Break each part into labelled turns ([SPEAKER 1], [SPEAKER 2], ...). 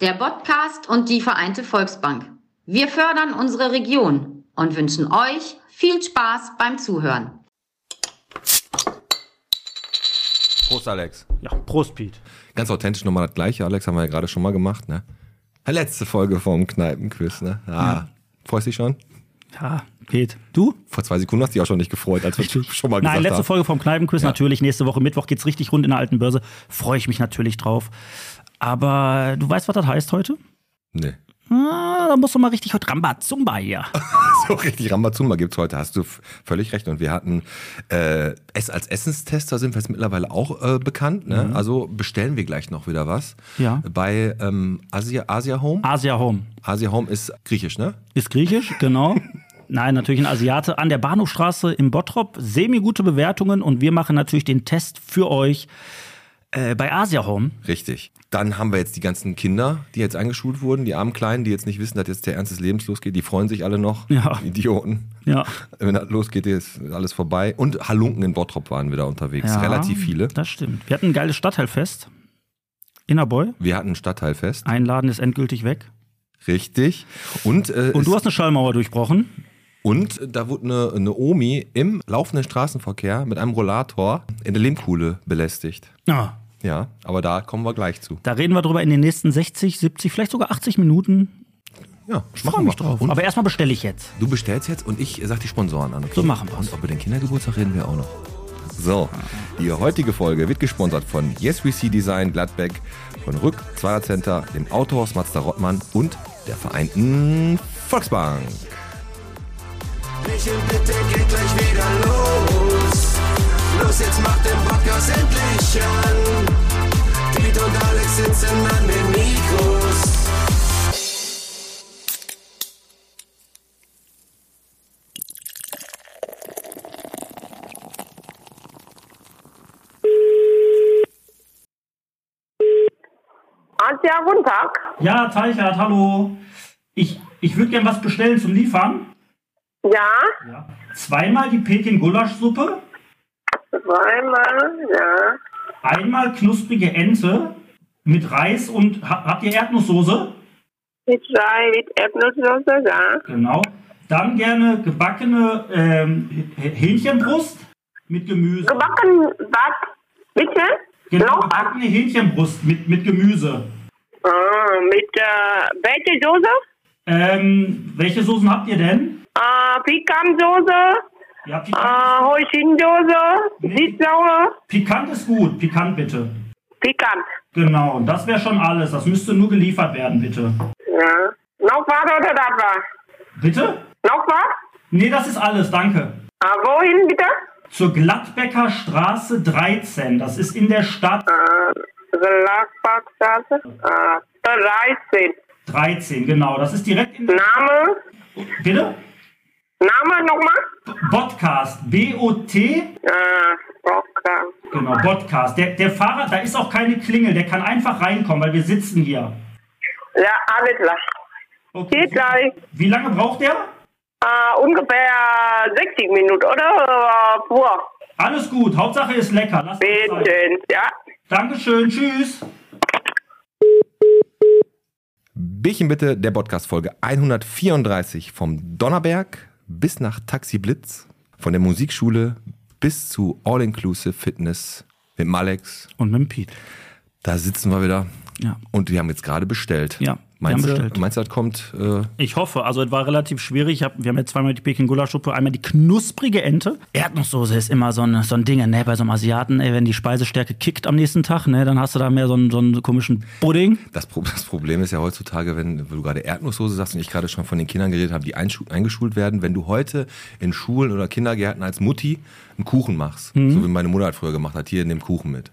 [SPEAKER 1] der Podcast und die Vereinte Volksbank. Wir fördern unsere Region und wünschen euch viel Spaß beim Zuhören.
[SPEAKER 2] Prost, Alex.
[SPEAKER 3] Ja, Prost, Piet.
[SPEAKER 2] Ganz authentisch nochmal das gleiche, Alex, haben wir ja gerade schon mal gemacht, ne? Letzte Folge vom Kneipenquiz, ne? Ah, Freust dich schon?
[SPEAKER 3] Ja, Piet. Du?
[SPEAKER 2] Vor zwei Sekunden hast du dich auch schon nicht gefreut, als wir schon mal
[SPEAKER 3] Nein,
[SPEAKER 2] gesagt
[SPEAKER 3] letzte
[SPEAKER 2] haben.
[SPEAKER 3] Folge vom Kneipenquiz
[SPEAKER 2] Ja.
[SPEAKER 3] natürlich. Nächste Woche Mittwoch geht's richtig rund in der alten Börse. Freue ich mich natürlich drauf. Aber du weißt, was das heißt heute?
[SPEAKER 2] Nee.
[SPEAKER 3] Ah, da musst du mal richtig heute Rambazumba hier.
[SPEAKER 2] So richtig Rambazumba gibt's heute, hast du f- völlig recht. Und wir hatten äh, es als Essenstester sind wir jetzt mittlerweile auch äh, bekannt. Ne? Also bestellen wir gleich noch wieder was.
[SPEAKER 3] Ja. Ah.
[SPEAKER 2] Bei ähm, Asia, Asia Home.
[SPEAKER 3] Asia Home.
[SPEAKER 2] Asia Home ist griechisch, ne?
[SPEAKER 3] Ist griechisch, genau. Nein, natürlich ein Asiate. An der Bahnhofstraße im Bottrop. Semi-gute Bewertungen und wir machen natürlich den Test für euch äh, bei Asia Home.
[SPEAKER 2] Richtig. Dann haben wir jetzt die ganzen Kinder, die jetzt eingeschult wurden, die armen Kleinen, die jetzt nicht wissen, dass jetzt der Ernst des Lebens losgeht. Die freuen sich alle noch.
[SPEAKER 3] Ja.
[SPEAKER 2] Idioten.
[SPEAKER 3] Ja.
[SPEAKER 2] Wenn das losgeht, ist alles vorbei. Und Halunken in Bottrop waren wir da unterwegs.
[SPEAKER 3] Ja,
[SPEAKER 2] Relativ viele.
[SPEAKER 3] Das stimmt. Wir hatten ein geiles Stadtteilfest. Innerboy.
[SPEAKER 2] Wir hatten ein Stadtteilfest.
[SPEAKER 3] Einladen ist endgültig weg.
[SPEAKER 2] Richtig. Und, äh,
[SPEAKER 3] Und
[SPEAKER 2] es-
[SPEAKER 3] du hast eine Schallmauer durchbrochen.
[SPEAKER 2] Und da wurde eine, eine Omi im laufenden Straßenverkehr mit einem Rollator in der Lehmkuhle belästigt.
[SPEAKER 3] Ja.
[SPEAKER 2] Ja, aber da kommen wir gleich zu.
[SPEAKER 3] Da reden wir drüber in den nächsten 60, 70, vielleicht sogar 80 Minuten.
[SPEAKER 2] Ja,
[SPEAKER 3] Freu
[SPEAKER 2] machen wir.
[SPEAKER 3] mich drauf.
[SPEAKER 2] Und
[SPEAKER 3] Aber erstmal bestelle ich jetzt.
[SPEAKER 2] du bestellst jetzt und ich sag die Sponsoren an. Okay?
[SPEAKER 3] So machen wir's.
[SPEAKER 2] Und über den Kindergeburtstag reden wir auch noch. So, die heutige Folge wird gesponsert von Yes We See Design Gladbeck, von Rück Zweier Center, dem Autohaus Mazda Rottmann und der Vereinten Volksbank.
[SPEAKER 4] Michel, bitte geht gleich wieder los. Los, jetzt macht den Podcast endlich an. Piet und Alex sitzen an den Mikros.
[SPEAKER 5] Und ja, guten Tag.
[SPEAKER 3] Ja, Teichert, hallo. Ich, ich würde gern was bestellen zum Liefern.
[SPEAKER 5] Ja,
[SPEAKER 3] Ja. Zweimal die Peking-Gulaschsuppe,
[SPEAKER 5] zweimal, ja.
[SPEAKER 3] einmal knusprige Ente mit Reis und ha, habt ihr Erdnusssoße?
[SPEAKER 5] Mit Chai, mit Erdnusssoße, ja.
[SPEAKER 3] Genau. Dann gerne gebackene ähm, H- Hähnchenbrust mit Gemüse.
[SPEAKER 5] Gebacken, was? Bitte?
[SPEAKER 3] Genau,
[SPEAKER 5] Noch was?
[SPEAKER 3] gebackene Hähnchenbrust mit, mit Gemüse.
[SPEAKER 5] Ah, mit, äh, welche Soße?
[SPEAKER 3] Ähm, welche Soßen habt ihr denn?
[SPEAKER 5] Äh, Pikansoße,
[SPEAKER 3] Ihr habt
[SPEAKER 5] äh,
[SPEAKER 3] die
[SPEAKER 5] Hoisin-Soße, Süßsauer,
[SPEAKER 3] Pikant ist gut, pikant bitte.
[SPEAKER 5] Pikant.
[SPEAKER 3] Genau, das wäre schon alles. Das müsste nur geliefert werden, bitte.
[SPEAKER 5] Ja. Noch was oder das war?
[SPEAKER 3] Bitte?
[SPEAKER 5] Noch was?
[SPEAKER 3] Nee, das ist alles, danke.
[SPEAKER 5] Äh, wohin bitte?
[SPEAKER 3] Zur Gladbecker Straße 13. Das ist in der Stadt
[SPEAKER 5] Äh, Gelagparkstraße, äh, 13.
[SPEAKER 3] 13, genau. Das ist direkt in der.
[SPEAKER 5] Name,
[SPEAKER 3] Bitte?
[SPEAKER 5] Name nochmal?
[SPEAKER 3] Podcast. B-O-T.
[SPEAKER 5] Äh, Rockland.
[SPEAKER 3] Genau, Podcast. Der, der Fahrer, da ist auch keine Klingel. Der kann einfach reinkommen, weil wir sitzen hier.
[SPEAKER 5] Ja, alles klar.
[SPEAKER 3] Okay.
[SPEAKER 5] Geht gleich.
[SPEAKER 3] Wie lange braucht der?
[SPEAKER 5] Äh, ungefähr 60 Minuten, oder? Äh, vor.
[SPEAKER 3] Alles gut. Hauptsache ist lecker. Lass uns Zeit.
[SPEAKER 5] Bitte, ja.
[SPEAKER 3] Dankeschön. Tschüss.
[SPEAKER 2] Bierchen bitte, der Podcast-Folge 134 vom Donnerberg bis nach Taxi Blitz, von der Musikschule bis zu All-Inclusive Fitness mit Malex.
[SPEAKER 3] Und mit dem Piet.
[SPEAKER 2] Da sitzen wir wieder.
[SPEAKER 3] Ja.
[SPEAKER 2] Und wir haben jetzt gerade bestellt.
[SPEAKER 3] Ja, wir
[SPEAKER 2] Meinst,
[SPEAKER 3] haben
[SPEAKER 2] du,
[SPEAKER 3] bestellt.
[SPEAKER 2] meinst du, das kommt? Äh,
[SPEAKER 3] Ich hoffe, also es war relativ schwierig. Ich hab, wir haben jetzt zweimal die Peking-Gulaschsuppe, einmal die knusprige Ente. Erdnusssoße ist immer so ein, so ein Ding, ne? Bei so einem Asiaten, ey, wenn die Speisestärke kickt am nächsten Tag, ne, dann hast du da mehr so einen, so einen komischen Pudding.
[SPEAKER 2] das, Pro das Problem ist ja heutzutage, wenn du gerade Erdnusssoße sagst und ich gerade schon von den Kindern geredet habe, die einschu- eingeschult werden, wenn du heute in Schulen oder Kindergärten als Mutti einen Kuchen machst,
[SPEAKER 3] Mhm.
[SPEAKER 2] so wie meine Mutter halt früher gemacht hat, hier in dem Kuchen mit.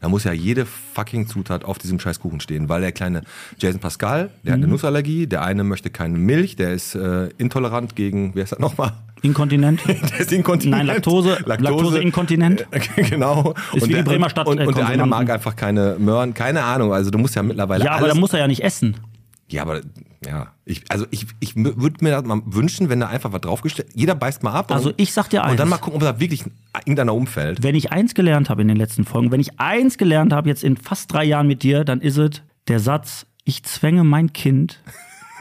[SPEAKER 2] Da muss ja jede fucking Zutat auf diesem scheiß Kuchen stehen, weil der kleine Jason Pascal, der
[SPEAKER 3] Mhm.
[SPEAKER 2] hat eine Nussallergie, der eine möchte keine Milch, der ist äh, intolerant gegen, wer ist das nochmal?
[SPEAKER 3] Inkontinent.
[SPEAKER 2] Der ist inkontinent.
[SPEAKER 3] Nein, Laktose- Laktoseinkontinent.
[SPEAKER 2] Äh, genau.
[SPEAKER 3] Ist wie die Bremer Stadt-
[SPEAKER 2] Und,
[SPEAKER 3] äh,
[SPEAKER 2] und der eine
[SPEAKER 3] Konsonanten.
[SPEAKER 2] mag einfach keine Möhren, keine Ahnung. Also du musst ja mittlerweile
[SPEAKER 3] ja, aber
[SPEAKER 2] alles.
[SPEAKER 3] da muss er ja nicht essen.
[SPEAKER 2] ja, aber ja, ich, also ich, ich würde mir das mal wünschen, wenn da einfach was draufgestellt. Jeder beißt mal ab.
[SPEAKER 3] Also
[SPEAKER 2] und,
[SPEAKER 3] ich sag dir
[SPEAKER 2] Und
[SPEAKER 3] eins.
[SPEAKER 2] dann mal gucken, ob da wirklich irgendeiner umfällt.
[SPEAKER 3] Wenn ich eins gelernt habe in den letzten Folgen, wenn ich eins gelernt habe jetzt in fast drei Jahren mit dir, dann ist es der Satz, Ich zwänge mein Kind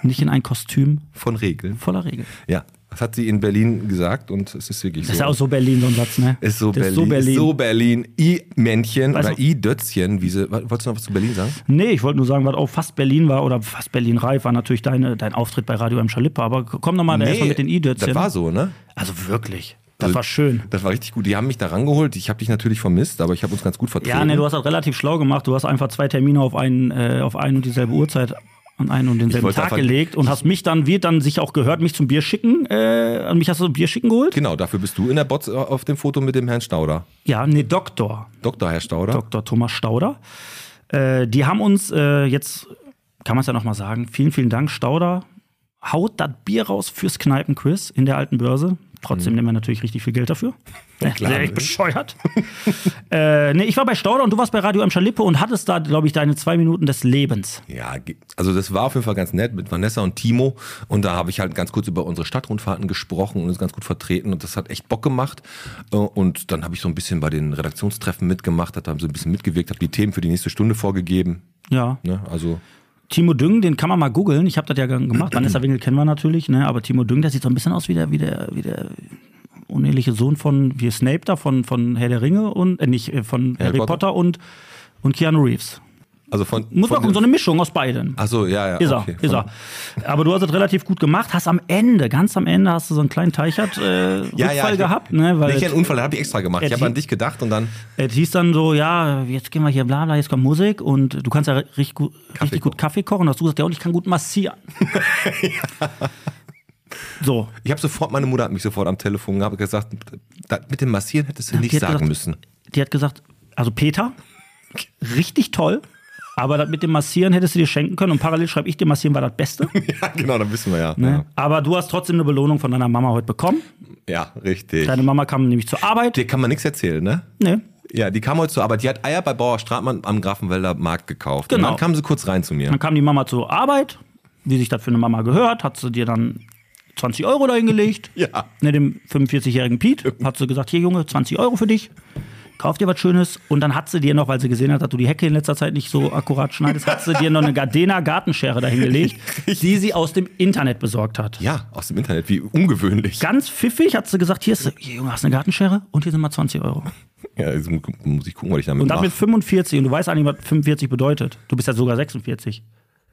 [SPEAKER 3] nicht in ein Kostüm
[SPEAKER 2] Von Regeln.
[SPEAKER 3] voller Regeln.
[SPEAKER 2] Ja, das hat sie in Berlin gesagt und es ist wirklich
[SPEAKER 3] Das ist
[SPEAKER 2] so.
[SPEAKER 3] ja auch so Berlin, so ein Satz, ne?
[SPEAKER 2] Ist so
[SPEAKER 3] Das
[SPEAKER 2] Berlin.
[SPEAKER 3] ist so Berlin.
[SPEAKER 2] Ist so Berlin. I-Männchen
[SPEAKER 3] Weißt
[SPEAKER 2] oder
[SPEAKER 3] du-
[SPEAKER 2] I-Dötzchen. Wie sie, wa- wolltest du noch was zu Berlin sagen?
[SPEAKER 3] Nee, ich wollte nur sagen, was auch fast Berlin war oder fast Berlin reif war natürlich deine, dein Auftritt bei Radio M. Schalippe. Aber komm nochmal mal erstmal mit den I-Dötzchen.
[SPEAKER 2] Das war so, ne?
[SPEAKER 3] Also wirklich. Das
[SPEAKER 2] Also,
[SPEAKER 3] war schön.
[SPEAKER 2] Das war richtig gut. Die haben mich da rangeholt. Ich habe dich natürlich vermisst, aber ich habe uns ganz gut vertreten.
[SPEAKER 3] Ja, nee, du hast das relativ schlau gemacht. Du hast einfach zwei Termine auf einen, äh, auf einen und dieselbe Uhrzeit an einen und denselben
[SPEAKER 2] wollte
[SPEAKER 3] Tag
[SPEAKER 2] einfach-
[SPEAKER 3] gelegt und hast mich dann, wird dann sich auch gehört, mich zum Bier schicken. Äh, an mich hast du Bier schicken geholt?
[SPEAKER 2] genau, dafür bist du in der Bots auf dem Foto mit dem Herrn Stauder.
[SPEAKER 3] Ja, nee, Doktor.
[SPEAKER 2] Dr. Herr Stauder.
[SPEAKER 3] Dr. Thomas Stauder. Äh, die haben uns äh, jetzt, kann man es ja nochmal sagen, vielen, vielen Dank, Stauder. Haut das Bier raus fürs Kneipenquiz in der alten Börse. Trotzdem nehmen wir natürlich richtig viel Geld dafür.
[SPEAKER 2] klar,
[SPEAKER 3] Sehr echt
[SPEAKER 2] ne?
[SPEAKER 3] bescheuert. äh, nee, ich war bei Stauder und du warst bei Radio M. Schalippe und hattest da, glaube ich, deine zwei Minuten des Lebens.
[SPEAKER 2] Ja, ge- also das war auf jeden Fall ganz nett mit Vanessa und Timo und da habe ich halt ganz kurz über unsere Stadtrundfahrten gesprochen und uns ganz gut vertreten und das hat echt Bock gemacht Äh, und dann habe ich so ein bisschen bei den Redaktionstreffen mitgemacht, hat da so ein bisschen mitgewirkt, habe die Themen für die nächste Stunde vorgegeben,
[SPEAKER 3] Ja.
[SPEAKER 2] ne? also
[SPEAKER 3] Timo Düng, den kann man mal googeln. Ich habe das ja ge- gemacht. Vanessa Winkel kennen wir natürlich, ne? aber Timo Düng, der sieht so ein bisschen aus wie der, wie der, wie der uneheliche Sohn von wie Snape da von, von Herr der Ringe und äh, nicht äh, von Harry, Potter,
[SPEAKER 2] Potter.
[SPEAKER 3] und, und Keanu Reeves.
[SPEAKER 2] also von
[SPEAKER 3] Muss
[SPEAKER 2] von
[SPEAKER 3] man gucken, so eine Mischung aus beiden.
[SPEAKER 2] Ach so, ja, ja.
[SPEAKER 3] Ist er,
[SPEAKER 2] okay.
[SPEAKER 3] ist er. Aber du hast es relativ gut gemacht, hast am Ende, ganz am Ende, hast du so einen kleinen Teichert äh,
[SPEAKER 2] Ja, ja,
[SPEAKER 3] Rückfall
[SPEAKER 2] ich-
[SPEAKER 3] gehabt, ne?
[SPEAKER 2] Nicht
[SPEAKER 3] Weil
[SPEAKER 2] einen Unfall, habe ich extra gemacht. Ich
[SPEAKER 3] Ja,
[SPEAKER 2] habe an
[SPEAKER 3] die-
[SPEAKER 2] dich gedacht und dann
[SPEAKER 3] es hieß dann so, ja, jetzt gehen wir hier bla bla, jetzt kommt Musik und du kannst ja richtig gut, richtig gut Kaffee kochen. Hast du gesagt, ja und ich kann gut massieren. So.
[SPEAKER 2] ich habe sofort meine Mutter hat mich sofort am Telefon gehabt und gesagt, da, mit dem Massieren hättest du
[SPEAKER 3] Die
[SPEAKER 2] nicht
[SPEAKER 3] hat
[SPEAKER 2] sagen
[SPEAKER 3] gesagt,
[SPEAKER 2] müssen.
[SPEAKER 3] Die hat gesagt, also Peter, richtig toll, aber das mit dem Massieren hättest du dir schenken können und parallel schreibe ich dir, Massieren war das Beste.
[SPEAKER 2] Ja, genau, dann wissen wir ja.
[SPEAKER 3] Ne? Aber du hast trotzdem eine Belohnung von deiner Mama heute bekommen.
[SPEAKER 2] Ja, ja richtig.
[SPEAKER 3] Deine Mama kam nämlich zur Arbeit.
[SPEAKER 2] Dir kann man nichts erzählen, ne?
[SPEAKER 3] Ne?
[SPEAKER 2] Ja, die kam heute zur Arbeit. Die hat Eier bei Bauer Stratmann am Grafenwälder Markt gekauft.
[SPEAKER 3] Genau.
[SPEAKER 2] Und dann kam sie kurz rein zu mir.
[SPEAKER 3] Dann kam die Mama zur Arbeit, wie sich das für eine Mama gehört, hat sie dir dann 20 Euro dahingelegt.
[SPEAKER 2] Ja.
[SPEAKER 3] Ne, dem 45-jährigen Piet hat sie gesagt, hier Junge, 20 Euro für dich. Kauf dir was Schönes. Und dann hat sie dir noch, weil sie gesehen hat, dass du die Hecke in letzter Zeit nicht so akkurat schneidest, hat sie dir noch eine Gardena Gartenschere dahingelegt, die sie aus dem Internet besorgt hat.
[SPEAKER 2] Ja, aus dem Internet, wie ungewöhnlich.
[SPEAKER 3] Ganz pfiffig hat sie gesagt, hier, ist, hier Junge, hast du eine Gartenschere und hier sind mal 20 Euro.
[SPEAKER 2] Ja, also mu- muss ich gucken, was ich damit
[SPEAKER 3] Und dann
[SPEAKER 2] mache.
[SPEAKER 3] mit 45, und du weißt eigentlich, was 45 bedeutet. Du bist ja sogar 46.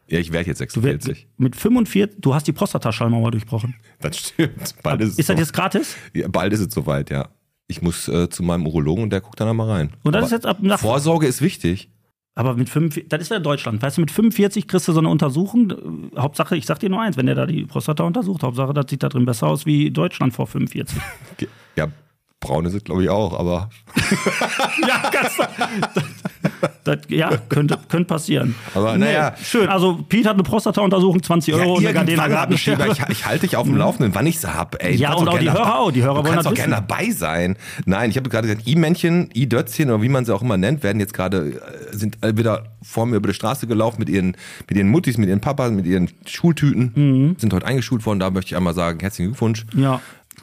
[SPEAKER 2] Ja, ich werde jetzt
[SPEAKER 3] Du wirst
[SPEAKER 2] 46.
[SPEAKER 3] mit 45, du hast die Prostataschallmauer durchbrochen.
[SPEAKER 2] Das stimmt. Bald ist,
[SPEAKER 3] Ist
[SPEAKER 2] es
[SPEAKER 3] das
[SPEAKER 2] so-
[SPEAKER 3] jetzt gratis?
[SPEAKER 2] ja, bald ist es soweit, ja. Ich muss äh, zu meinem Urologen und der guckt dann einmal rein.
[SPEAKER 3] Und das
[SPEAKER 2] Aber
[SPEAKER 3] ist jetzt ab nach,
[SPEAKER 2] Vorsorge ist wichtig.
[SPEAKER 3] aber mit 45, das ist ja Deutschland. Weißt du, mit 45 kriegst du so eine Untersuchung. Äh, Hauptsache, ich sag dir nur eins, wenn der da die Prostata untersucht, Hauptsache, das sieht da drin besser aus wie Deutschland vor 45.
[SPEAKER 2] Ge- Ja, braune sind, glaube ich, auch, aber
[SPEAKER 3] ja, das, das, ja könnte, könnte passieren.
[SPEAKER 2] Aber naja.
[SPEAKER 3] Schön, also Pete hat eine Prostata-Untersuchung, 20 Euro und
[SPEAKER 2] irgendwann
[SPEAKER 3] eine Gardena
[SPEAKER 2] hab ich, die,
[SPEAKER 3] Gartenschere.
[SPEAKER 2] aber ich, ich halte dich auf dem Laufenden, wann ich sie habe.
[SPEAKER 3] Ja, und auch die Hörer auch. Die Hörer
[SPEAKER 2] du
[SPEAKER 3] wollen
[SPEAKER 2] kannst
[SPEAKER 3] das
[SPEAKER 2] auch gerne
[SPEAKER 3] wissen.
[SPEAKER 2] dabei sein. Nein, ich habe gerade gesagt, I-Männchen, I-Dötzchen oder wie man sie auch immer nennt, werden jetzt gerade, äh, sind alle wieder vor mir über die Straße gelaufen mit ihren, mit ihren Muttis, mit ihren Papas, mit ihren Schultüten. Sind heute eingeschult worden, da möchte ich einmal sagen, herzlichen Glückwunsch.
[SPEAKER 3] Mhm. Ja.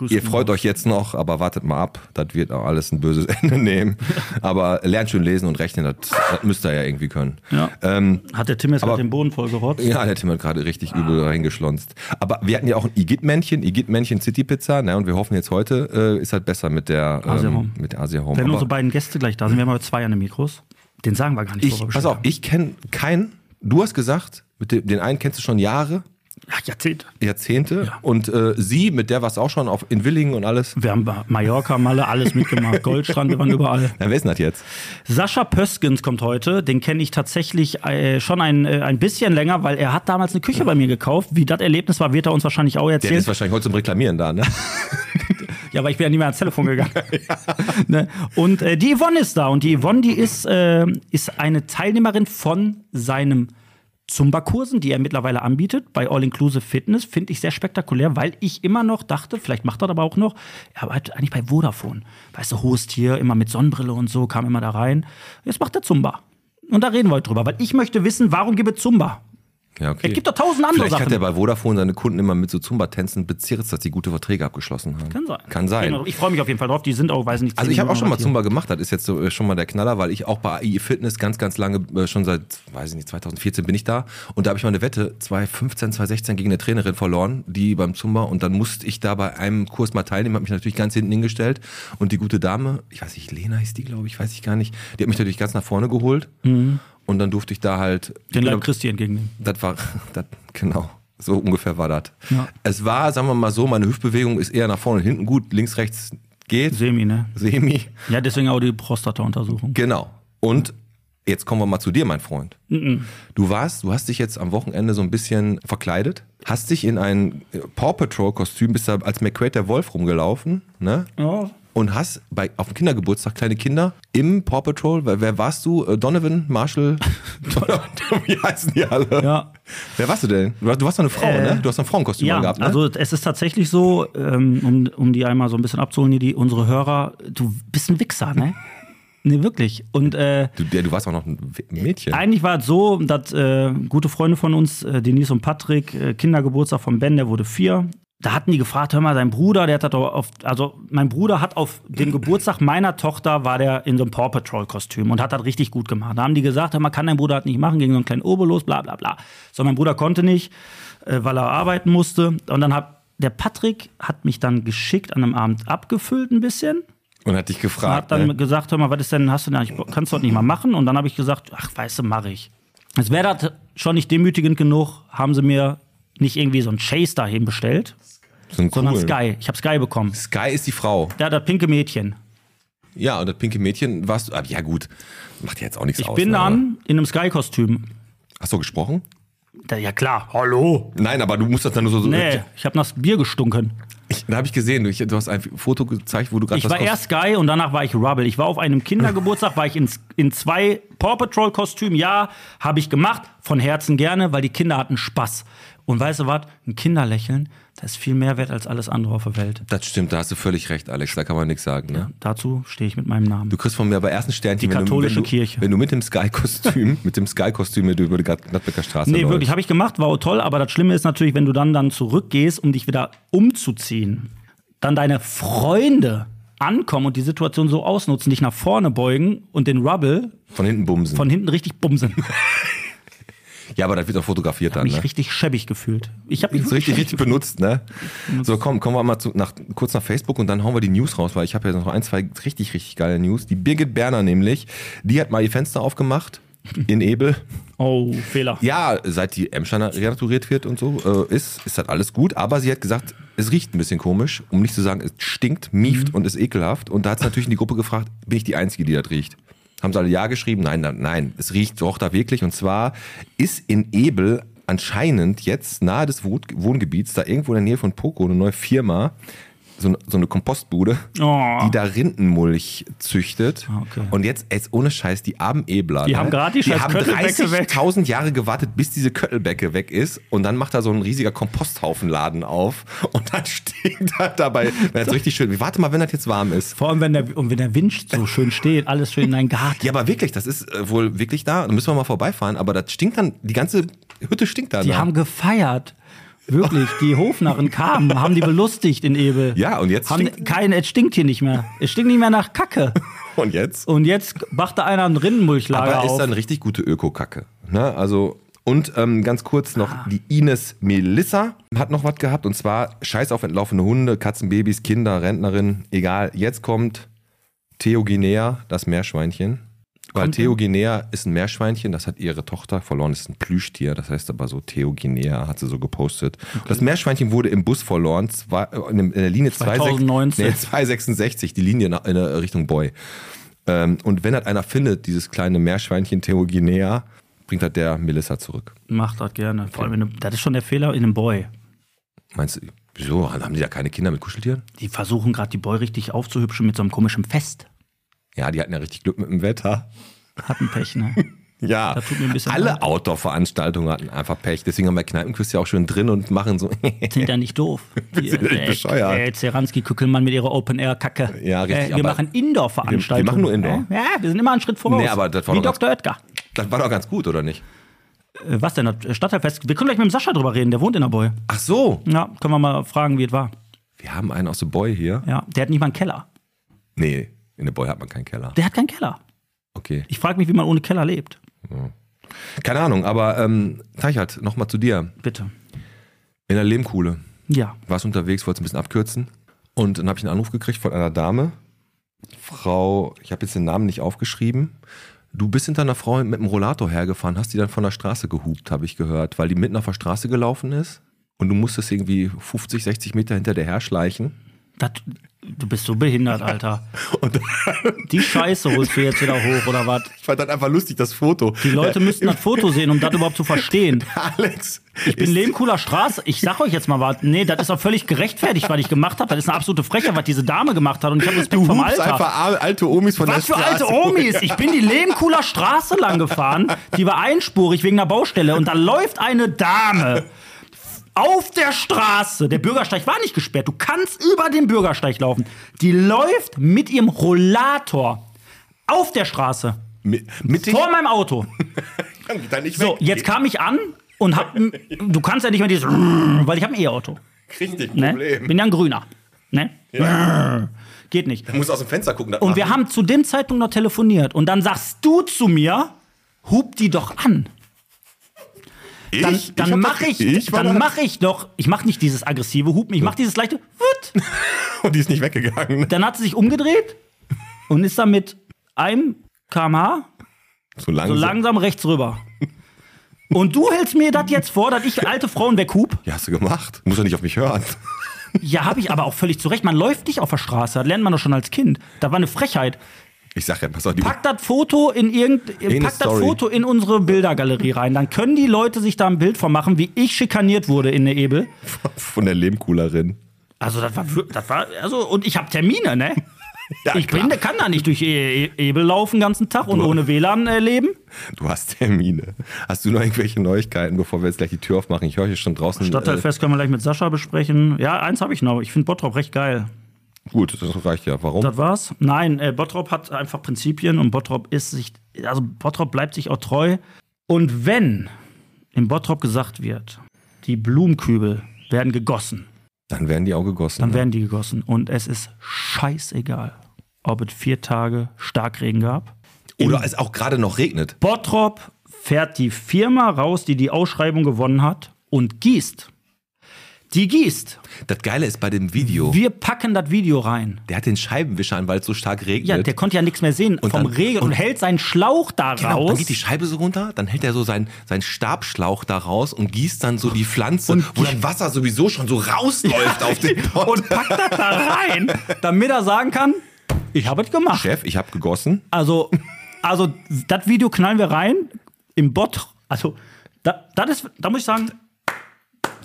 [SPEAKER 2] Ihr freut euch jetzt noch, aber wartet mal ab. Das wird auch alles ein böses Ende nehmen. Aber lernt schön lesen und rechnen, das, das müsst ihr ja irgendwie können.
[SPEAKER 3] Ja.
[SPEAKER 2] Ähm,
[SPEAKER 3] Hat der Tim jetzt
[SPEAKER 2] Aber-
[SPEAKER 3] mit dem Boden vollgerotzt?
[SPEAKER 2] ja, der Tim hat gerade richtig übel reingeschlonzt. Aber wir hatten ja auch ein Igitt-Männchen, Igitt-Männchen City Pizza, ne? Und wir hoffen jetzt heute, äh, ist halt besser mit der
[SPEAKER 3] Asia
[SPEAKER 2] ähm,
[SPEAKER 3] Home.
[SPEAKER 2] mit der Asia Home.
[SPEAKER 3] Wenn
[SPEAKER 2] Aber
[SPEAKER 3] unsere beiden Gäste gleich da sind, wir haben aber zwei an den Mikros. Den sagen wir gar nicht,
[SPEAKER 2] ich,
[SPEAKER 3] wir
[SPEAKER 2] pass auf, ich kenne keinen, du hast gesagt, mit dem, den einen kennst du schon Jahre,
[SPEAKER 3] Ach, Jahrzehnt.
[SPEAKER 2] Jahrzehnte. Und äh, sie, mit der warst du auch schon auf, in Willingen und alles.
[SPEAKER 3] Wir haben bei Mallorca, Malle, alles mitgemacht. Goldstrand, wir waren überall.
[SPEAKER 2] Na, wer ist denn das jetzt?
[SPEAKER 3] Sascha Pöskens kommt heute. Den kenne ich tatsächlich äh, schon ein, äh, ein bisschen länger, weil er hat damals eine Küche bei mir gekauft. Wie das Erlebnis war, wird er uns wahrscheinlich auch
[SPEAKER 2] Der
[SPEAKER 3] erzählen.
[SPEAKER 2] ist wahrscheinlich heute zum Reklamieren da, ne?
[SPEAKER 3] Ja, aber ich bin ja nie mehr ans Telefon gegangen. ne? Und äh, die Yvonne ist da. Und die Yvonne, die ist, äh, ist eine Teilnehmerin von seinem Zumba-Kursen, die er mittlerweile anbietet, bei All-Inclusive Fitness. Finde ich sehr spektakulär, weil ich immer noch dachte, vielleicht macht er das aber auch noch, er arbeitet eigentlich bei Vodafone. Weißt du, Host hier, immer mit Sonnenbrille und so, kam immer da rein. Jetzt macht er Zumba. Und da reden wir heute drüber, weil ich möchte wissen, warum gibt es Zumba?
[SPEAKER 2] Ja, okay.
[SPEAKER 3] Es gibt doch tausend andere
[SPEAKER 2] Vielleicht
[SPEAKER 3] Sachen.
[SPEAKER 2] hat er bei Vodafone seine Kunden immer mit so Zumba-Tänzen bezirzt, dass die gute Verträge abgeschlossen haben.
[SPEAKER 3] Kann sein.
[SPEAKER 2] Kann sein. Genau,
[SPEAKER 3] Ich freue mich auf jeden Fall drauf. Die sind auch, weiß nicht,
[SPEAKER 2] Also
[SPEAKER 3] zehn
[SPEAKER 2] ich habe auch
[SPEAKER 3] Minuten
[SPEAKER 2] schon mal
[SPEAKER 3] hier.
[SPEAKER 2] Zumba gemacht, das ist jetzt so, äh, schon mal der Knaller, weil ich auch bei AI Fitness ganz, ganz lange, äh, schon seit, weiß ich nicht, 2014 bin ich da und da habe ich mal eine Wette 2015, 2016 gegen eine Trainerin verloren, die beim Zumba und dann musste ich da bei einem Kurs mal teilnehmen, habe mich natürlich ganz hinten hingestellt und die gute Dame, ich weiß nicht, Lena hieß die glaube ich, weiß ich gar nicht, die hat mich natürlich ganz nach vorne geholt und dann durfte ich da halt...
[SPEAKER 3] Mhm. Den
[SPEAKER 2] Ich
[SPEAKER 3] Leib
[SPEAKER 2] bin-
[SPEAKER 3] Christi entgegennehmen.
[SPEAKER 2] das war, das, genau. So ungefähr war das.
[SPEAKER 3] Ja.
[SPEAKER 2] Es war, sagen wir mal so, meine Hüftbewegung ist eher nach vorne und hinten gut. Links, rechts geht.
[SPEAKER 3] Semi, ne?
[SPEAKER 2] Semi.
[SPEAKER 3] Ja, deswegen auch die Prostata-Untersuchung.
[SPEAKER 2] Genau. Und jetzt kommen wir mal zu dir, mein Freund. Du warst, du hast dich jetzt am Wochenende so ein bisschen verkleidet, hast dich in ein äh, Paw Patrol-Kostüm, bist da als McQuaid der Wolf rumgelaufen, ne?
[SPEAKER 3] Ja.
[SPEAKER 2] Und hast bei, auf dem Kindergeburtstag kleine Kinder im Paw Patrol, wer, wer warst du? Äh, Donovan, Marshall, wie heißen die alle?
[SPEAKER 3] Ja.
[SPEAKER 2] Wer warst du denn? Du warst, du warst doch eine Frau,
[SPEAKER 3] Äh,
[SPEAKER 2] ne? Du hast ein Frauenkostüm
[SPEAKER 3] Ja,
[SPEAKER 2] angehabt, ne?
[SPEAKER 3] also es ist tatsächlich so, ähm, um, um die einmal so ein bisschen abzuholen, hier die unsere Hörer, du bist ein Wichser, ne? ne, wirklich. Und äh,
[SPEAKER 2] du, ja, du warst auch noch ein Mädchen.
[SPEAKER 3] Eigentlich war es so, dass äh, gute Freunde von uns, äh, Denise und Patrick, äh, Kindergeburtstag von Ben, der wurde vier. Da hatten die gefragt, hör mal, dein Bruder, der hat das doch auf, also mein Bruder hat auf dem Geburtstag meiner Tochter war der in so einem Paw Patrol Kostüm und hat das richtig gut gemacht. Da haben die gesagt, hör mal, kann dein Bruder das nicht machen, gegen so einen kleinen Obolus, bla bla bla. So, mein Bruder konnte nicht, äh, weil er arbeiten musste. Und dann hat der Patrick hat mich dann geschickt an einem Abend abgefüllt ein bisschen.
[SPEAKER 2] Und hat dich
[SPEAKER 3] Er
[SPEAKER 2] gefragt.
[SPEAKER 3] hat dann
[SPEAKER 2] ne?
[SPEAKER 3] gesagt, hör mal, was ist denn, hast du denn, eigentlich- kannst du das nicht mal machen? Und dann habe ich gesagt, ach, weißt du, mache ich. Es wäre das schon nicht demütigend genug, haben sie mir nicht irgendwie so einen Chase dahin bestellt,
[SPEAKER 2] so ein
[SPEAKER 3] sondern
[SPEAKER 2] coolen.
[SPEAKER 3] Sky. Ich habe Sky bekommen.
[SPEAKER 2] Sky ist die Frau.
[SPEAKER 3] Ja, das pinke Mädchen.
[SPEAKER 2] Ja, und das pinke Mädchen warst du. Ah, ja, gut. Macht ja jetzt auch nichts
[SPEAKER 3] Ich
[SPEAKER 2] aus.
[SPEAKER 3] bin
[SPEAKER 2] ne?
[SPEAKER 3] dann in einem Sky-Kostüm.
[SPEAKER 2] Hast du gesprochen?
[SPEAKER 3] Da- Ja klar, hallo.
[SPEAKER 2] Nein, aber du musst das dann nur so. so
[SPEAKER 3] Nee, ich habe nach Bier gestunken.
[SPEAKER 2] Ich, da habe ich gesehen, du, ich, du hast ein Foto gezeigt, wo du gerade
[SPEAKER 3] Ich war
[SPEAKER 2] Kost-
[SPEAKER 3] erst Sky und danach war ich Rubble. Ich war auf einem Kindergeburtstag, war ich in, in zwei Paw Patrol Kostümen. Ja, habe ich gemacht, von Herzen gerne, weil die Kinder hatten Spaß. Und weißt du was? Ein Kinderlächeln, das ist viel mehr wert als alles andere auf der Welt.
[SPEAKER 2] Das stimmt, da hast du völlig recht, Alex. Da kann man nichts sagen. Ne?
[SPEAKER 3] Dazu stehe ich mit meinem Namen.
[SPEAKER 2] Du kriegst von mir aber erst ein Sternchen,
[SPEAKER 3] Die
[SPEAKER 2] wenn du, wenn,
[SPEAKER 3] katholische
[SPEAKER 2] du,
[SPEAKER 3] Kirche.
[SPEAKER 2] wenn du mit dem Sky-Kostüm, mit dem Sky-Kostüm hier über die Gladbecker Gladbecker Straße
[SPEAKER 3] Nee,
[SPEAKER 2] läufst.
[SPEAKER 3] wirklich, habe ich gemacht, war auch toll, aber das Schlimme ist natürlich, wenn du dann, dann zurückgehst, um dich wieder umzuziehen, dann deine Freunde ankommen und die Situation so ausnutzen, dich nach vorne beugen und den Rubble
[SPEAKER 2] Von hinten bumsen.
[SPEAKER 3] von hinten richtig bumsen.
[SPEAKER 2] ja, aber das wird auch fotografiert dann,
[SPEAKER 3] Mich
[SPEAKER 2] ne?
[SPEAKER 3] richtig schäbig gefühlt. Ich habe mich
[SPEAKER 2] So richtig,
[SPEAKER 3] wirklich
[SPEAKER 2] richtig benutzt, ne? So, komm, kommen wir mal zu, nach, kurz nach Facebook und dann hauen wir die News raus, weil ich habe ja noch ein, zwei richtig, richtig geile News. Die Birgit Berner nämlich, die hat mal ihr Fenster aufgemacht in Ebel.
[SPEAKER 3] Oh, Fehler.
[SPEAKER 2] Ja, seit die Emscher renaturiert wird und so, äh, ist, ist das alles gut. Aber sie hat gesagt, es riecht ein bisschen komisch, um nicht zu sagen, es stinkt,
[SPEAKER 3] Mhm.
[SPEAKER 2] mieft und ist ekelhaft. Und da hat sie natürlich in die Gruppe gefragt, bin ich die Einzige, die das riecht? Haben sie alle Ja geschrieben? Nein, nein, nein. Es riecht doch da wirklich. Und zwar ist in Ebel anscheinend jetzt nahe des Wohn- Wohngebiets, da irgendwo in der Nähe von Poco, eine neue Firma, so eine, so eine Kompostbude,
[SPEAKER 3] Oh. Ah,
[SPEAKER 2] die da Rindenmulch züchtet.
[SPEAKER 3] okay.
[SPEAKER 2] Und jetzt, jetzt ohne Scheiß, die armen Ebler.
[SPEAKER 3] Die
[SPEAKER 2] ne?
[SPEAKER 3] haben gerade die scheiß
[SPEAKER 2] haben
[SPEAKER 3] Köttelbäcke
[SPEAKER 2] 30
[SPEAKER 3] weg.
[SPEAKER 2] tausend Jahre gewartet, bis diese Köttelbäcke weg ist und dann macht da so ein riesiger Komposthaufenladen auf und dann steht da dabei, wenn das richtig schön, warte mal, wenn das jetzt warm ist.
[SPEAKER 3] Vor allem, wenn der, und wenn der Wind so schön steht, alles schön in deinen Garten.
[SPEAKER 2] Ja, aber wirklich, das ist äh, wohl wirklich da, da müssen wir mal vorbeifahren, aber das stinkt dann, die ganze Hütte stinkt da.
[SPEAKER 3] Die haben gefeiert. Wirklich, die Hofnarren kamen, haben die belustigt in Ebel.
[SPEAKER 2] Ja, und jetzt
[SPEAKER 3] Haben,
[SPEAKER 2] stinkt-
[SPEAKER 3] kein, es stinkt hier nicht mehr. Es stinkt nicht mehr nach Kacke.
[SPEAKER 2] und jetzt?
[SPEAKER 3] Und jetzt macht da einer ein Rindenmulchlager
[SPEAKER 2] Aber ist
[SPEAKER 3] auf.
[SPEAKER 2] dann richtig gute Öko-Kacke. Ne? Also, und ähm, ganz kurz noch, die Ines Melissa hat noch was gehabt und zwar Scheiß auf entlaufene Hunde, Katzenbabys, Kinder, Rentnerin, egal. Jetzt kommt Theoginea, das Meerschweinchen. Weil Theoginea ist ein Meerschweinchen, das hat ihre Tochter verloren, das ist ein Plüschtier, das heißt aber so Theoginea hat sie so gepostet. Das Meerschweinchen wurde im Bus verloren, zwei, äh, in dem- in der Linie
[SPEAKER 3] 2019.
[SPEAKER 2] 2019. Nee, 266, die Linie nach- in der Richtung Boy. Ähm, und wenn das einer findet, dieses kleine Meerschweinchen Theoginea, bringt das der Melissa zurück.
[SPEAKER 3] Macht das gerne. Vor allem, in einem, das ist schon der Fehler in einem Boy.
[SPEAKER 2] Meinst du, wieso? Also Haben die da keine Kinder mit Kuscheltieren?
[SPEAKER 3] Die versuchen gerade, die Boy richtig aufzuhübschen mit so einem komischen Fest.
[SPEAKER 2] Ja, die hatten ja richtig Glück mit dem Wetter.
[SPEAKER 3] Hat ein Pech, ne?
[SPEAKER 2] Ja,
[SPEAKER 3] Da tut mir ein bisschen leid.
[SPEAKER 2] alle Outdoor-Veranstaltungen hatten einfach Pech. Deswegen haben wir Kneipenküste ja auch schön drin und machen so.
[SPEAKER 3] Sind ja nicht doof. Die,
[SPEAKER 2] sind ja nicht bescheuert.
[SPEAKER 3] Äh, Zeranski Kückelmann mit ihrer Open-Air-Kacke.
[SPEAKER 2] Ja, richtig,
[SPEAKER 3] Äh, wir
[SPEAKER 2] aber-
[SPEAKER 3] machen Indoor-Veranstaltungen.
[SPEAKER 2] Wir machen nur Indoor.
[SPEAKER 3] Äh, Ja, wir sind immer einen Schritt voraus.
[SPEAKER 2] Nee, aber das war
[SPEAKER 3] Wie
[SPEAKER 2] doch ganz-
[SPEAKER 3] Dr. Oetker.
[SPEAKER 2] das war doch ganz gut, oder nicht?
[SPEAKER 3] Äh, was denn? Das Stadtteilfest. Wir können gleich mit dem Sascha drüber reden, der wohnt in der Boy.
[SPEAKER 2] Ach so.
[SPEAKER 3] Ja, können wir mal fragen, wie es war.
[SPEAKER 2] Wir haben einen aus der Boy hier.
[SPEAKER 3] Ja, der hat nicht mal einen Keller.
[SPEAKER 2] Nee, in der Boy hat man keinen Keller.
[SPEAKER 3] Der hat keinen Keller.
[SPEAKER 2] Okay.
[SPEAKER 3] Ich frage mich, wie man ohne Keller lebt.
[SPEAKER 2] Keine Ahnung, aber ähm, Teichert, nochmal zu dir.
[SPEAKER 3] Bitte.
[SPEAKER 2] In der Lehmkuhle.
[SPEAKER 3] Ja.
[SPEAKER 2] warst unterwegs, wollte es ein bisschen abkürzen. Und dann habe ich einen Anruf gekriegt von einer Dame. Frau, ich habe jetzt den Namen nicht aufgeschrieben. Du bist hinter einer Frau mit einem Rollator hergefahren, hast die dann von der Straße gehupt, habe ich gehört, weil die mitten auf der Straße gelaufen ist. Und du musstest irgendwie 50, 60 Meter hinter der her schleichen.
[SPEAKER 3] Das, du bist so behindert, Alter.
[SPEAKER 2] Und
[SPEAKER 3] Die Scheiße holst du jetzt wieder hoch, oder was?
[SPEAKER 2] ich fand dann einfach lustig, das Foto.
[SPEAKER 3] Die Leute müssten das Foto sehen, um das überhaupt zu verstehen.
[SPEAKER 2] Alex,
[SPEAKER 3] Ich bin Lehmkuhler Straße. Ich sag euch jetzt mal was. Nee, das ist doch völlig gerechtfertigt, was ich gemacht habe. Das ist eine absolute Frechheit, was diese Dame gemacht hat. Und ich habe Respekt
[SPEAKER 2] du
[SPEAKER 3] vom
[SPEAKER 2] hupst
[SPEAKER 3] Alter.
[SPEAKER 2] einfach al- alte Omis von
[SPEAKER 3] Was
[SPEAKER 2] der
[SPEAKER 3] für
[SPEAKER 2] Straße.
[SPEAKER 3] alte Omis! Ich bin die Lehmkuhler Straße lang gefahren. Die war einspurig wegen einer Baustelle. Und da läuft eine Dame auf der Straße. Der Bürgersteig war nicht gesperrt. Du kannst über den Bürgersteig laufen. Die läuft mit ihrem Rollator auf der Straße.
[SPEAKER 2] Mit, mit den-
[SPEAKER 3] Vor meinem Auto.
[SPEAKER 2] Dann nicht
[SPEAKER 3] So,
[SPEAKER 2] weg.
[SPEAKER 3] jetzt kam ich an und hab. n- Du kannst ja nicht mehr dieses. Weil ich habe ein E-Auto.
[SPEAKER 2] Richtig,
[SPEAKER 3] Ne?
[SPEAKER 2] Problem.
[SPEAKER 3] Bin ja ein Grüner. Ne? Geht nicht.
[SPEAKER 2] Du musst aus dem Fenster gucken. das
[SPEAKER 3] Und wir
[SPEAKER 2] machen.
[SPEAKER 3] haben zu dem Zeitpunkt noch telefoniert. Und dann sagst du zu mir, hub die doch an. Dann,
[SPEAKER 2] ich, ich
[SPEAKER 3] dann
[SPEAKER 2] hab
[SPEAKER 3] mache
[SPEAKER 2] das-
[SPEAKER 3] ich,
[SPEAKER 2] war
[SPEAKER 3] dann
[SPEAKER 2] da-
[SPEAKER 3] mache ich doch, ich mache nicht dieses aggressive Hupen, ich mache dieses leichte, Wut.
[SPEAKER 2] Und die ist nicht weggegangen.
[SPEAKER 3] dann hat sie sich umgedreht und ist dann mit einem kmh
[SPEAKER 2] So langsam.
[SPEAKER 3] so langsam rechts rüber. Und du hältst mir das jetzt vor, dass ich alte Frauen weghub?
[SPEAKER 2] Ja, hast du gemacht. Muss doch nicht auf mich hören.
[SPEAKER 3] Ja, habe ich aber auch völlig zurecht. Man läuft nicht auf der Straße, das lernt man doch schon als Kind. Da war eine Frechheit.
[SPEAKER 2] Ich sag ja, pass auf, die
[SPEAKER 3] Pack das Foto in irgend,
[SPEAKER 2] eine
[SPEAKER 3] pack das
[SPEAKER 2] Story.
[SPEAKER 3] Foto in unsere Bildergalerie rein. Dann können die Leute sich da ein Bild von machen, wie ich schikaniert wurde in der Ebel.
[SPEAKER 2] von der Lehmkuhlerin.
[SPEAKER 3] Also das war, wir- das war also und ich habe Termine, ne?
[SPEAKER 2] Ja,
[SPEAKER 3] ich bin, kann da nicht durch E- E- Ebel laufen den ganzen Tag und ohne WLAN äh, leben.
[SPEAKER 2] Du hast Termine. Hast du noch irgendwelche Neuigkeiten, bevor wir jetzt gleich die Tür aufmachen? Ich höre hier schon draußen. äh,
[SPEAKER 3] Stadtteilfest können wir gleich mit Sascha besprechen. Ja, eins habe ich noch. Ich finde Bottrop recht geil.
[SPEAKER 2] Äh, gut, das reicht ja. Warum?
[SPEAKER 3] Das war's? Nein, äh, Bottrop hat einfach Prinzipien und Bottrop ist sich, also Bottrop bleibt sich auch treu. Und wenn in Bottrop gesagt wird, die Blumenkübel werden gegossen,
[SPEAKER 2] dann werden die auch gegossen.
[SPEAKER 3] dann
[SPEAKER 2] ne?
[SPEAKER 3] werden die gegossen. Und es ist scheißegal, ob es vier Tage Starkregen gab.
[SPEAKER 2] Oder es auch gerade noch regnet.
[SPEAKER 3] Bottrop fährt die Firma raus, die die Ausschreibung gewonnen hat und gießt. Die gießt.
[SPEAKER 2] Das Geile ist bei dem Video,
[SPEAKER 3] Wir packen das Video rein.
[SPEAKER 2] der hat den Scheibenwischer an, weil es so stark regnet.
[SPEAKER 3] Ja, der konnte ja nichts mehr sehen vom
[SPEAKER 2] dann-
[SPEAKER 3] Regen und,
[SPEAKER 2] und-
[SPEAKER 3] hält seinen Schlauch da
[SPEAKER 2] Genau,
[SPEAKER 3] raus.
[SPEAKER 2] dann geht die Scheibe so runter, dann hält er so seinen, seinen Stabschlauch da raus und gießt dann so die Pflanze, wo dann Wasser sowieso schon so rausläuft auf den Pott.
[SPEAKER 3] und packt das da rein, damit er sagen kann, ich habe es gemacht.
[SPEAKER 2] Chef, ich habe gegossen.
[SPEAKER 3] Also, also das Video knallen wir rein im Bot. Also, da, das ist, da muss ich sagen,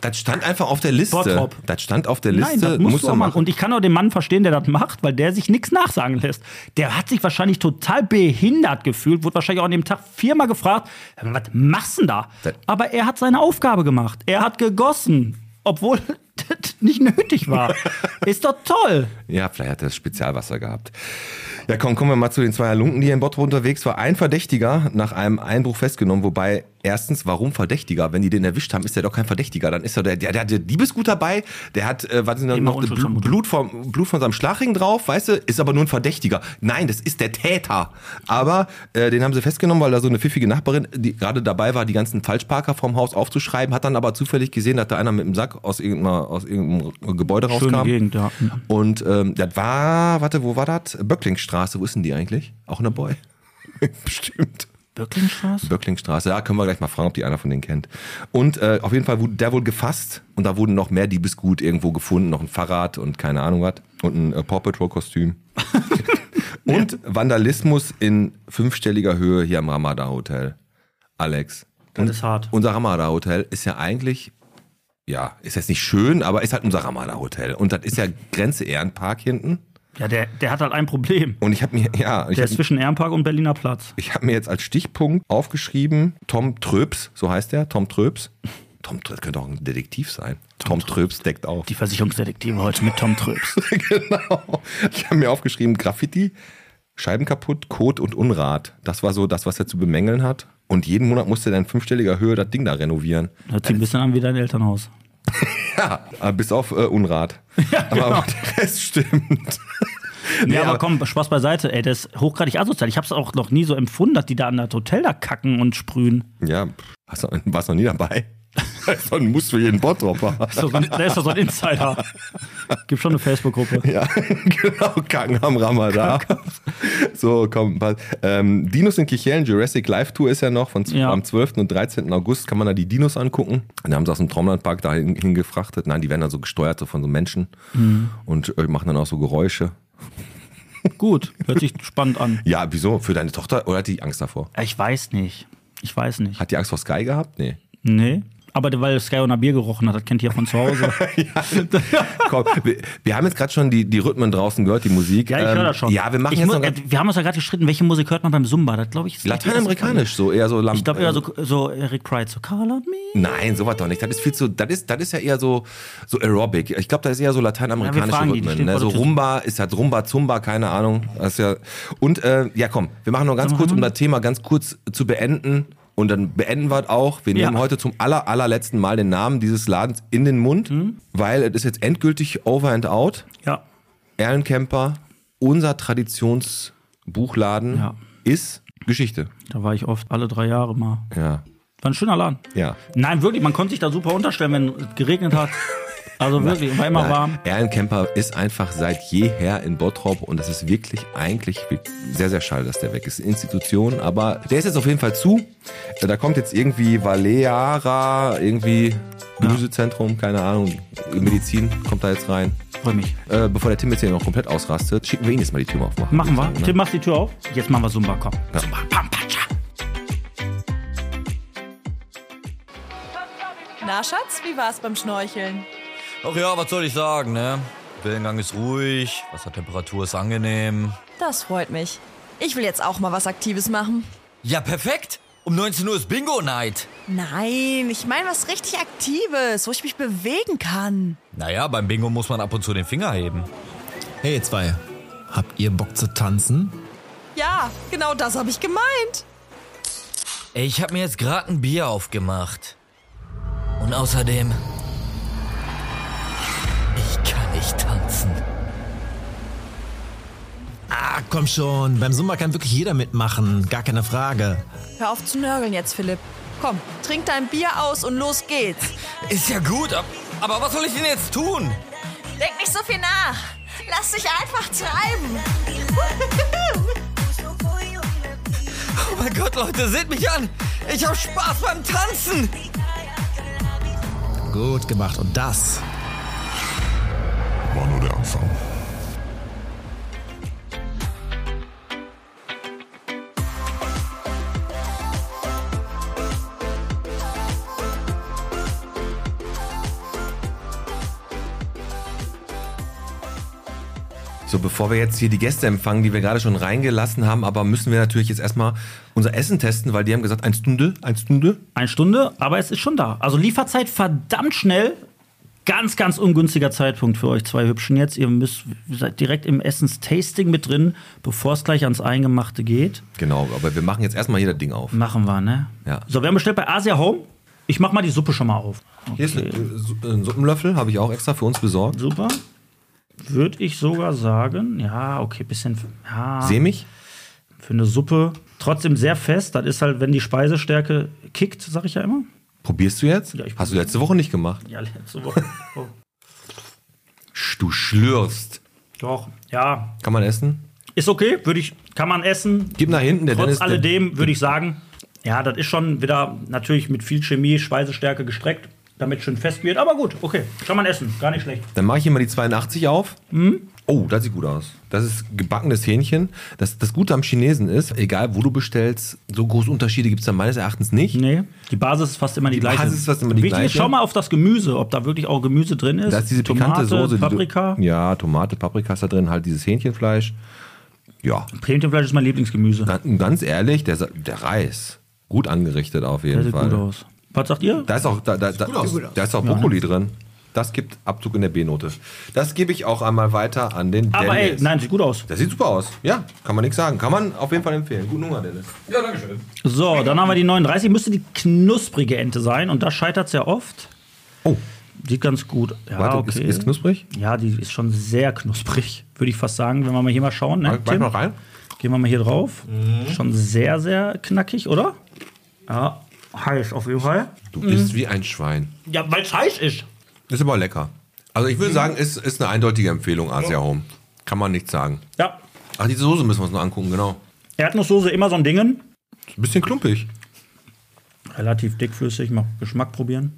[SPEAKER 2] Das stand einfach auf der Liste.
[SPEAKER 3] Bottrop.
[SPEAKER 2] Das stand auf der Liste.
[SPEAKER 3] nein, das musst du auch machen.
[SPEAKER 2] Und
[SPEAKER 3] Und ich kann auch den Mann verstehen, der das macht, weil der sich nichts nachsagen lässt. Der hat sich wahrscheinlich total behindert gefühlt, wurde wahrscheinlich auch an dem Tag viermal gefragt, was machst du denn da?
[SPEAKER 2] Das-
[SPEAKER 3] Aber er hat seine Aufgabe gemacht. Er hat gegossen, obwohl das nicht nötig war. ist doch toll.
[SPEAKER 2] ja, vielleicht hat er das Spezialwasser gehabt. Ja, komm, kommen wir mal zu den zwei Halunken, die hier in Bottrop unterwegs war. Ein Verdächtiger nach einem Einbruch festgenommen, wobei erstens, warum Verdächtiger? Wenn die den erwischt haben, ist der doch kein Verdächtiger. Dann ist er der, der, der hatte Diebesgut dabei, der hat, äh, was sind da
[SPEAKER 3] Immer
[SPEAKER 2] noch, Bl
[SPEAKER 3] Unschuldsvermutung.
[SPEAKER 2] Blut, vom, Blut von seinem Schlachring drauf, weißt du, ist aber nur ein Verdächtiger. Nein, das ist der Täter. Aber äh, den haben sie festgenommen, weil da so eine pfiffige Nachbarin, die gerade dabei war, die ganzen Falschparker vom Haus aufzuschreiben, hat dann aber zufällig gesehen, dass da einer mit dem Sack aus, irgendeiner, aus irgendeinem Gebäude
[SPEAKER 3] Schöne
[SPEAKER 2] rauskam.
[SPEAKER 3] Gegend, ja.
[SPEAKER 2] Und ähm, das war, warte, wo war das? Böcklingstraße, wo ist denn die eigentlich? Auch in der Boy. Bestimmt.
[SPEAKER 3] Wirklich Spaß?
[SPEAKER 2] Böcklingstraße, ja, können wir gleich mal fragen, ob die einer von denen kennt. Und äh, auf jeden Fall wurde der wohl gefasst und da wurden noch mehr Diebesgut irgendwo gefunden, noch ein Fahrrad und keine Ahnung was und ein äh, Paw Patrol Kostüm. und Vandalismus in fünfstelliger Höhe hier am Ramada Hotel. Alex.
[SPEAKER 3] Das ist hart.
[SPEAKER 2] Unser Ramada Hotel ist ja eigentlich, ja, ist jetzt nicht schön, aber ist halt unser Ramada Hotel. Und das ist ja Grenze Ehrenpark hinten.
[SPEAKER 3] Ja, der, der hat halt ein Problem.
[SPEAKER 2] Und ich habe mir, ja, ich
[SPEAKER 3] Der
[SPEAKER 2] hab,
[SPEAKER 3] ist zwischen Ehrenpark und Berliner Platz.
[SPEAKER 2] ich habe mir jetzt als Stichpunkt aufgeschrieben, Tom Tröps, so heißt er, Tom Tröps. Tom Tröps könnte auch ein Detektiv sein. Tom, Tröps deckt auf.
[SPEAKER 3] Die Versicherungsdetektive heute mit Tom Tröps.
[SPEAKER 2] genau. Ich habe mir aufgeschrieben, Graffiti, Scheiben kaputt, Kot und Unrat. Das war so das, was er zu bemängeln hat. Und jeden Monat musste dann in fünfstelliger Höhe das Ding da renovieren.
[SPEAKER 3] Hört sich ein bisschen an wie dein Elternhaus.
[SPEAKER 2] Ja, genau. äh, bis auf äh, Unrat. Aber der Rest stimmt.
[SPEAKER 3] Ja, aber
[SPEAKER 2] aber-
[SPEAKER 3] komm, Spaß beiseite, ey, das ist hochgradig asozial. Ich hab's auch noch nie so empfunden, dass die da an das Hotel da kacken und sprühen.
[SPEAKER 2] Ja, pff, hast du- warst noch nie dabei. Das ist doch ein Muss für jeden Bottropper.
[SPEAKER 3] So, da ist doch so ein Insider. Gibt schon eine Facebook-Gruppe.
[SPEAKER 2] Ja, genau, Kacken am Ramadan. So, komm, pass. Ähm, Dinos in Kichellen, Jurassic Live Tour ist ja noch, von, z-
[SPEAKER 3] Ja.
[SPEAKER 2] am 12. und 13. August kann man da die Dinos angucken. Da haben sie aus dem Traumlandpark da hin- hingefrachtet. Nein, die werden da so gesteuert so von so Menschen
[SPEAKER 3] Mhm.
[SPEAKER 2] und äh, machen dann auch so Geräusche.
[SPEAKER 3] Gut, hört sich spannend an.
[SPEAKER 2] Ja, wieso? Für deine Tochter? Oder hat die Angst davor?
[SPEAKER 3] Ich weiß nicht. Ich weiß nicht.
[SPEAKER 2] Hat die Angst vor Sky gehabt? Nee.
[SPEAKER 3] Nee. Aber weil Sky und Bier gerochen hat, das kennt ihr von zu Hause.
[SPEAKER 2] Komm, wir, wir haben jetzt gerade schon die, die Rhythmen draußen gehört, die Musik.
[SPEAKER 3] Ja, ich
[SPEAKER 2] Ähm,
[SPEAKER 3] höre das schon.
[SPEAKER 2] Ja, wir machen
[SPEAKER 3] ich
[SPEAKER 2] jetzt
[SPEAKER 3] muss,
[SPEAKER 2] noch
[SPEAKER 3] äh, Wir haben uns ja gerade gestritten, welche Musik hört man beim Zumba. Das glaube ich ist
[SPEAKER 2] lateinamerikanisch, so eher so Lam
[SPEAKER 3] Ich glaube eher so, so Eric Pride, so Call on me.
[SPEAKER 2] Nein, sowas doch nicht. Das ist viel zu, das ist, das ist ja eher so, so Aerobic. Ich glaube, das ist eher so
[SPEAKER 3] Ja, wir
[SPEAKER 2] lateinamerikanische
[SPEAKER 3] fragen die, die
[SPEAKER 2] Rhythmen.
[SPEAKER 3] stehen
[SPEAKER 2] Ne?
[SPEAKER 3] vor
[SPEAKER 2] So
[SPEAKER 3] der Tür.
[SPEAKER 2] Rumba ist halt Rumba, Zumba, keine Ahnung. Das ist ja, und äh, ja, komm, wir machen noch ganz kurz, um das Thema ganz kurz zu beenden. Und dann beenden wir es auch. Wir
[SPEAKER 3] Ja.
[SPEAKER 2] nehmen heute zum aller, allerletzten Mal den Namen dieses Ladens in den Mund,
[SPEAKER 3] Hm.
[SPEAKER 2] weil es ist jetzt endgültig over and out.
[SPEAKER 3] Ja.
[SPEAKER 2] Erlenkemper, unser Traditionsbuchladen,
[SPEAKER 3] Ja.
[SPEAKER 2] ist Geschichte.
[SPEAKER 3] Da war ich oft alle drei Jahre mal.
[SPEAKER 2] Ja.
[SPEAKER 3] War ein schöner Laden.
[SPEAKER 2] Ja.
[SPEAKER 3] Nein, wirklich, man konnte sich da super unterstellen, wenn es geregnet hat. Also wirklich, war immer
[SPEAKER 2] Nein,
[SPEAKER 3] warm.
[SPEAKER 2] Erlenkemper ist einfach seit jeher in Bottrop und das ist wirklich eigentlich sehr, sehr schade, dass der weg ist. Institution, aber der ist jetzt auf jeden Fall zu. Äh, Da kommt jetzt irgendwie Valera, irgendwie Gemüsezentrum, keine Ahnung, Medizin kommt da jetzt rein.
[SPEAKER 3] Freue mich.
[SPEAKER 2] Äh, bevor der Tim jetzt hier noch komplett ausrastet, schicken wir ihn jetzt mal die Tür mal aufmachen.
[SPEAKER 3] Machen wir.
[SPEAKER 2] würde ich sagen, ne?
[SPEAKER 3] Tim, mach die Tür auf. Jetzt machen wir Zumba, komm.
[SPEAKER 2] Ja.
[SPEAKER 3] Zumba, pam, patscha.
[SPEAKER 6] Na, Schatz, wie war's beim Schnorcheln?
[SPEAKER 7] Ach ja, was soll ich sagen, ne? Wellengang ist ruhig, Wassertemperatur ist angenehm.
[SPEAKER 6] Das freut mich. Ich will jetzt auch mal was Aktives machen.
[SPEAKER 7] Ja, perfekt! Um 19 Uhr ist Bingo-Night.
[SPEAKER 6] Nein, ich meine was richtig Aktives, wo ich mich bewegen kann.
[SPEAKER 7] Naja, beim Bingo muss man ab und zu den Finger heben.
[SPEAKER 8] Hey ihr zwei, habt ihr Bock zu tanzen?
[SPEAKER 6] Ja, genau das habe ich gemeint.
[SPEAKER 7] Ey, ich hab mir jetzt gerade ein Bier aufgemacht. Und außerdem. Ich kann nicht tanzen.
[SPEAKER 8] Ah, komm schon, beim Zumba kann wirklich jeder mitmachen, gar keine Frage.
[SPEAKER 6] Hör auf zu nörgeln jetzt, Philipp. Komm, trink dein Bier aus und los geht's.
[SPEAKER 7] Ist ja gut, ab- aber was soll ich denn jetzt tun?
[SPEAKER 6] Denk nicht so viel nach. Lass dich einfach treiben.
[SPEAKER 7] Oh mein Gott, Leute, seht mich an! Ich hab Spaß beim Tanzen!
[SPEAKER 8] Gut gemacht und das
[SPEAKER 9] War nur der Anfang.
[SPEAKER 2] So, bevor wir jetzt hier die Gäste empfangen, die wir gerade schon reingelassen haben, aber müssen wir natürlich jetzt erstmal unser Essen testen, weil die haben gesagt, eine Stunde, eine Stunde.
[SPEAKER 3] Eine Stunde, aber es ist schon da. Also Lieferzeit verdammt schnell. Ganz, ganz ungünstiger Zeitpunkt für euch zwei Hübschen jetzt. Ihr müsst ihr seid direkt im Essenstasting mit drin, bevor es gleich ans Eingemachte geht.
[SPEAKER 2] Genau, aber wir machen jetzt erstmal hier das Ding auf.
[SPEAKER 3] Machen wir, ne?
[SPEAKER 2] Ja.
[SPEAKER 3] So, wir haben bestellt bei Asia Home. Ich mach mal die Suppe schon mal auf.
[SPEAKER 2] Hier ist ein, äh, Su- äh, ein Suppenlöffel, habe ich auch extra für uns besorgt.
[SPEAKER 3] Super. Würde ich sogar sagen, ja, okay, bisschen ja,
[SPEAKER 2] Seh mich?
[SPEAKER 3] für eine Suppe. Trotzdem sehr fest. Das ist halt, wenn die Speisestärke kickt, sag ich ja immer.
[SPEAKER 2] Probierst du jetzt?
[SPEAKER 3] Ja, ich
[SPEAKER 2] Hast du letzte Woche nicht gemacht.
[SPEAKER 3] Ja, letzte Woche. Oh.
[SPEAKER 2] Sch- Du schlürfst.
[SPEAKER 3] Doch, ja.
[SPEAKER 2] Kann man essen?
[SPEAKER 3] Ist okay, würde ich, kann man essen.
[SPEAKER 2] Gib nach hinten, der Dennis.
[SPEAKER 3] Trotz
[SPEAKER 2] der-
[SPEAKER 3] alledem würde ich sagen, ja, das ist schon wieder natürlich mit viel Chemie, Speisestärke gestreckt, damit schön fest wird. Aber gut, okay, kann man essen, gar nicht schlecht.
[SPEAKER 2] Dann mache ich hier mal die 82 auf.
[SPEAKER 3] Hm?
[SPEAKER 2] Oh, das sieht gut aus. Das ist gebackenes Hähnchen. Das, das Gute am Chinesen ist, egal wo du bestellst, so große Unterschiede gibt es da meines Erachtens nicht.
[SPEAKER 3] Nee, die Basis ist fast immer die, gleiche.
[SPEAKER 2] Basis ist fast immer die
[SPEAKER 3] Wichtig ist,
[SPEAKER 2] gleiche.
[SPEAKER 3] schau mal auf das Gemüse, ob da wirklich auch Gemüse drin ist.
[SPEAKER 2] Da ist diese pikante
[SPEAKER 3] Tomate,
[SPEAKER 2] Soße. die du-
[SPEAKER 3] Paprika.
[SPEAKER 2] ja, Tomate, Paprika ist da drin, halt dieses Hähnchenfleisch. Ja,
[SPEAKER 3] Hähnchenfleisch ist mein Lieblingsgemüse.
[SPEAKER 2] Ga- ganz ehrlich, der, Sa- der Reis, gut angerichtet auf
[SPEAKER 3] Der
[SPEAKER 2] jeden
[SPEAKER 3] sieht
[SPEAKER 2] Fall.
[SPEAKER 3] gut aus. Was sagt ihr?
[SPEAKER 2] Da ist auch, da, da, da, ist, da ist auch Brokkoli drin. Das gibt Abzug in der B-Note. Das gebe ich auch einmal weiter an den
[SPEAKER 3] Aber ey,
[SPEAKER 2] Dennis.
[SPEAKER 3] nein, sieht gut aus.
[SPEAKER 2] Das sieht super aus. Ja, kann man nichts sagen. Kann man auf jeden Fall empfehlen. Guten Hunger, Dennis.
[SPEAKER 3] So, dann haben wir die 39. Müsste die knusprige Ente sein. Und da scheitert es ja oft.
[SPEAKER 2] Oh.
[SPEAKER 3] Sieht ganz gut. Ja,
[SPEAKER 2] Warte,
[SPEAKER 3] okay.
[SPEAKER 2] ist, ist knusprig?
[SPEAKER 3] Ja, die ist schon sehr knusprig, würde ich fast sagen. Wenn wir mal hier mal schauen. Ne,
[SPEAKER 2] Beiß
[SPEAKER 3] Tim?
[SPEAKER 2] mal Mhm. rein.
[SPEAKER 3] Gehen wir mal hier drauf. Schon sehr, sehr knackig, oder? Ja, heiß auf jeden Fall.
[SPEAKER 2] Du isst wie ein Schwein.
[SPEAKER 3] Ja, weil es heiß ist.
[SPEAKER 2] Ist aber lecker. Also ich würde
[SPEAKER 3] Mhm.
[SPEAKER 2] sagen, ist, ist eine eindeutige Empfehlung, Asia Home. Kann man nichts sagen.
[SPEAKER 3] Ja.
[SPEAKER 2] Ach, diese Soße müssen wir uns noch angucken, genau.
[SPEAKER 3] Erdnusssoße immer so ein Dingen.
[SPEAKER 2] Ist ein bisschen klumpig.
[SPEAKER 3] Relativ dickflüssig, mal Geschmack probieren.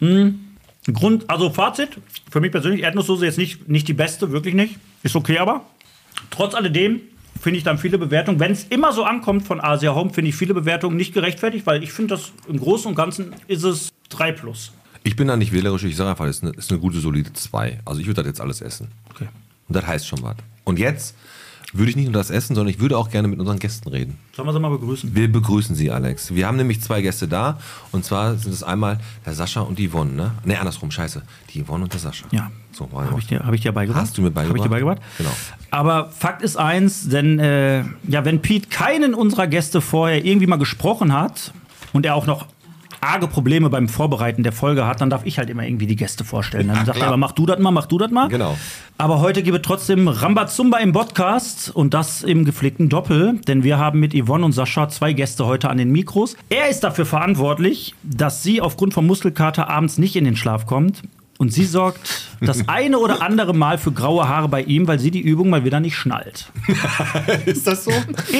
[SPEAKER 3] Mhm. Grund, also Fazit, für mich persönlich, Erdnusssoße jetzt nicht, nicht die beste, wirklich nicht. Ist okay, aber trotz alledem finde ich dann viele Bewertungen, wenn es immer so ankommt von Asia Home, finde ich viele Bewertungen nicht gerechtfertigt, weil ich finde, das im Großen und Ganzen ist es 3 plus.
[SPEAKER 2] Ich bin da nicht wählerisch, ich sage einfach, das ist eine, ist eine gute, solide 2. Also ich würde das jetzt alles essen.
[SPEAKER 3] Okay.
[SPEAKER 2] Und das heißt schon was. Und jetzt würde ich nicht nur das essen, sondern ich würde auch gerne mit unseren Gästen reden.
[SPEAKER 3] Sollen wir sie mal begrüßen?
[SPEAKER 2] Wir begrüßen Sie, Alex. Wir haben nämlich zwei Gäste da. Und zwar sind es einmal der Sascha und die Yvonne, ne? Ne, andersrum, scheiße. Die Yvonne und der Sascha.
[SPEAKER 3] Ja.
[SPEAKER 2] So,
[SPEAKER 3] Habe ich, dir- hab ich dir beigebracht.
[SPEAKER 2] Hast du mir beigebracht?
[SPEAKER 3] Habe ich dir beigebracht.
[SPEAKER 2] Genau.
[SPEAKER 3] Aber Fakt ist eins, denn äh, ja, wenn Pete keinen unserer Gäste vorher irgendwie mal gesprochen hat und er auch noch arge Probleme beim Vorbereiten der Folge hat, dann darf ich halt immer irgendwie die Gäste vorstellen. Dann sagt er
[SPEAKER 2] klar.
[SPEAKER 3] aber, mach du das mal, mach du das mal.
[SPEAKER 2] Genau.
[SPEAKER 3] Aber heute gebe trotzdem Rambazumba im Podcast und das im gepflegten Doppel, denn wir haben mit Yvonne und Sascha zwei Gäste heute an den Mikros. Er ist dafür verantwortlich, dass sie aufgrund von Muskelkater abends nicht in den Schlaf kommt und sie sorgt das eine oder andere Mal für graue Haare bei ihm, weil sie die Übung mal wieder nicht schnallt.
[SPEAKER 2] Ist das so?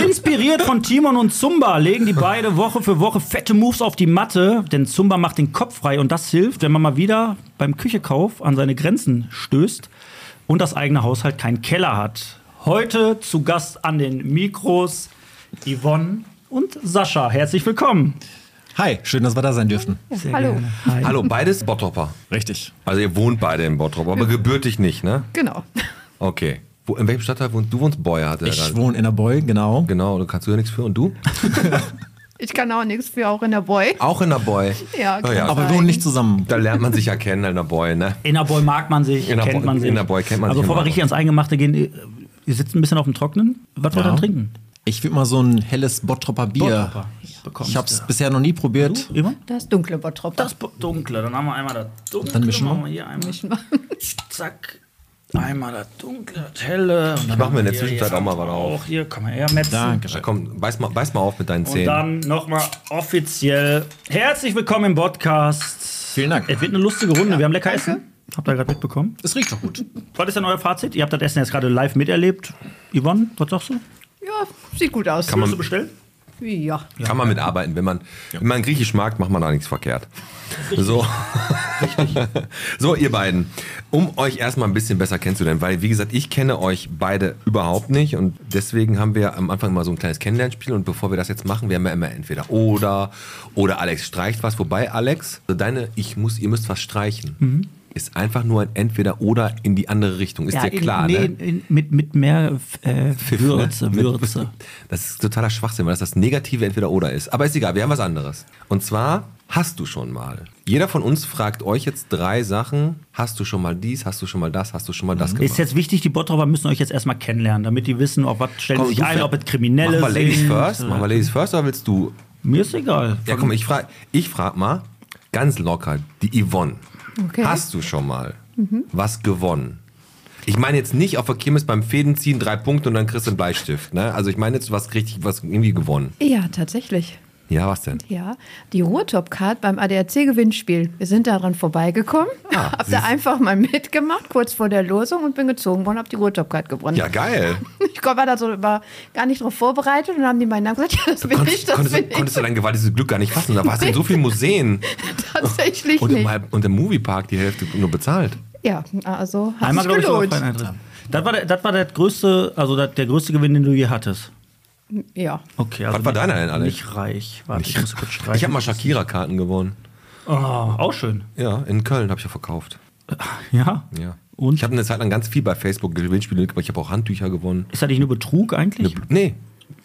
[SPEAKER 3] Inspiriert von Timon und Zumba legen die beide Woche für Woche fette Moves auf die Matte, denn Zumba macht den Kopf frei und das hilft, wenn man mal wieder beim Küchekauf an seine Grenzen stößt und das eigene Haushalt keinen Keller hat. Heute zu Gast an den Mikros Yvonne und Sascha. Herzlich willkommen.
[SPEAKER 8] Hi, schön, dass wir da sein dürften.
[SPEAKER 9] Hallo.
[SPEAKER 3] Hi.
[SPEAKER 2] Hallo, beides Bottropper.
[SPEAKER 8] Richtig.
[SPEAKER 2] Also ihr wohnt beide in Bottrop, aber gebürtig nicht, ne?
[SPEAKER 9] Genau.
[SPEAKER 2] Okay. Wo, in welchem Stadtteil wohnst du? Du wohnst Beuer, hat er
[SPEAKER 8] Ich
[SPEAKER 2] gerade.
[SPEAKER 8] wohne in der Beul, genau.
[SPEAKER 2] Genau, da kannst du ja nichts für. Und du?
[SPEAKER 9] Ich kann auch nichts für auch in der Boy.
[SPEAKER 2] Auch in der Boy.
[SPEAKER 9] Ja,
[SPEAKER 2] Na ja,
[SPEAKER 9] kann
[SPEAKER 8] Aber wir
[SPEAKER 9] sein.
[SPEAKER 8] wohnen nicht zusammen.
[SPEAKER 2] Da lernt man sich ja kennen in der Boy, ne?
[SPEAKER 3] Innerboy mag man sich,
[SPEAKER 2] Innerboy-
[SPEAKER 3] kennt man sich.
[SPEAKER 2] Innerboy kennt man
[SPEAKER 3] also
[SPEAKER 2] sich
[SPEAKER 3] bevor wir
[SPEAKER 2] immer.
[SPEAKER 3] richtig ans Eingemachte gehen, ihr- ihr sitzt ein bisschen auf dem Trocknen. Was wollt ihr
[SPEAKER 8] Ja.
[SPEAKER 3] dann trinken?
[SPEAKER 8] Ich würde mal so ein helles Bottropper Bier.
[SPEAKER 3] Bottropper bekommst
[SPEAKER 8] Ich habe es
[SPEAKER 3] du.
[SPEAKER 8] bisher noch nie probiert.
[SPEAKER 3] Immer?
[SPEAKER 9] Das dunkle Bottrop.
[SPEAKER 3] Das dunkle, dann haben wir einmal das dunkle,
[SPEAKER 8] Dann mischen wir.
[SPEAKER 3] machen wir hier einmal zack, einmal das dunkle, das helle. Und dann
[SPEAKER 2] mach mir in der
[SPEAKER 3] hier-
[SPEAKER 2] Zwischenzeit
[SPEAKER 3] hier
[SPEAKER 2] auch mal was auf.
[SPEAKER 3] Auch hier, komm mal her, Metzen.
[SPEAKER 2] Ja, komm, beiß mal, beiß mal auf mit deinen
[SPEAKER 3] Und
[SPEAKER 2] Zähnen.
[SPEAKER 3] dann nochmal offiziell herzlich willkommen im Podcast.
[SPEAKER 8] Vielen Dank.
[SPEAKER 3] Es wird eine lustige Runde, wir haben lecker Essen. Habt ihr gerade mitbekommen?
[SPEAKER 8] Es riecht doch gut.
[SPEAKER 3] Was ist denn euer Fazit? Ihr habt das Essen jetzt gerade live miterlebt. Yvonne, was sagst du?
[SPEAKER 9] Ja, sieht gut aus.
[SPEAKER 2] Kann man-
[SPEAKER 3] Willst du bestellen?
[SPEAKER 9] ja.
[SPEAKER 2] Kann man mitarbeiten. Wenn man, wenn man griechisch mag, macht man da nichts verkehrt. So. so, ihr beiden, um euch erstmal ein bisschen besser kennenzulernen, weil, wie gesagt, ich kenne euch beide überhaupt nicht und deswegen haben wir am Anfang mal so ein kleines Kennenlernspiel und bevor wir das jetzt machen, werden wir immer entweder oder oder Alex streicht was. Wobei, Alex, also deine, ich muss, ihr müsst was streichen.
[SPEAKER 3] Mhm.
[SPEAKER 2] Ist einfach nur ein entweder oder in die andere Richtung. Ist dir klar,
[SPEAKER 3] in, nee,
[SPEAKER 2] ne?
[SPEAKER 3] in, mit, mit mehr äh, Würze,
[SPEAKER 2] ne?
[SPEAKER 3] Würze.
[SPEAKER 2] Das ist totaler Schwachsinn, weil das das negative Entweder-Oder ist. Aber ist egal, wir haben was anderes. Und zwar, hast du schon mal? Jeder von uns fragt euch jetzt drei Sachen. Hast du schon mal dies, hast du schon mal das, hast du schon mal das gemacht?
[SPEAKER 3] Ist jetzt wichtig, die Bottroper müssen euch jetzt erstmal kennenlernen, damit die wissen, ob was stellen
[SPEAKER 2] Komm,
[SPEAKER 3] sie sich
[SPEAKER 2] du
[SPEAKER 3] ein,
[SPEAKER 2] fäng-
[SPEAKER 3] ob es Kriminelle
[SPEAKER 2] Machen wir Ladies
[SPEAKER 3] sind.
[SPEAKER 2] first? Machen wir Ladies first oder willst du?
[SPEAKER 3] Mir ist egal.
[SPEAKER 2] Ja komm, ich frage ich frag mal ganz locker die Yvonne.
[SPEAKER 9] Okay.
[SPEAKER 2] Hast du schon mal was gewonnen? Ich meine jetzt nicht auf der Kirmes beim Fädenziehen drei Punkte und dann kriegst du einen Bleistift. Ne? Also ich meine jetzt was richtig, was irgendwie gewonnen.
[SPEAKER 9] Ja, tatsächlich.
[SPEAKER 2] Ja, was denn?
[SPEAKER 9] Ja, die Ruhrtop-Card beim ADAC-Gewinnspiel. Wir sind daran vorbeigekommen,
[SPEAKER 2] Ah,
[SPEAKER 9] hab da
[SPEAKER 2] süß.
[SPEAKER 9] einfach mal mitgemacht, kurz vor der Losung und bin gezogen worden, hab die Ruhrtop-Card gewonnen.
[SPEAKER 2] Ja, geil.
[SPEAKER 9] Ich glaub, war da so war gar nicht drauf vorbereitet und dann haben die meinen Namen gesagt, ja, das bin ich,
[SPEAKER 2] konntest,
[SPEAKER 9] das
[SPEAKER 2] konntest,
[SPEAKER 9] bin
[SPEAKER 2] du, konntest du dein gewaltiges Glück gar nicht fassen. Da warst du in so vielen Museen
[SPEAKER 9] ich. Tatsächlich
[SPEAKER 2] und im,
[SPEAKER 9] nicht.
[SPEAKER 2] Halb- und im Moviepark die Hälfte nur bezahlt.
[SPEAKER 9] Ja, also hat
[SPEAKER 3] Einmal,
[SPEAKER 9] sich
[SPEAKER 3] glaube ich, sogar
[SPEAKER 9] gelohnt.
[SPEAKER 3] freien Eintritt. Das war, der, das war der größte, also der, der größte Gewinn, den du je hattest.
[SPEAKER 9] ja.
[SPEAKER 3] Okay, also
[SPEAKER 2] Was war
[SPEAKER 3] nicht-
[SPEAKER 2] deiner denn, Alex?
[SPEAKER 3] Nicht reich. Warte, ich muss kurz streichen.
[SPEAKER 2] Ich habe mal Shakira-Karten gewonnen.
[SPEAKER 3] oh, auch schön.
[SPEAKER 2] Ja, in Köln habe ich ja verkauft.
[SPEAKER 3] Ja.
[SPEAKER 2] Ja.
[SPEAKER 3] Und?
[SPEAKER 2] Ich habe eine Zeit lang ganz viel bei Facebook Gewinnspiele gemacht. Ich habe auch Handtücher gewonnen.
[SPEAKER 3] Ist das nicht nur Betrug eigentlich?
[SPEAKER 2] Nee,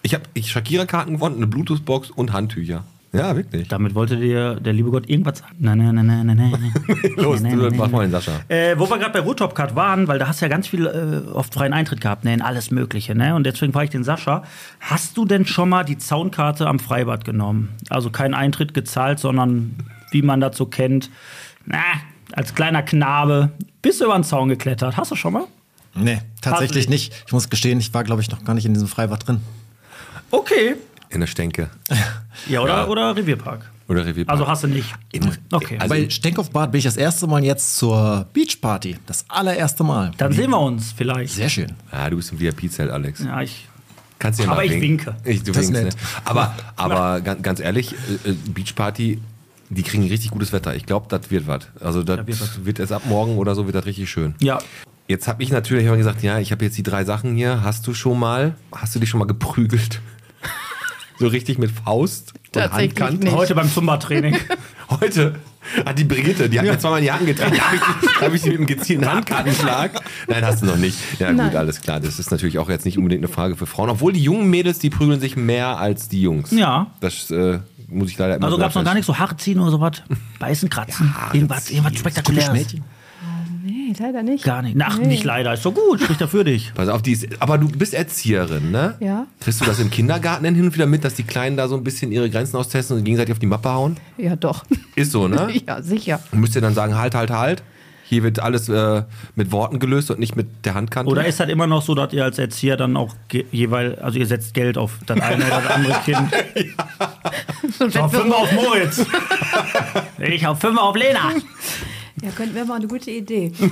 [SPEAKER 2] ich habe ich Shakira-Karten gewonnen, eine Bluetooth-Box und Handtücher. Ja, wirklich.
[SPEAKER 3] Damit wollte dir der liebe Gott irgendwas sagen. Nein, nein, nein, nein, nein. nein.
[SPEAKER 2] Los,
[SPEAKER 3] Nein, nein,
[SPEAKER 2] du,
[SPEAKER 3] nein,
[SPEAKER 2] mach
[SPEAKER 3] nein.
[SPEAKER 2] mal den Sascha.
[SPEAKER 3] Äh, wo wir gerade bei Rotopcard waren, weil da hast du ja ganz viel äh, oft freien Eintritt gehabt, ne, in alles Mögliche, ne? Und deswegen frage ich den Sascha, hast du denn schon mal die Zaunkarte am Freibad genommen? Also keinen Eintritt gezahlt, sondern wie man das so kennt, na, als kleiner Knabe bist du über den Zaun geklettert. Hast du schon mal?
[SPEAKER 8] Nee, tatsächlich
[SPEAKER 3] Tatsächlich.
[SPEAKER 8] nicht. Ich muss gestehen, ich war, glaube ich, noch gar nicht in diesem Freibad drin.
[SPEAKER 3] Okay.
[SPEAKER 2] In der Stänke.
[SPEAKER 3] Ja, oder,
[SPEAKER 2] Ja.
[SPEAKER 3] oder Revierpark.
[SPEAKER 2] Oder Revierpark.
[SPEAKER 3] Also hast du nicht. Okay.
[SPEAKER 8] Also Bei Stenkopfbad bin ich das erste Mal jetzt zur Beachparty. Das allererste Mal.
[SPEAKER 3] Dann sehen wir uns vielleicht.
[SPEAKER 8] Sehr schön.
[SPEAKER 2] Ah, du bist im VIP-Zelt, Alex.
[SPEAKER 3] ja, ich
[SPEAKER 2] Kannst du ja
[SPEAKER 3] Aber
[SPEAKER 2] mal
[SPEAKER 3] ich
[SPEAKER 2] winken.
[SPEAKER 3] winke.
[SPEAKER 2] Ich, du
[SPEAKER 8] Das ist
[SPEAKER 2] winkst, ne?
[SPEAKER 8] nett.
[SPEAKER 2] Aber, aber ganz, ganz ehrlich, äh, äh, Beachparty, die kriegen richtig gutes Wetter. Ich glaube, das wird was. Also das
[SPEAKER 3] wird
[SPEAKER 2] wird, erst ab morgen oder so, wird das richtig schön.
[SPEAKER 3] Ja.
[SPEAKER 2] Jetzt habe ich natürlich immer gesagt, ja, ich habe jetzt die drei Sachen hier. Hast du schon mal, hast du dich schon mal geprügelt? so richtig mit Faust und
[SPEAKER 9] Tatsächlich
[SPEAKER 2] Handkanten?
[SPEAKER 9] nicht.
[SPEAKER 3] heute beim Zumba-Training.
[SPEAKER 2] Heute hat die Brigitte, die hat mir zweimal in die Hand getreten. Da habe ich, da hab ich sie mit einem gezielten Handkartenschlag. Nein, hast du noch nicht. Ja, gut, alles klar. Das ist natürlich auch jetzt nicht unbedingt eine Frage für Frauen. Obwohl die jungen Mädels, die prügeln sich mehr als die Jungs.
[SPEAKER 3] Ja.
[SPEAKER 2] Das äh, muss ich leider immer
[SPEAKER 3] Also
[SPEAKER 2] so
[SPEAKER 3] gab es noch gar
[SPEAKER 2] feststellen.
[SPEAKER 3] nichts, so Haare ziehen oder sowas? Beißen, kratzen, irgendwas, irgendwas spektakuläres.
[SPEAKER 9] Nee, leider nicht.
[SPEAKER 3] Gar nicht. Ach, nicht leider, ist so gut, spricht er für dich.
[SPEAKER 2] Pass auf, die ist, aber du bist Erzieherin, ne?
[SPEAKER 9] Ja.
[SPEAKER 2] Kriegst du das im Kindergarten denn hin und wieder mit, dass die Kleinen da so ein bisschen ihre Grenzen austesten und gegenseitig auf die Mappe hauen?
[SPEAKER 9] Ja, doch.
[SPEAKER 2] Ist so, ne?
[SPEAKER 9] Ja, sicher.
[SPEAKER 2] Und müsst ihr dann sagen, halt, halt, halt. Hier wird alles äh, mit Worten gelöst und nicht mit der Handkante.
[SPEAKER 3] Oder ist das immer noch so, dass ihr als Erzieher dann auch ge- jeweils, also ihr setzt Geld auf das eine oder das andere Kind?
[SPEAKER 9] Und wenn wir,
[SPEAKER 3] auf Moritz. ich hab fünf auf Lena.
[SPEAKER 9] ja, könnten wir mal eine gute Idee. Nein,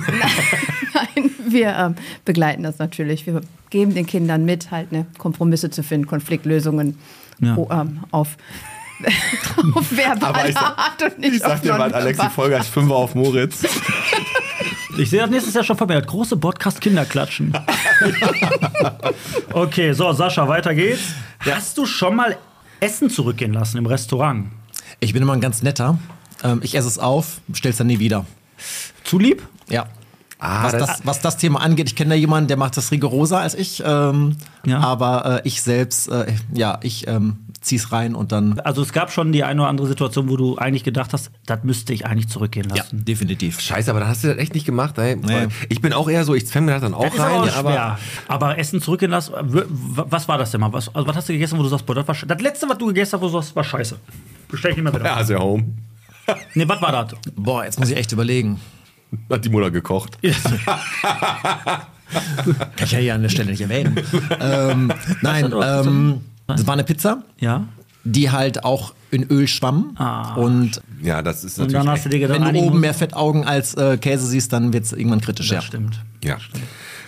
[SPEAKER 9] nein wir ähm, begleiten das natürlich. Wir geben den Kindern mit, halt ne, Kompromisse zu finden, Konfliktlösungen oh, ähm, auf, auf
[SPEAKER 2] Aber
[SPEAKER 9] verbale
[SPEAKER 2] ich sag-
[SPEAKER 9] Art und nicht
[SPEAKER 2] Ich sag
[SPEAKER 9] auf
[SPEAKER 2] dir mal, Alex, die
[SPEAKER 9] nonverbal.
[SPEAKER 2] Folge als Fünfer auf Moritz.
[SPEAKER 3] Ich sehe das nächstes Jahr schon vermehrt. Große Podcast-Kinderklatschen. okay, so, Sascha, weiter geht's. Hast du schon mal Essen zurückgehen lassen im Restaurant?
[SPEAKER 8] Ich bin immer ein ganz netter. Ähm, ich esse es auf, stell's dann nie wieder.
[SPEAKER 3] Zu lieb?
[SPEAKER 8] Ja.
[SPEAKER 2] Ah,
[SPEAKER 8] was,
[SPEAKER 2] das-
[SPEAKER 8] das, was das Thema angeht, ich kenne da jemanden, der macht das rigoroser als ich. Ähm,
[SPEAKER 3] Ja.
[SPEAKER 8] Aber äh, ich selbst, äh, ja, ich ähm, zieh's rein und dann.
[SPEAKER 3] Also es gab schon die eine oder andere Situation, wo du eigentlich gedacht hast, das müsste ich eigentlich zurückgehen
[SPEAKER 8] Ja,
[SPEAKER 3] lassen.
[SPEAKER 8] definitiv.
[SPEAKER 2] Scheiße, aber dann hast du das echt nicht gemacht. Ey.
[SPEAKER 8] Nee.
[SPEAKER 2] Ich bin auch eher so, ich zwänge mir das dann auch
[SPEAKER 3] Das ist
[SPEAKER 2] rein.
[SPEAKER 3] auch schwer.
[SPEAKER 2] aber
[SPEAKER 3] Aber Essen zurückgehen lassen, w- w- was war das denn mal? Was, also was hast du gegessen, wo du sagst, boah, das war scheiße? Das letzte, was du gegessen hast, wo du sagst, war scheiße. Bestell ich nicht mehr wieder.
[SPEAKER 2] ja, ist ja home.
[SPEAKER 3] Nee, was war das?
[SPEAKER 8] Boah, jetzt muss ich echt überlegen.
[SPEAKER 2] Hat die Mutter gekocht.
[SPEAKER 8] Kann ich ja hier an der Stelle nicht erwähnen. ähm, nein, ähm, das war eine Pizza,
[SPEAKER 3] ja.
[SPEAKER 8] die halt auch in Öl schwamm.
[SPEAKER 3] Ah.
[SPEAKER 8] Und
[SPEAKER 2] Ja, das ist
[SPEAKER 3] Und
[SPEAKER 2] natürlich.
[SPEAKER 3] dann hast du dir gedacht,
[SPEAKER 8] wenn du
[SPEAKER 3] eigentlich
[SPEAKER 8] oben
[SPEAKER 3] muss-
[SPEAKER 8] mehr Fettaugen als äh, Käse siehst, dann wird's irgendwann kritisch. Ja.
[SPEAKER 3] Das stimmt.
[SPEAKER 2] echt, ja.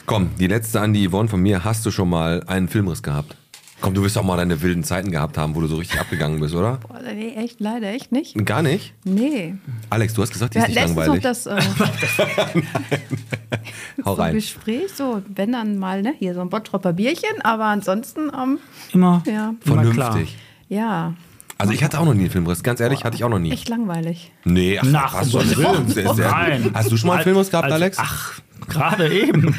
[SPEAKER 2] Komm, die letzte an die Yvonne von mir. Hast du schon mal einen Filmriss gehabt? Komm, du wirst auch mal deine wilden Zeiten gehabt haben, wo du so richtig abgegangen bist, oder?
[SPEAKER 9] Boah, Oh, nee, echt, leider, echt nicht.
[SPEAKER 2] Gar nicht?
[SPEAKER 9] Nee.
[SPEAKER 2] Alex, du hast gesagt, die
[SPEAKER 9] Wir
[SPEAKER 2] ist
[SPEAKER 9] hatten
[SPEAKER 2] nicht
[SPEAKER 9] letztens noch
[SPEAKER 2] langweilig.
[SPEAKER 9] das äh,
[SPEAKER 2] Hau
[SPEAKER 9] so ein
[SPEAKER 2] rein.
[SPEAKER 9] Gespräch, so wenn dann mal, ne, hier so ein Bottropper Bierchen, aber ansonsten, ähm,
[SPEAKER 3] Immer,
[SPEAKER 9] Ja.
[SPEAKER 3] immer klar.
[SPEAKER 2] Vernünftig.
[SPEAKER 9] ja,
[SPEAKER 2] Also ich hatte auch noch nie einen Filmriss. Ganz ehrlich, hatte ich auch noch nie.
[SPEAKER 9] echt langweilig.
[SPEAKER 2] Nee, ach,
[SPEAKER 3] Nach
[SPEAKER 2] hast du,
[SPEAKER 3] dem
[SPEAKER 2] Film. Sehr, sehr
[SPEAKER 3] Nein.
[SPEAKER 2] gut. hast du schon mal einen
[SPEAKER 3] Als-
[SPEAKER 2] Filmriss gehabt,
[SPEAKER 3] als-
[SPEAKER 2] Alex?
[SPEAKER 3] Ach, gerade eben.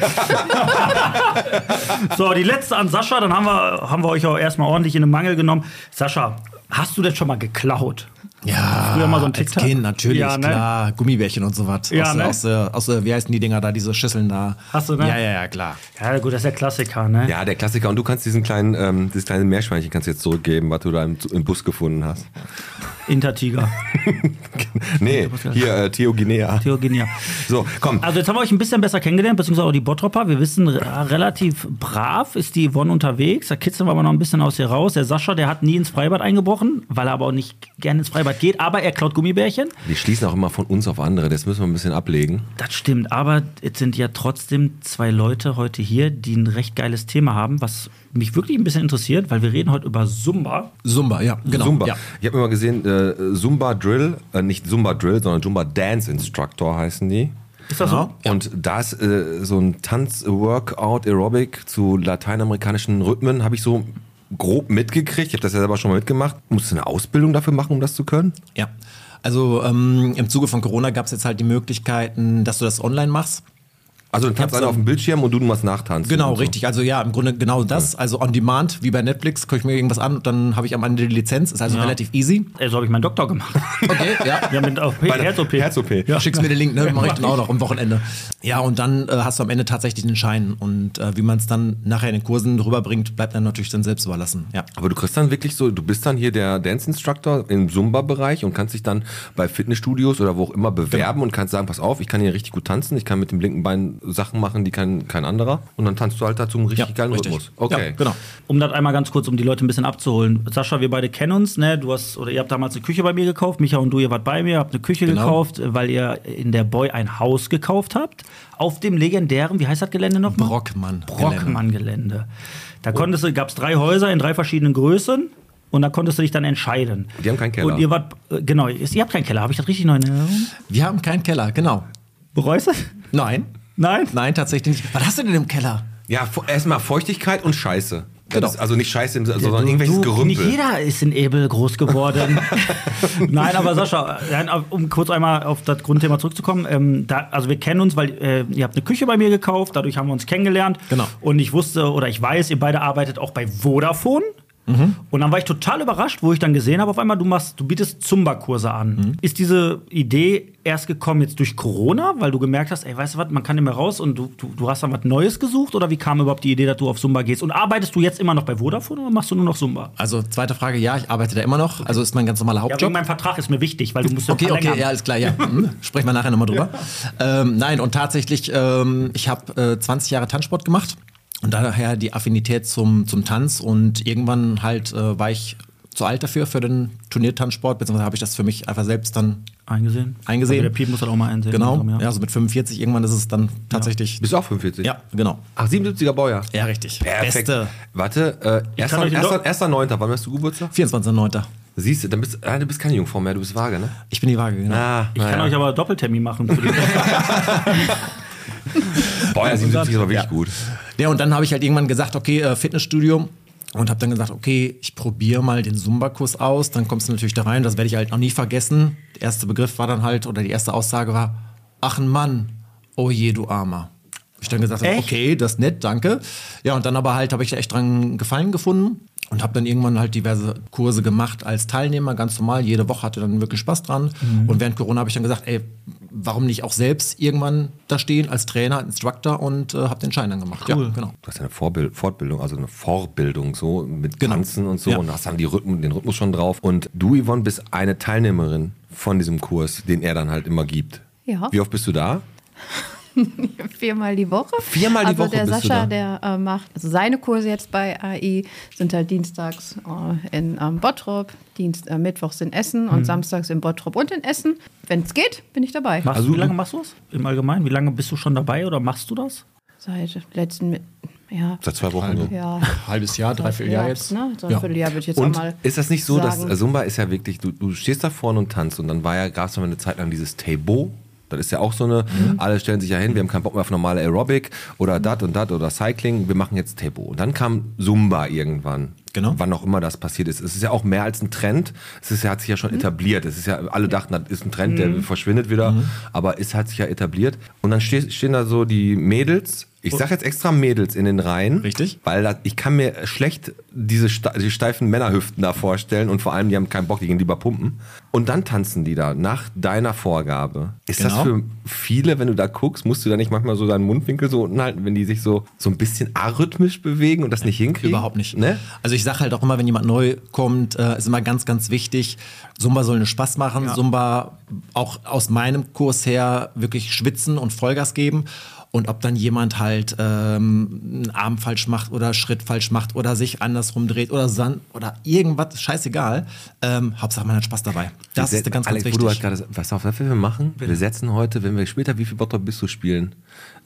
[SPEAKER 3] so, die letzte an Sascha, dann haben wir, haben wir euch auch erstmal ordentlich in den Mangel genommen. Sascha, hast du denn schon mal geklaut?
[SPEAKER 8] Ja,
[SPEAKER 3] Früher mal so ein
[SPEAKER 8] als
[SPEAKER 3] TikTok.
[SPEAKER 8] Kind natürlich,
[SPEAKER 3] Ja, ne?
[SPEAKER 8] klar. Gummibärchen und so was.
[SPEAKER 3] Ja,
[SPEAKER 8] aus,
[SPEAKER 3] ne?
[SPEAKER 8] aus, der- aus, der- wie heißen die Dinger da, diese Schüsseln da?
[SPEAKER 3] Hast du, ne?
[SPEAKER 8] Ja, ja, ja, klar.
[SPEAKER 3] Ja, gut, das ist der Klassiker, ne?
[SPEAKER 2] Ja, der Klassiker. Und du kannst diesen kleinen, ähm, dieses kleine Meerschweinchen kannst du jetzt zurückgeben, was du da im, im Bus gefunden hast.
[SPEAKER 3] Intertiger.
[SPEAKER 2] Nee, hier äh, Theoginea.
[SPEAKER 3] Theogenia.
[SPEAKER 2] So, komm.
[SPEAKER 3] Also jetzt haben wir euch ein bisschen besser kennengelernt, beziehungsweise auch die Bottropper. Wir wissen, re- relativ brav ist die Yvonne unterwegs. Da kitzeln wir aber noch ein bisschen aus ihr raus. Der Sascha, der hat nie ins Freibad eingebrochen, weil er aber auch nicht gerne ins Freibad geht. Aber er klaut Gummibärchen.
[SPEAKER 2] Wir schließen auch immer von uns auf andere. Das müssen wir ein bisschen ablegen.
[SPEAKER 3] Das stimmt, aber es sind ja trotzdem zwei Leute heute hier, die ein recht geiles Thema haben, was mich wirklich ein bisschen interessiert, weil wir reden heute über Zumba.
[SPEAKER 8] Zumba, ja, genau.
[SPEAKER 2] Zumba.
[SPEAKER 8] Ja.
[SPEAKER 2] Ich habe immer gesehen, äh, Zumba Drill, äh, nicht Zumba Drill, sondern Zumba Dance Instructor heißen die.
[SPEAKER 3] Ist das so?
[SPEAKER 2] Und da ist äh, so ein Tanz-Workout Aerobic zu lateinamerikanischen Rhythmen, habe ich so grob mitgekriegt. Ich habe das ja selber schon mal mitgemacht. Musst du eine Ausbildung dafür machen, um das zu können?
[SPEAKER 8] Ja. Also ähm, im Zuge von Corona gab es jetzt halt die Möglichkeiten, dass du das online machst.
[SPEAKER 2] Also dann tanzt
[SPEAKER 8] Kannst
[SPEAKER 2] einer
[SPEAKER 8] du-
[SPEAKER 2] auf dem Bildschirm und du machst nachtanzen.
[SPEAKER 8] Genau,
[SPEAKER 2] und so.
[SPEAKER 8] richtig. Also ja, im Grunde genau das. Also on demand, wie bei Netflix, gucke ich mir irgendwas an und dann habe ich am Ende die Lizenz. Ist also relativ easy.
[SPEAKER 3] Ey, so habe ich meinen Doktor gemacht.
[SPEAKER 8] Okay, ja.
[SPEAKER 3] Ja, mit OP,
[SPEAKER 2] Bei der-
[SPEAKER 3] Herz-OP.
[SPEAKER 2] Herz-OP.
[SPEAKER 3] Ja.
[SPEAKER 8] Schickst mir den Link, ne? Mach ich dann auch noch am Wochenende. Ja, und dann äh, hast du am Ende tatsächlich einen Schein. Und äh, wie man es dann nachher in den Kursen rüberbringt, bleibt dann natürlich dann selbst überlassen. Ja.
[SPEAKER 2] Aber du kriegst dann wirklich so, du bist dann hier der Dance Instructor im Zumba-Bereich und kannst dich dann bei Fitnessstudios oder wo auch
[SPEAKER 8] Genau.
[SPEAKER 2] immer bewerben und kannst sagen, pass auf, ich kann hier richtig gut tanzen, ich kann mit dem linken Bein Sachen machen, die kann kein anderer. Und dann tanzt du halt dazu einen richtig
[SPEAKER 8] Ja,
[SPEAKER 2] geilen
[SPEAKER 8] richtig.
[SPEAKER 2] Rhythmus.
[SPEAKER 8] Ja, genau.
[SPEAKER 3] Um das einmal ganz kurz, um die Leute ein bisschen abzuholen. Sascha, wir beide kennen uns, ne? Du hast, oder ihr habt damals eine Küche bei mir gekauft, Micha und du, ihr wart bei mir, habt eine Küche
[SPEAKER 8] Genau.
[SPEAKER 3] gekauft, weil ihr in der Boy ein Haus gekauft habt. Auf dem legendären, wie heißt das Gelände nochmal?
[SPEAKER 8] Brockmann.
[SPEAKER 3] Brockmann-Gelände. Da konntest du, gab es drei Häuser in drei verschiedenen Größen. Und da konntest du dich dann entscheiden.
[SPEAKER 2] Die haben keinen Keller.
[SPEAKER 3] Und ihr wart, äh, genau, ihr habt keinen Keller. Habe ich das richtig neu in Erinnerung?
[SPEAKER 8] Wir haben keinen Keller, genau.
[SPEAKER 3] Bereust du?
[SPEAKER 8] Nein.
[SPEAKER 3] Nein?
[SPEAKER 8] Nein, tatsächlich nicht. Was hast du denn im Keller?
[SPEAKER 2] Ja, fu- erstmal Feuchtigkeit und Scheiße. Das
[SPEAKER 8] Genau.
[SPEAKER 2] ist also nicht Scheiße, im- sondern irgendwelches
[SPEAKER 3] Du,
[SPEAKER 2] Gerümpel.
[SPEAKER 3] Nicht jeder ist in Ebel groß geworden. nein, aber Sascha, nein, um kurz einmal auf das Grundthema zurückzukommen. Ähm, da, also wir kennen uns, weil äh, ihr habt eine Küche bei mir gekauft, dadurch haben wir uns kennengelernt.
[SPEAKER 8] Genau.
[SPEAKER 3] Und ich wusste oder ich weiß, ihr beide arbeitet auch bei Vodafone. Und dann war ich total überrascht, wo ich dann gesehen habe, auf einmal, du machst, du bietest Zumba-Kurse an. Ist diese Idee erst gekommen jetzt durch Corona, weil du gemerkt hast, ey, weißt du was, man kann nicht mehr raus und du, du, du hast dann was Neues gesucht oder wie kam überhaupt die Idee, dass du auf Zumba gehst? Und arbeitest du jetzt immer noch bei Vodafone oder machst du nur noch Zumba?
[SPEAKER 8] Also, zweite Frage, ja, ich arbeite da immer noch. Also ist mein ganz normaler
[SPEAKER 3] Ja,
[SPEAKER 8] Hauptjob.
[SPEAKER 3] wegen meinem Vertrag ist mir wichtig, weil du musst ja
[SPEAKER 8] Okay, okay,
[SPEAKER 3] verlängern.
[SPEAKER 8] ja, alles klar, ja. Hm, Sprechen wir nachher nochmal drüber. Ähm, nein, und tatsächlich, ähm, ich habe äh, 20 Jahre Tanzsport gemacht und daher die Affinität zum, zum Tanz und irgendwann halt äh, war ich zu alt dafür, für den Turniertanzsport, beziehungsweise habe ich das für mich einfach selbst dann
[SPEAKER 3] Eingesehen.
[SPEAKER 8] Eingesehen.
[SPEAKER 3] Also der Piep muss halt auch mal einsehen.
[SPEAKER 8] Genau,
[SPEAKER 3] Ja.
[SPEAKER 8] ja, also mit 45 irgendwann ist es dann tatsächlich.
[SPEAKER 2] Bist du auch 45?
[SPEAKER 8] Ja, genau.
[SPEAKER 2] Ach, 77er Baujahr.
[SPEAKER 8] Ja, richtig.
[SPEAKER 2] Perfekt.
[SPEAKER 8] Beste.
[SPEAKER 2] Warte, äh,
[SPEAKER 3] kann euch den Doc-
[SPEAKER 2] 1.9. Wann hast du Geburtstag?
[SPEAKER 8] 24.09.
[SPEAKER 2] Siehst du, dann bist, ah, du bist keine Jungfrau mehr, du bist vage, ne?
[SPEAKER 8] Ich bin die Waage, genau.
[SPEAKER 2] Ah,
[SPEAKER 3] Ich kann euch aber Doppeltermin machen. Für die
[SPEAKER 2] Baujahr 77 ist aber wirklich
[SPEAKER 8] Ja.
[SPEAKER 2] gut.
[SPEAKER 8] Ja, und dann habe ich halt irgendwann gesagt, okay, äh, Fitnessstudio. Und habe dann gesagt, okay, ich probiere mal den Zumba-Kurs aus. Dann kommst du natürlich da rein, das werde ich halt noch nie vergessen. Der erste Begriff war dann halt, oder die erste Aussage war, ach ein Mann, oh je, du Armer. Ich dann gesagt, habe,
[SPEAKER 3] Echt?
[SPEAKER 8] okay, das ist nett, danke. Ja, und dann aber halt habe ich da echt dran Gefallen gefunden und habe dann irgendwann halt diverse Kurse gemacht als Teilnehmer, ganz normal. Jede Woche hatte dann wirklich Spaß dran. Und während Corona habe ich dann gesagt, ey, warum nicht auch selbst irgendwann da stehen als Trainer, Instructor und äh, habe den Schein dann gemacht. Ja, genau.
[SPEAKER 2] Du hast ja eine Vorbild Fortbildung, also eine Vorbildung so mit
[SPEAKER 8] Genau.
[SPEAKER 2] Tanzen und so
[SPEAKER 8] Ja.
[SPEAKER 2] und hast dann die Rhythmen, den Rhythmus schon drauf. Und du, Yvonne, bist eine Teilnehmerin von diesem Kurs, den er dann halt immer gibt.
[SPEAKER 9] Ja.
[SPEAKER 2] Wie oft bist du da?
[SPEAKER 9] Viermal die Woche.
[SPEAKER 2] Viermal die
[SPEAKER 9] also
[SPEAKER 2] Woche
[SPEAKER 9] der
[SPEAKER 2] bist du
[SPEAKER 9] Sascha,
[SPEAKER 2] da.
[SPEAKER 9] der äh, macht, also seine Kurse jetzt bei AI sind halt dienstags äh, in ähm, Bottrop, Dienst, äh, mittwochs in Essen
[SPEAKER 2] Mhm.
[SPEAKER 9] und samstags in Bottrop und in Essen. Wenn es geht, bin ich dabei.
[SPEAKER 3] machst Also du, wie lange machst du das? Im Allgemeinen? Wie lange bist du schon dabei oder machst du das?
[SPEAKER 9] Seit letzten, Mi- ja,
[SPEAKER 2] Seit zwei Wochen so.
[SPEAKER 9] ja.
[SPEAKER 8] Halbes Jahr, dreiviertel Jahr jetzt.
[SPEAKER 9] Ne? So ein
[SPEAKER 8] Ja.
[SPEAKER 9] Vierteljahr würde ich jetzt auch
[SPEAKER 2] Und
[SPEAKER 9] mal
[SPEAKER 2] ist das nicht so,
[SPEAKER 9] sagen.
[SPEAKER 2] dass äh, Zumba ist ja wirklich, du, du stehst da vorne und tanzt und dann war ja, gab es mal eine Zeit lang dieses Taibo. Das ist ja auch so eine,
[SPEAKER 9] Mhm.
[SPEAKER 2] alle stellen sich ja hin, wir haben keinen Bock mehr auf normale Aerobic oder dat und dat oder Cycling, wir machen jetzt Taibo. Und dann kam Zumba irgendwann.
[SPEAKER 8] Genau.
[SPEAKER 2] Wann auch immer das passiert ist. Es ist ja auch mehr als ein Trend. Es ist, ja- hat sich ja
[SPEAKER 9] Mhm.
[SPEAKER 2] schon etabliert. Es ist ja, alle dachten, das ist ein Trend, der verschwindet wieder.
[SPEAKER 9] Mhm.
[SPEAKER 2] Aber es hat sich ja etabliert. Und dann ste stehen da so die Mädels.
[SPEAKER 9] Oh.
[SPEAKER 2] Ich sag jetzt extra Mädels in den Reihen.
[SPEAKER 8] Richtig.
[SPEAKER 2] Weil das, ich kann mir schlecht diese, sta- diese steifen Männerhüften da vorstellen und vor allem, die haben keinen Bock, die gehen lieber pumpen. Und dann tanzen die da nach deiner Vorgabe. Ist das
[SPEAKER 8] Genau.
[SPEAKER 2] für viele, wenn du da guckst, musst du da nicht manchmal so deinen Mundwinkel so unten halten, wenn die sich so, so ein bisschen arrhythmisch bewegen und das nicht hinkriegen?
[SPEAKER 8] Überhaupt nicht.
[SPEAKER 2] Ne?
[SPEAKER 8] Also ich sage halt auch immer, wenn jemand neu kommt, äh, ist immer ganz, ganz wichtig. Zumba soll einen Spaß machen. Zumba auch aus meinem Kurs her wirklich schwitzen und Vollgas geben. Und ob dann jemand halt ähm, einen Arm falsch macht oder Schritt falsch macht oder sich andersrum dreht oder san oder irgendwas, scheißegal. Ähm, Hauptsache man hat Spaß dabei. Das
[SPEAKER 2] Wir
[SPEAKER 8] ist
[SPEAKER 2] set-
[SPEAKER 8] ganz, ganz
[SPEAKER 2] Alex, Wo du halt
[SPEAKER 8] wichtig.
[SPEAKER 2] gerade, sa- weißt du, auf was wir machen? Wir setzen heute, wenn wir später wie viel Bottrop bist du spielen,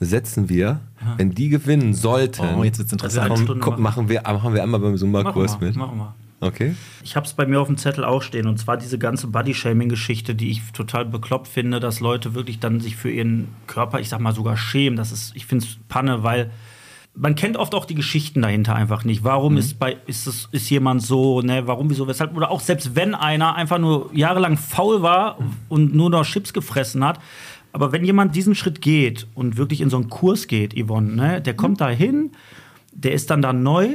[SPEAKER 2] setzen wir, wenn die gewinnen sollten,
[SPEAKER 8] Oh, jetzt wird's interessant.
[SPEAKER 2] dann
[SPEAKER 3] Eine Stunde
[SPEAKER 2] guck, machen. wir, machen wir einmal beim Zumba-Kurs
[SPEAKER 3] Machen wir,
[SPEAKER 2] mit.
[SPEAKER 3] machen wir.
[SPEAKER 2] Okay.
[SPEAKER 3] Ich habe es bei mir auf dem Zettel auch stehen und zwar diese ganze Body-Shaming-Geschichte, die ich total bekloppt finde, dass Leute wirklich dann sich für ihren Körper, ich sag mal sogar schämen. Das ist, ich finde es Panne, weil man kennt oft auch die Geschichten dahinter einfach nicht. Warum ist bei ist es ist jemand so, ne, warum wieso weshalb oder auch selbst wenn einer einfach nur jahrelang faul war und nur noch Chips gefressen hat, Aber wenn jemand diesen Schritt geht und wirklich in so einen Kurs geht, Yvonne, ne, der kommt da hin, der ist dann da neu,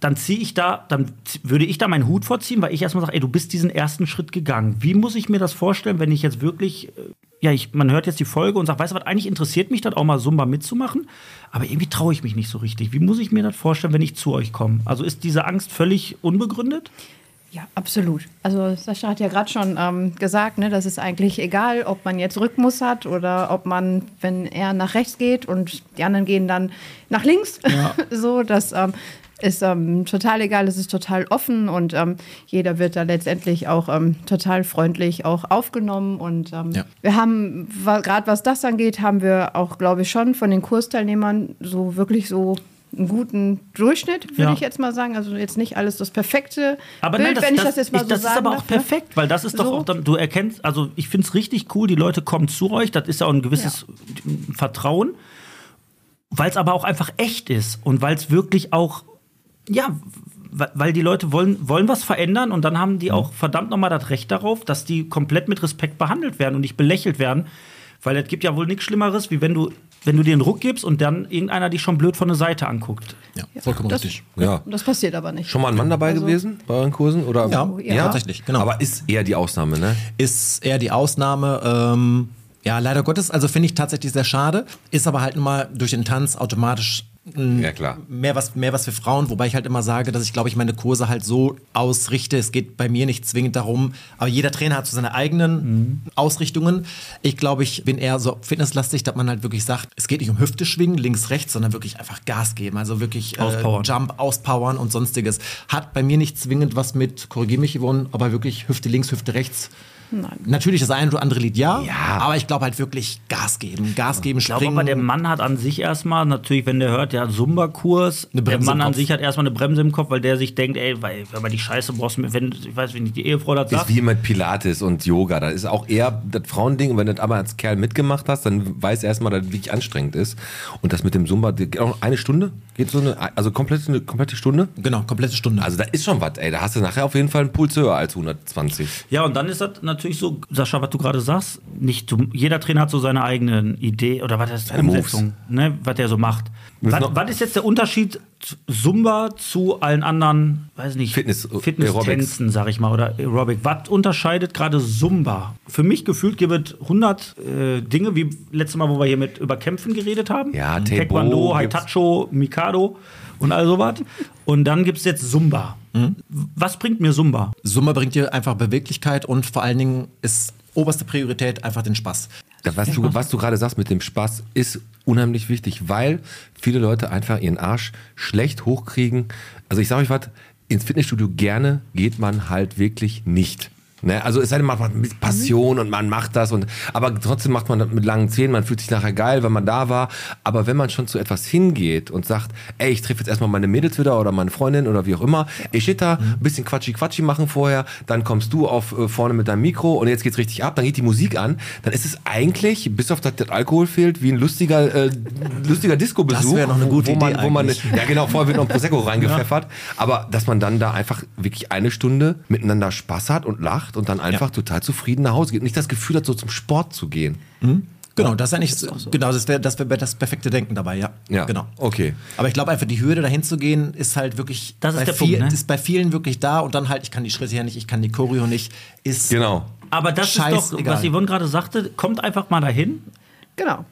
[SPEAKER 3] dann ziehe ich da, dann z- würde ich da meinen Hut vorziehen, weil ich erstmal sage, ey, du bist diesen ersten Schritt gegangen. Wie muss ich mir das vorstellen, wenn ich jetzt wirklich, äh, ja, ich, man hört jetzt die Folge und sagt, weißt du was, eigentlich interessiert mich das auch mal Sumba mitzumachen, aber irgendwie traue ich mich nicht so richtig. Wie muss ich mir das vorstellen, wenn ich zu euch komme? Also ist diese Angst völlig unbegründet?
[SPEAKER 9] Ja, absolut. Also Sascha hat ja gerade schon ähm, gesagt, ne, das ist eigentlich egal, ob man jetzt Rückmus hat oder ob man, wenn er nach rechts geht und die anderen gehen dann nach links, so, das ähm, ist ähm, total egal, es ist total offen und ähm, jeder wird da letztendlich auch ähm, total freundlich auch aufgenommen und ähm,
[SPEAKER 8] Ja.
[SPEAKER 9] wir haben, wa- gerade was das angeht, haben wir auch, glaube ich, schon von den Kursteilnehmern so wirklich so einen guten Durchschnitt, würde
[SPEAKER 3] Ja.
[SPEAKER 9] ich jetzt mal sagen. Also jetzt nicht alles das perfekte
[SPEAKER 3] Aber
[SPEAKER 9] Bild,
[SPEAKER 3] nein, das,
[SPEAKER 9] wenn ich
[SPEAKER 3] das,
[SPEAKER 9] das, jetzt mal so
[SPEAKER 3] das
[SPEAKER 9] sagen
[SPEAKER 3] ist aber auch
[SPEAKER 9] darf, ne?
[SPEAKER 3] perfekt, weil das ist doch
[SPEAKER 9] So.
[SPEAKER 3] auch dann, du erkennst, also ich finde es richtig cool, die Leute kommen zu euch, das ist ja auch ein gewisses Vertrauen, weil es aber auch einfach echt ist und weil es wirklich auch, ja, weil- weil die Leute wollen, wollen was verändern und dann haben die auch verdammt nochmal das Recht darauf, dass die komplett mit Respekt behandelt werden und nicht belächelt werden, weil es gibt ja wohl nichts Schlimmeres, wie wenn du, wenn du dir einen Ruck gibst und dann irgendeiner dich schon blöd von der Seite anguckt.
[SPEAKER 8] Ja, vollkommen
[SPEAKER 9] das-
[SPEAKER 8] richtig.
[SPEAKER 2] Ja.
[SPEAKER 9] Das passiert aber nicht.
[SPEAKER 2] Schon mal ein Mann dabei
[SPEAKER 9] Also-
[SPEAKER 2] gewesen bei euren Kursen? Oder?
[SPEAKER 8] Ja, ja, tatsächlich, genau.
[SPEAKER 2] Aber ist eher die Ausnahme, ne?
[SPEAKER 8] ist eher die Ausnahme. Ähm, ja, leider Gottes. Also finde ich tatsächlich sehr schade. Ist aber halt nun mal durch den Tanz automatisch mm,
[SPEAKER 2] Ja, klar.
[SPEAKER 8] mehr was, mehr was für Frauen, wobei ich halt immer sage, dass ich glaube ich meine Kurse halt so ausrichte. Es geht bei mir nicht zwingend darum, aber jeder Trainer hat so seine eigenen Ausrichtungen. Ich glaube, ich bin eher so fitnesslastig, dass man halt wirklich sagt, es geht nicht um Hüfte schwingen, links, rechts, sondern wirklich einfach Gas geben. Also wirklich
[SPEAKER 3] Auspowern.
[SPEAKER 8] Äh, Jump, auspowern und sonstiges. Hat bei mir nicht zwingend was mit, korrigiere mich Yvonne, aber wirklich Hüfte links, Hüfte rechts. Natürlich das eine oder andere Lied ja,
[SPEAKER 2] Ja.
[SPEAKER 8] aber ich glaube halt wirklich Gas geben, Gas geben,
[SPEAKER 3] Ich glaube
[SPEAKER 8] springen.
[SPEAKER 3] aber, der Mann hat an sich erstmal, natürlich, wenn der hört, der hat Zumba-Kurs,
[SPEAKER 8] Eine
[SPEAKER 3] der
[SPEAKER 8] Bremse
[SPEAKER 3] Mann
[SPEAKER 8] im
[SPEAKER 3] an
[SPEAKER 8] Kopf.
[SPEAKER 3] sich hat erstmal eine Bremse im Kopf, weil der sich denkt, ey, weil, wenn man die Scheiße brauchst, du- wenn, ich weiß nicht, die Ehefrau das
[SPEAKER 2] Ist
[SPEAKER 3] sagt.
[SPEAKER 2] wie mit Pilates und Yoga. Da ist auch eher das Frauending. Und wenn du das aber als Kerl mitgemacht hast, dann weiß erstmal, dass es wirklich anstrengend ist. Und das mit dem Zumba, die- genau eine Stunde? Geht so eine, also komplett eine komplette Stunde?
[SPEAKER 8] genau, komplette Stunde.
[SPEAKER 2] Also da ist schon was, ey. Da hast du nachher auf jeden Fall einen Puls höher als 120.
[SPEAKER 3] Ja, und dann ist das natürlich so, Sascha, was du gerade sagst, nicht du, jeder Trainer hat so seine eigene Idee oder was das ist Umsetzung, ne, was der so macht. Was,
[SPEAKER 2] noch-
[SPEAKER 3] was ist jetzt der Unterschied zu Zumba zu allen anderen, weiß nicht,
[SPEAKER 2] Fitness- äh,
[SPEAKER 3] Fitness-Tänzen, sag ich mal, oder Aerobic? Was unterscheidet gerade Zumba? Für mich gefühlt gibt es 100 äh, Dinge, wie letztes Mal, wo wir hier mit über Kämpfen geredet haben. Mhm.
[SPEAKER 2] Ja, Taekwondo
[SPEAKER 3] Taekwondo,
[SPEAKER 2] gibt's.
[SPEAKER 3] Haitacho, Mikado und all sowas. und dann gibt es jetzt Zumba.
[SPEAKER 2] Mhm.
[SPEAKER 3] Was bringt mir Zumba?
[SPEAKER 8] Summe bringt dir einfach Beweglichkeit und vor allen Dingen ist oberste Priorität einfach den Spaß.
[SPEAKER 2] Da, was du, was du gerade sagst mit dem Spaß ist unheimlich wichtig, weil viele Leute einfach ihren Arsch schlecht hochkriegen. Also ich sage euch was, ins Fitnessstudio gerne geht man halt wirklich nicht. Ne? Also es sei denn, man macht mit Passion und man macht das und aber trotzdem macht man das mit langen Zähnen, man fühlt sich nachher geil, wenn man da war. Aber wenn man schon zu etwas hingeht und sagt, ey, ich treffe jetzt erstmal meine Mädels wieder oder meine Freundin oder wie auch immer, ich stehe da,
[SPEAKER 8] Mhm.
[SPEAKER 2] ein bisschen quatschi quatschi machen vorher, dann kommst du auf äh, vorne mit deinem Mikro und jetzt geht's richtig ab, dann geht die Musik an, dann ist es eigentlich, bis auf das, das Alkohol fehlt, wie ein lustiger, äh, lustiger Disco-Besuch.
[SPEAKER 8] Das wäre noch eine
[SPEAKER 2] wo-
[SPEAKER 8] gute
[SPEAKER 2] wo man,
[SPEAKER 8] Idee
[SPEAKER 2] wo man,
[SPEAKER 8] eigentlich.
[SPEAKER 2] Ja genau, vorher wird noch ein Prosecco reingepfeffert, aber dass man dann da einfach wirklich eine Stunde miteinander Spaß hat und lacht und dann einfach total zufrieden nach Hause geht. Nicht das Gefühl hat, so zum Sport zu gehen.
[SPEAKER 8] Genau, das ist eigentlich genau, das wäre das, wär das perfekte Denken dabei, ja.
[SPEAKER 2] Ja,
[SPEAKER 8] genau.
[SPEAKER 2] okay.
[SPEAKER 8] Aber ich glaube einfach die Hürde dahin zu gehen ist halt wirklich
[SPEAKER 3] Das ist
[SPEAKER 8] bei
[SPEAKER 3] der Punkt,
[SPEAKER 8] vielen,
[SPEAKER 3] ne?
[SPEAKER 8] ist bei vielen wirklich da und dann halt ich kann die Schritte ja nicht, ich kann die Choreo nicht, ist
[SPEAKER 2] Genau.
[SPEAKER 3] Aber das ist doch,
[SPEAKER 8] Scheißegal.
[SPEAKER 3] was Yvonne gerade sagte, kommt einfach mal dahin.
[SPEAKER 9] Genau.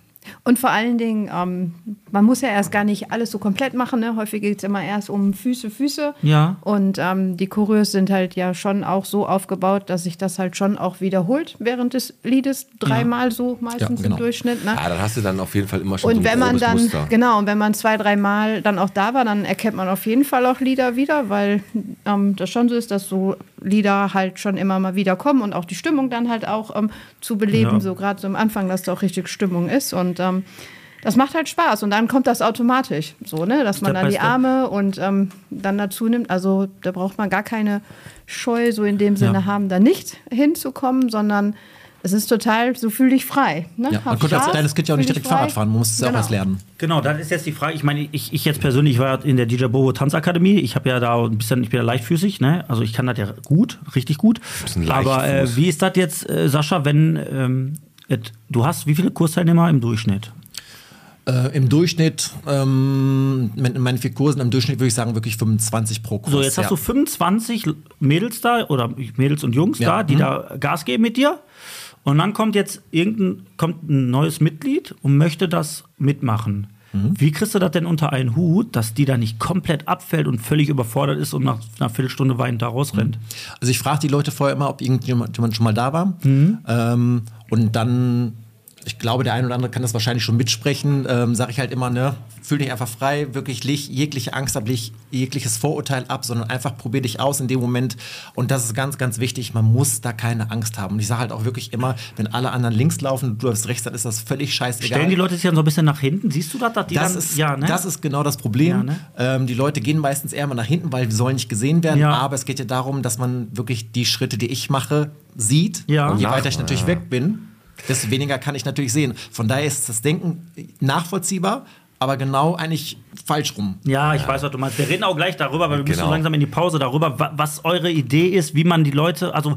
[SPEAKER 9] Und vor allen Dingen, ähm, man muss ja erst gar nicht alles so komplett machen. Ne? Häufig geht es immer erst um Füße, Füße.
[SPEAKER 3] Ja.
[SPEAKER 9] Und ähm, die Choreos sind halt ja schon auch so aufgebaut, dass sich das halt schon auch wiederholt während des Liedes. Dreimal so meistens
[SPEAKER 8] Ja, genau.
[SPEAKER 9] im Durchschnitt. Ne?
[SPEAKER 2] Ja, Ah, dann hast du dann auf jeden Fall immer schon so
[SPEAKER 9] Und
[SPEAKER 2] ein
[SPEAKER 9] wenn man
[SPEAKER 2] grobes
[SPEAKER 9] dann,
[SPEAKER 2] Muster.
[SPEAKER 9] genau, und wenn man zwei, dreimal dann auch da war, dann erkennt man auf jeden Fall auch Lieder wieder, weil ähm, das schon so ist, dass so Lieder halt schon immer mal wieder kommen und auch die Stimmung dann halt auch ähm, zu beleben,
[SPEAKER 3] Ja.
[SPEAKER 9] so gerade so am Anfang, dass da auch richtig Stimmung ist und ähm, das macht halt Spaß und dann kommt das automatisch, so, ne, dass man
[SPEAKER 3] Step
[SPEAKER 9] dann
[SPEAKER 3] by
[SPEAKER 9] die
[SPEAKER 3] step.
[SPEAKER 9] Arme und ähm, dann dazu nimmt, also da braucht man gar keine Scheu so in dem Sinne
[SPEAKER 3] Ja.
[SPEAKER 9] haben, da nicht hinzukommen, sondern es ist total, so fühl dich frei. Ne?
[SPEAKER 8] Ja, man
[SPEAKER 9] Hab
[SPEAKER 8] konnte als
[SPEAKER 9] Spaß,
[SPEAKER 8] kleines Kind ja auch nicht
[SPEAKER 9] fühl
[SPEAKER 8] direkt
[SPEAKER 9] dich frei.
[SPEAKER 8] Fahrrad fahren, man muss es ja auch
[SPEAKER 9] Genau.
[SPEAKER 8] erst lernen.
[SPEAKER 3] Genau, das ist jetzt die Frage. Ich meine, ich, ich jetzt persönlich war in der DJ Bobo Tanzakademie. Ich habe ja da ein bisschen, ich bin ja leichtfüßig, ne? Also ich kann das ja gut, richtig gut.
[SPEAKER 2] ein
[SPEAKER 3] Aber äh,
[SPEAKER 2] Leichtfuß.
[SPEAKER 3] wie ist das jetzt, äh, Sascha, wenn ähm, Et- Du hast wie viele Kursteilnehmer im Durchschnitt?
[SPEAKER 8] Äh, Im Durchschnitt, ähm, mit meinen vier Kursen, im Durchschnitt würde ich sagen, wirklich 25 pro Kurs.
[SPEAKER 3] So, jetzt hast
[SPEAKER 8] ja.
[SPEAKER 3] du 25 Mädels da oder Mädels und Jungs
[SPEAKER 8] Ja,
[SPEAKER 3] da, die
[SPEAKER 8] mhm.
[SPEAKER 3] da Gas geben mit dir. Und dann kommt jetzt irgendein kommt ein neues Mitglied und möchte das mitmachen.
[SPEAKER 8] Mhm.
[SPEAKER 3] Wie kriegst du das denn unter einen Hut, dass die da nicht komplett abfällt und völlig überfordert ist und nach einer Viertelstunde weinend da rausrennt?
[SPEAKER 8] Also ich frage die Leute vorher immer, ob irgendjemand jemand schon mal da war.
[SPEAKER 3] Mhm.
[SPEAKER 8] Ähm, und dann, ich glaube, der ein oder andere kann das wahrscheinlich schon mitsprechen, ähm, sage ich halt immer, ne, fühl dich einfach frei, wirklich leg jegliche Angst ab, leg jegliches Vorurteil ab, sondern einfach probier dich aus in dem Moment. Und das ist ganz, ganz wichtig, man muss da keine Angst haben. Und ich sage halt auch wirklich immer, wenn alle anderen links laufen und du läufst rechts, dann ist das völlig scheißegal.
[SPEAKER 3] Stellen die Leute sich dann so ein bisschen nach hinten? Siehst du das? Dass die
[SPEAKER 8] das,
[SPEAKER 3] dann,
[SPEAKER 8] ist,
[SPEAKER 3] ja, ne?
[SPEAKER 8] das ist genau das Problem.
[SPEAKER 3] Ja, ne?
[SPEAKER 8] ähm, die Leute gehen meistens eher mal nach hinten, weil sie sollen nicht gesehen werden.
[SPEAKER 3] Ja.
[SPEAKER 8] Aber es geht ja darum, dass man wirklich die Schritte, die ich mache, sieht.
[SPEAKER 3] Ja.
[SPEAKER 8] Und je
[SPEAKER 2] Nach-
[SPEAKER 8] weiter ich natürlich
[SPEAKER 2] ja.
[SPEAKER 8] weg bin, desto weniger kann ich natürlich sehen. Von daher ist das Denken nachvollziehbar, aber genau eigentlich falsch rum.
[SPEAKER 3] Ja, ich weiß, was du meinst. Wir reden auch gleich darüber, weil wir müssen
[SPEAKER 2] Genau.
[SPEAKER 3] langsam in die Pause darüber, wa- was eure Idee ist, wie man die Leute, also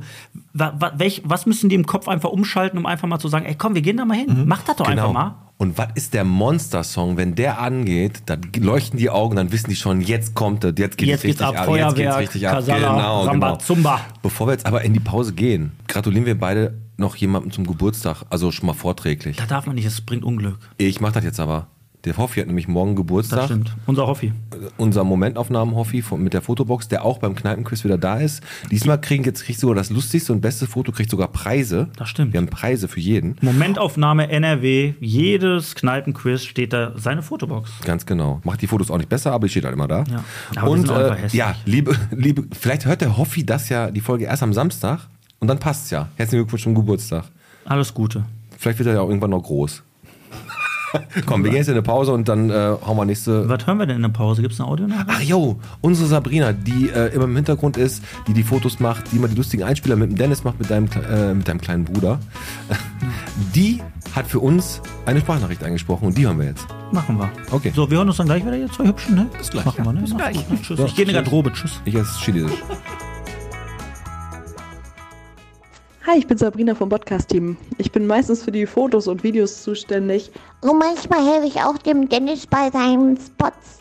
[SPEAKER 3] wa- wa- welch, was müssen die im Kopf einfach umschalten, um einfach mal zu sagen, ey komm, wir gehen da mal hin. Mach das doch einfach mal.
[SPEAKER 2] Und was ist der Monster-Song? Wenn der angeht, dann leuchten die Augen, dann wissen die schon, jetzt kommt das, jetzt geht's
[SPEAKER 3] Jetzt geht's
[SPEAKER 2] richtig
[SPEAKER 3] ab,
[SPEAKER 2] ab,
[SPEAKER 3] Feuerwerk,
[SPEAKER 2] jetzt geht's richtig ab. Genau,
[SPEAKER 3] Kasala, Ramba, Zumba.
[SPEAKER 2] Bevor wir jetzt aber in die Pause gehen, gratulieren wir beide noch jemandem zum Geburtstag, also schon mal vorträglich.
[SPEAKER 3] Da darf man nicht, es bringt Unglück.
[SPEAKER 2] Ich mach das jetzt aber. Der Hoffi hat nämlich morgen
[SPEAKER 3] Das
[SPEAKER 2] Geburtstag.
[SPEAKER 3] stimmt. Unser Hoffi.
[SPEAKER 2] Unser Momentaufnahmen-Hoffi von- mit der Fotobox, der auch beim Kneipenquiz wieder da ist. Diesmal kriegen jetzt kriegt sogar das lustigste und beste Foto, kriegt sogar Preise.
[SPEAKER 3] Das stimmt.
[SPEAKER 2] Wir haben Preise für jeden.
[SPEAKER 3] Momentaufnahme NRW, jedes Kneipenquiz steht da seine Fotobox.
[SPEAKER 2] Ganz genau. Macht die Fotos auch nicht besser, aber die steht halt immer da.
[SPEAKER 3] Ja. Aber wir
[SPEAKER 2] Und
[SPEAKER 3] sind auch einfach
[SPEAKER 2] äh,
[SPEAKER 3] hässlich.
[SPEAKER 2] ja, liebe, liebe, vielleicht hört der Hoffi das ja, die Folge erst am Samstag und dann passt's ja. Herzlichen Glückwunsch zum Geburtstag.
[SPEAKER 3] Alles Gute.
[SPEAKER 2] Vielleicht wird er ja auch irgendwann noch groß. Komm, wir gehen jetzt in eine Pause und dann äh, hauen wir nächste.
[SPEAKER 3] Was hören wir denn in der Pause? Gibt es eine Audio noch?
[SPEAKER 2] Ach jo, unsere Sabrina, die äh, immer im Hintergrund ist, die die Fotos macht, die immer die lustigen Einspieler mit dem Dennis macht, mit deinem, Kle- äh, mit deinem kleinen Bruder. Die hat für uns eine Sprachnachricht eingesprochen und die hören wir jetzt.
[SPEAKER 3] Machen wir.
[SPEAKER 2] Okay.
[SPEAKER 3] So, wir hören uns dann gleich wieder, ihr zwei Hübschen, ne? Bis
[SPEAKER 8] gleich.
[SPEAKER 3] Machen wir, ne? Bis gleich. Tschüss. ich gehe in die Garderobe. Tschüss.
[SPEAKER 2] Ich esse Chinesisch.
[SPEAKER 10] Hi, ich bin Sabrina vom Podcast-Team. Ich bin meistens für die Fotos und Videos zuständig
[SPEAKER 11] Und manchmal helfe ich auch dem Dennis bei seinen Spots.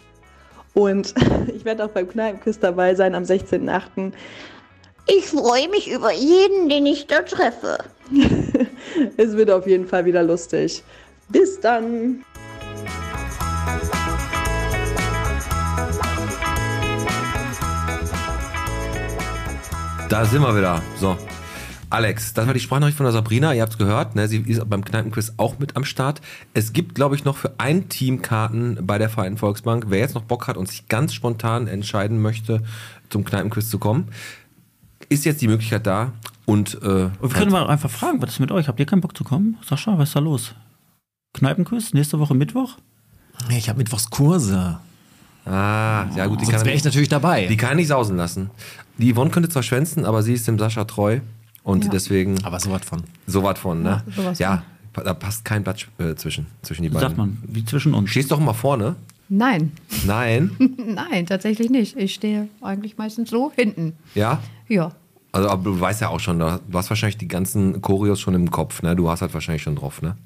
[SPEAKER 10] und ich werde auch beim Kneipenquiz dabei sein am 16.8.
[SPEAKER 11] Ich freue mich über jeden, den ich da treffe.
[SPEAKER 10] Es wird auf jeden Fall wieder lustig. Bis dann!
[SPEAKER 2] Da sind wir wieder. So. Alex, das war die Sprachnachricht von der Sabrina. Ihr habt es gehört. Ne? Sie ist beim Kneipenquiz auch mit am Start. Es gibt, glaube ich, noch für ein Team Karten bei der Vereinten Volksbank. Wer jetzt noch Bock hat und sich ganz spontan entscheiden möchte, zum Kneipenquiz zu kommen, ist jetzt die Möglichkeit da. Und äh,
[SPEAKER 3] Und wir können
[SPEAKER 8] Halt.
[SPEAKER 3] mal einfach fragen, was ist mit euch? Habt ihr keinen Bock zu kommen? Sascha, was ist da los? Kneipenquiz, nächste Woche Mittwoch?
[SPEAKER 8] Ich habe mittwochs Kurse.
[SPEAKER 2] ah, ja gut, die
[SPEAKER 8] Sonst
[SPEAKER 2] kann,
[SPEAKER 8] wäre ich natürlich dabei.
[SPEAKER 2] die kann nicht sausen lassen. Die Yvonne könnte zwar schwänzen, aber sie ist dem Sascha treu. Und deswegen
[SPEAKER 8] aber so was von.
[SPEAKER 2] so was von. Ne?
[SPEAKER 9] Ja, sowas
[SPEAKER 2] Ja, da passt kein Blatt äh, zwischen, zwischen die beiden.
[SPEAKER 3] Sagt man, wie zwischen uns.
[SPEAKER 2] Stehst doch mal vorne.
[SPEAKER 9] Nein,
[SPEAKER 2] Nein.
[SPEAKER 9] nein, tatsächlich nicht. Ich stehe eigentlich meistens so hinten.
[SPEAKER 2] Ja?
[SPEAKER 9] Ja.
[SPEAKER 2] Also, aber du weißt ja auch schon, du hast wahrscheinlich die ganzen Choreos schon im Kopf, ne? Du hast halt wahrscheinlich schon drauf, ne?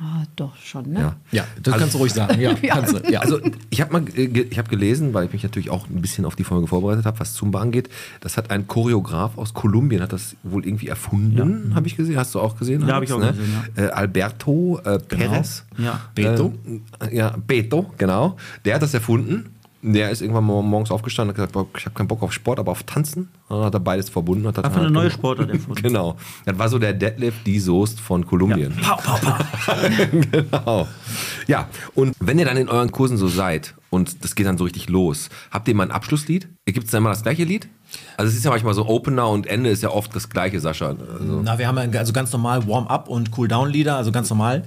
[SPEAKER 9] Ah, doch schon, ne?
[SPEAKER 2] Ja.
[SPEAKER 8] Ja, das
[SPEAKER 2] Also-
[SPEAKER 8] kannst du ruhig sagen. Ja, Kannst du, ja.
[SPEAKER 2] Also, ich habe mal äh, ge- ich hab gelesen, weil ich mich natürlich auch ein bisschen auf die Folge vorbereitet habe, was Zumba angeht. Das hat ein Choreograf aus Kolumbien, hat das wohl irgendwie erfunden, habe ich gesehen. Hast du auch gesehen?
[SPEAKER 3] Ja,
[SPEAKER 2] Alex,
[SPEAKER 3] hab ich auch gesehen,
[SPEAKER 2] Äh, Alberto äh, Perez.
[SPEAKER 3] Ja.
[SPEAKER 8] Beto?
[SPEAKER 2] Äh, ja, Beto, genau. Der hat das erfunden. Der ist irgendwann mor- morgens aufgestanden und hat gesagt, "Boah, ich habe keinen Bock auf Sport, aber auf Tanzen. Und dann hat er beides verbunden. und Hat das
[SPEAKER 3] Einfach
[SPEAKER 2] dann
[SPEAKER 3] eine
[SPEAKER 2] halt
[SPEAKER 3] neue
[SPEAKER 2] gemacht.
[SPEAKER 3] Sportart erfunden.
[SPEAKER 2] Genau. Das war so der Deadlift, die Soest von Kolumbien.
[SPEAKER 3] Pow, pow, pow.
[SPEAKER 2] genau. Ja, und wenn ihr dann in euren Kursen so seid und das geht dann so richtig los, habt ihr mal ein Abschlusslied? Gibt es dann immer das gleiche Lied? Also es ist ja manchmal so Opener und Ende ist ja oft das gleiche, Sascha. Also,
[SPEAKER 8] Na, wir haben ja also ganz normal Warm-up und Cool-Down-Lieder, also ganz normal.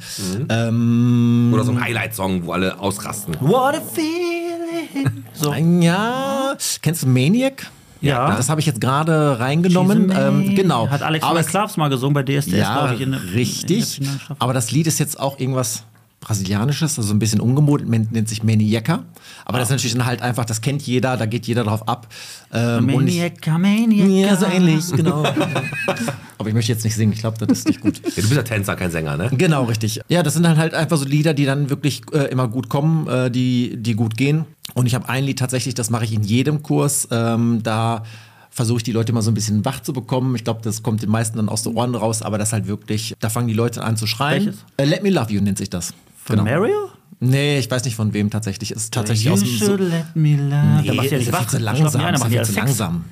[SPEAKER 8] Ähm,
[SPEAKER 2] oder
[SPEAKER 3] Mhm.
[SPEAKER 2] so ein Highlight-Song, wo alle ausrasten.
[SPEAKER 3] What a feeling. So.
[SPEAKER 8] Ja, kennst du Maniac?
[SPEAKER 3] Ja.
[SPEAKER 8] Das habe ich jetzt gerade reingenommen.
[SPEAKER 3] She's a man.
[SPEAKER 8] Ähm, genau.
[SPEAKER 3] Hat Alex
[SPEAKER 8] aber
[SPEAKER 3] von
[SPEAKER 8] es,
[SPEAKER 3] Klavs mal gesungen bei DSDS,
[SPEAKER 8] ja,
[SPEAKER 3] glaube ich. In, der- in
[SPEAKER 8] richtig.
[SPEAKER 3] der Finalstaffel.
[SPEAKER 8] aber das Lied ist jetzt auch irgendwas brasilianisches, also ein bisschen umgemodelt, men- nennt sich Maniaca. Aber
[SPEAKER 3] Ah.
[SPEAKER 8] das ist natürlich dann halt einfach, das kennt jeder, da geht jeder drauf ab. Ähm, und ich,
[SPEAKER 3] Maniaca, Maniaca.
[SPEAKER 8] ja, so ähnlich, genau. Aber ich möchte jetzt nicht singen, ich glaube, das ist nicht gut.
[SPEAKER 12] Ja, du bist ja Tänzer, kein Sänger, ne?
[SPEAKER 8] Genau, richtig. Ja, das sind dann halt einfach so Lieder, die dann wirklich äh, immer gut kommen, äh, die, die gut gehen. Und ich habe ein Lied tatsächlich, das mache ich in jedem Kurs. Ähm, da versuche ich die Leute mal so ein bisschen wach zu bekommen. Ich glaube, das kommt den meisten dann aus den Ohren raus, aber das halt wirklich, da fangen die Leute an zu schreien.
[SPEAKER 3] Welches?
[SPEAKER 8] Äh, Let Me Love You nennt sich das. Genau.
[SPEAKER 3] Von Mario?
[SPEAKER 8] Nee, ich weiß nicht von wem tatsächlich. Ist tatsächlich
[SPEAKER 3] You
[SPEAKER 8] aus dem
[SPEAKER 3] should let me love.
[SPEAKER 8] Nee, das ist viel zu langsam. Das ist viel zu langsam.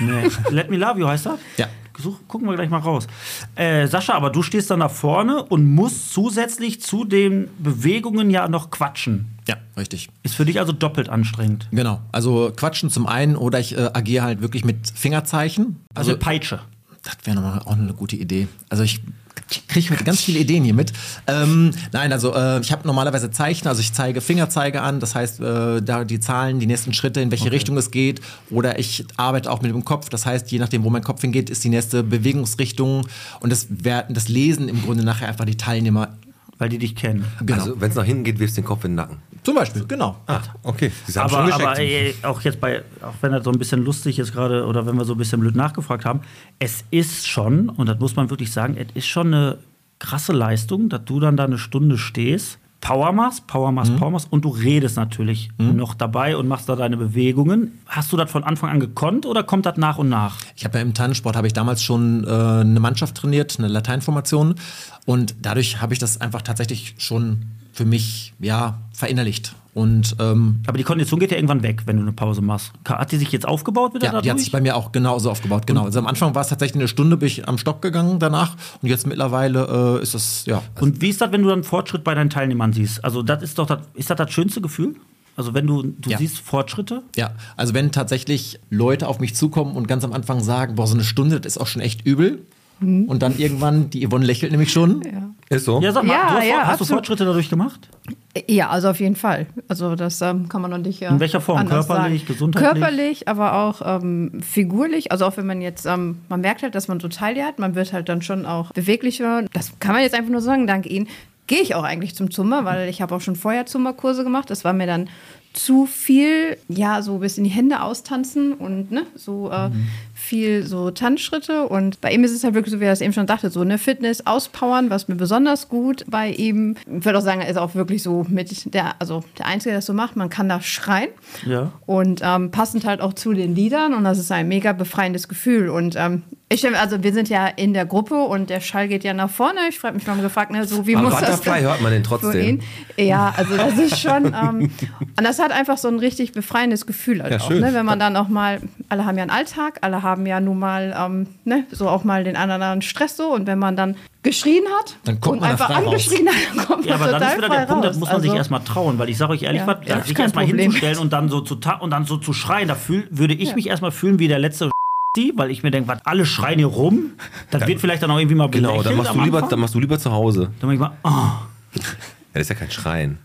[SPEAKER 3] Nee. Let me love you heißt das?
[SPEAKER 8] Ja.
[SPEAKER 3] Such, gucken wir gleich mal raus. Äh, Sascha, aber du stehst dann da vorne und musst zusätzlich zu den Bewegungen ja noch quatschen.
[SPEAKER 8] Ja, richtig.
[SPEAKER 3] Ist für dich also doppelt anstrengend.
[SPEAKER 8] Genau. Also quatschen zum einen oder ich äh, agiere halt wirklich mit Fingerzeichen.
[SPEAKER 3] Also Peitsche.
[SPEAKER 8] Das wäre nochmal auch eine gute Idee. Also ich kriege heute ganz viele Ideen hier mit. Ähm, nein, also äh, ich habe normalerweise Zeichen, also ich zeige Fingerzeige an, das heißt, äh, da die Zahlen, die nächsten Schritte, in welche Richtung es geht. Oder ich arbeite auch mit dem Kopf, das heißt, je nachdem, wo mein Kopf hingeht, ist die nächste Bewegungsrichtung. Und das, werden, das lesen im Grunde nachher einfach die Teilnehmer.
[SPEAKER 3] Weil die dich kennen.
[SPEAKER 8] Genau.
[SPEAKER 12] Also, wenn es nach hinten geht, wirfst du den Kopf in den Nacken.
[SPEAKER 8] Zum Beispiel, genau.
[SPEAKER 2] Ah, Okay, sie haben schon
[SPEAKER 3] Aber, aber
[SPEAKER 2] gescheckt.
[SPEAKER 3] äh, auch jetzt bei, auch wenn das so ein bisschen lustig ist gerade oder wenn wir so ein bisschen blöd nachgefragt haben, es ist schon, und das muss man wirklich sagen, es ist schon eine krasse Leistung, dass du dann da eine Stunde stehst, Power machst, Power machst, Power machst und du redest natürlich noch dabei und machst da deine Bewegungen. Hast du das von Anfang an gekonnt oder kommt das nach und nach?
[SPEAKER 8] Ich habe ja im Tannensport habe ich damals schon äh, eine Mannschaft trainiert, eine Lateinformation und dadurch habe ich das einfach tatsächlich schon für mich ja verinnerlicht und ähm,
[SPEAKER 3] Aber die Kondition geht ja irgendwann weg, wenn du eine Pause machst. Hat die sich jetzt aufgebaut wieder
[SPEAKER 8] ja, die hat
[SPEAKER 3] dadurch?
[SPEAKER 8] sich bei mir auch genauso aufgebaut. Genau. Also am Anfang war es tatsächlich eine Stunde, bin ich am Stock gegangen danach und jetzt mittlerweile äh, ist es ja
[SPEAKER 2] Also
[SPEAKER 3] Und wie ist das, wenn du dann Fortschritt bei deinen Teilnehmern siehst? Also, das ist doch das, ist das, das schönste Gefühl? Also, wenn du, du
[SPEAKER 8] Ja.
[SPEAKER 3] siehst Fortschritte?
[SPEAKER 8] Ja, also wenn tatsächlich Leute auf mich zukommen und ganz am Anfang sagen, boah, so eine Stunde, das ist auch schon echt übel. Und dann irgendwann, die Yvonne lächelt nämlich schon.
[SPEAKER 2] Ist so.
[SPEAKER 3] Mhm. Ja, sag mal,
[SPEAKER 9] Ja,
[SPEAKER 3] du hast,
[SPEAKER 9] ja,
[SPEAKER 3] Fort- hast du
[SPEAKER 9] absolut.
[SPEAKER 3] Fortschritte dadurch gemacht?
[SPEAKER 9] Ja, also auf jeden Fall. Also das ähm, kann man noch nicht. Äh,
[SPEAKER 3] In welcher Form?
[SPEAKER 9] anders
[SPEAKER 3] Körperlich,
[SPEAKER 9] sagen.
[SPEAKER 3] gesundheitlich?
[SPEAKER 9] Körperlich, aber auch ähm, figurlich. Also auch wenn man jetzt, ähm, man merkt halt, dass man so Teile hat, man wird halt dann schon auch beweglicher. Das kann man jetzt einfach nur sagen, dank Ihnen gehe ich auch eigentlich zum Zumba, weil ich habe auch schon vorher Zumba-Kurse gemacht. Das war mir dann zu viel, ja, so ein bisschen die Hände austanzen und ne, so äh, viel so Tanzschritte. Und bei ihm ist es halt wirklich so, wie er es eben schon sagte, so eine Fitness auspowern, was mir besonders gut bei ihm. Ich würde auch sagen, er ist auch wirklich so mit der, also der Einzige, der das so macht. Man kann da schreien
[SPEAKER 3] Ja.
[SPEAKER 9] und ähm, passend halt auch zu den Liedern und das ist ein mega befreiendes Gefühl und ähm, ich stell mir- also wir sind ja in der Gruppe und der Schall geht ja nach vorne. Ich frage mich mal gefragt, ne, so wie
[SPEAKER 12] Am
[SPEAKER 9] muss das
[SPEAKER 12] Butterfly
[SPEAKER 9] denn
[SPEAKER 12] hört man den
[SPEAKER 9] so
[SPEAKER 12] trotzdem.
[SPEAKER 9] gehen? Ja, also das ist schon ähm, und das hat einfach so ein richtig befreiendes Gefühl halt
[SPEAKER 2] Ja,
[SPEAKER 9] auch,
[SPEAKER 2] schön.
[SPEAKER 9] ne, wenn man dann auch mal alle haben ja einen Alltag, alle haben ja nun mal ähm, ne, so auch mal den anderen Stress so und wenn man dann geschrien hat
[SPEAKER 8] Dann kommt
[SPEAKER 9] und
[SPEAKER 8] man da
[SPEAKER 9] einfach
[SPEAKER 8] frei raus.
[SPEAKER 9] angeschrien hat, dann kommt
[SPEAKER 3] Ja,
[SPEAKER 9] man
[SPEAKER 3] aber dann
[SPEAKER 9] total
[SPEAKER 3] ist wieder der
[SPEAKER 9] frei
[SPEAKER 3] Punkt,
[SPEAKER 9] raus.
[SPEAKER 3] das muss man sich
[SPEAKER 9] Also-
[SPEAKER 3] erstmal trauen, weil ich sage euch ehrlich,
[SPEAKER 9] Ja.
[SPEAKER 3] was,
[SPEAKER 9] Ja,
[SPEAKER 3] sich
[SPEAKER 9] kein
[SPEAKER 3] erstmal
[SPEAKER 9] Problem.
[SPEAKER 3] hinzustellen und dann so zu ta und dann so zu schreien, da fühl, würde ich
[SPEAKER 9] Ja.
[SPEAKER 3] mich erstmal fühlen wie der letzte die, weil ich mir denke, was alle schreien hier rum, das wird vielleicht dann auch irgendwie mal
[SPEAKER 2] Genau, dann
[SPEAKER 3] belächelt
[SPEAKER 2] machst,
[SPEAKER 3] am
[SPEAKER 2] du lieber,
[SPEAKER 3] Anfang.
[SPEAKER 2] dann machst du lieber zu Hause.
[SPEAKER 3] Dann mach ich mal, oh.
[SPEAKER 2] Ja, das ist ja kein Schreien.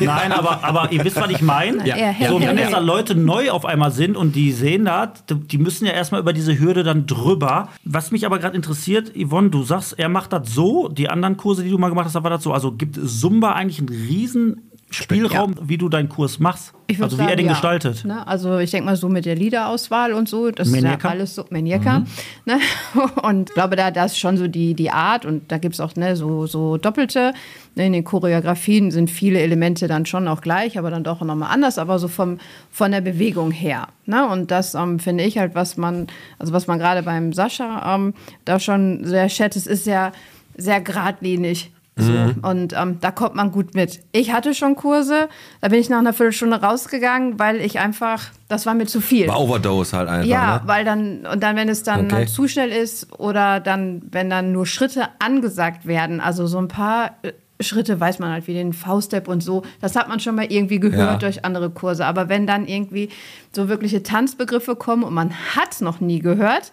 [SPEAKER 3] Nein, aber, aber ihr wisst, was ich meine.
[SPEAKER 9] Ja. Ja,
[SPEAKER 3] So,
[SPEAKER 9] ja,
[SPEAKER 3] wenn
[SPEAKER 9] ja.
[SPEAKER 3] jetzt da Leute neu auf einmal sind und die sehen da, die- die müssen ja erstmal über diese Hürde dann drüber. Was mich aber gerade interessiert, Yvonne, du sagst, er macht das so, die anderen Kurse, die du mal gemacht hast, da war das so. Also gibt Zumba eigentlich einen riesen Spielraum, wie du deinen Kurs machst?
[SPEAKER 9] Ich würd
[SPEAKER 3] also wie
[SPEAKER 9] sagen,
[SPEAKER 3] er den
[SPEAKER 9] ja.
[SPEAKER 3] gestaltet.
[SPEAKER 9] Ne? Also ich denke mal so mit der Liederauswahl und so, das ist
[SPEAKER 3] Maniaca?
[SPEAKER 9] ja alles so Maniaca. Ne? Und ich glaube, da das ist schon so die, die Art und da gibt es auch ne, so, so Doppelte. Ne, In den Choreografien sind viele Elemente dann schon auch gleich, aber dann doch nochmal anders, aber so vom, von der Bewegung her. Ne? Und das ähm, finde ich halt, was man, also was man gerade beim Sascha ähm, da schon sehr schätzt, es ist ja sehr geradlinig. So, Und ähm, da kommt man gut mit. Ich hatte schon Kurse, da bin ich nach einer Viertelstunde rausgegangen, weil ich einfach, das war mir zu viel.
[SPEAKER 2] War Overdose halt einfach.
[SPEAKER 9] ja,
[SPEAKER 2] ne?
[SPEAKER 9] weil dann, und dann, wenn es dann
[SPEAKER 2] Okay.
[SPEAKER 9] halt zu schnell ist oder dann, wenn dann nur Schritte angesagt werden, also so ein paar äh, Schritte weiß man halt, wie den V-Step und so, das hat man schon mal irgendwie
[SPEAKER 2] Ja.
[SPEAKER 9] gehört durch andere Kurse. Aber wenn dann irgendwie so wirkliche Tanzbegriffe kommen und man hat es noch nie gehört,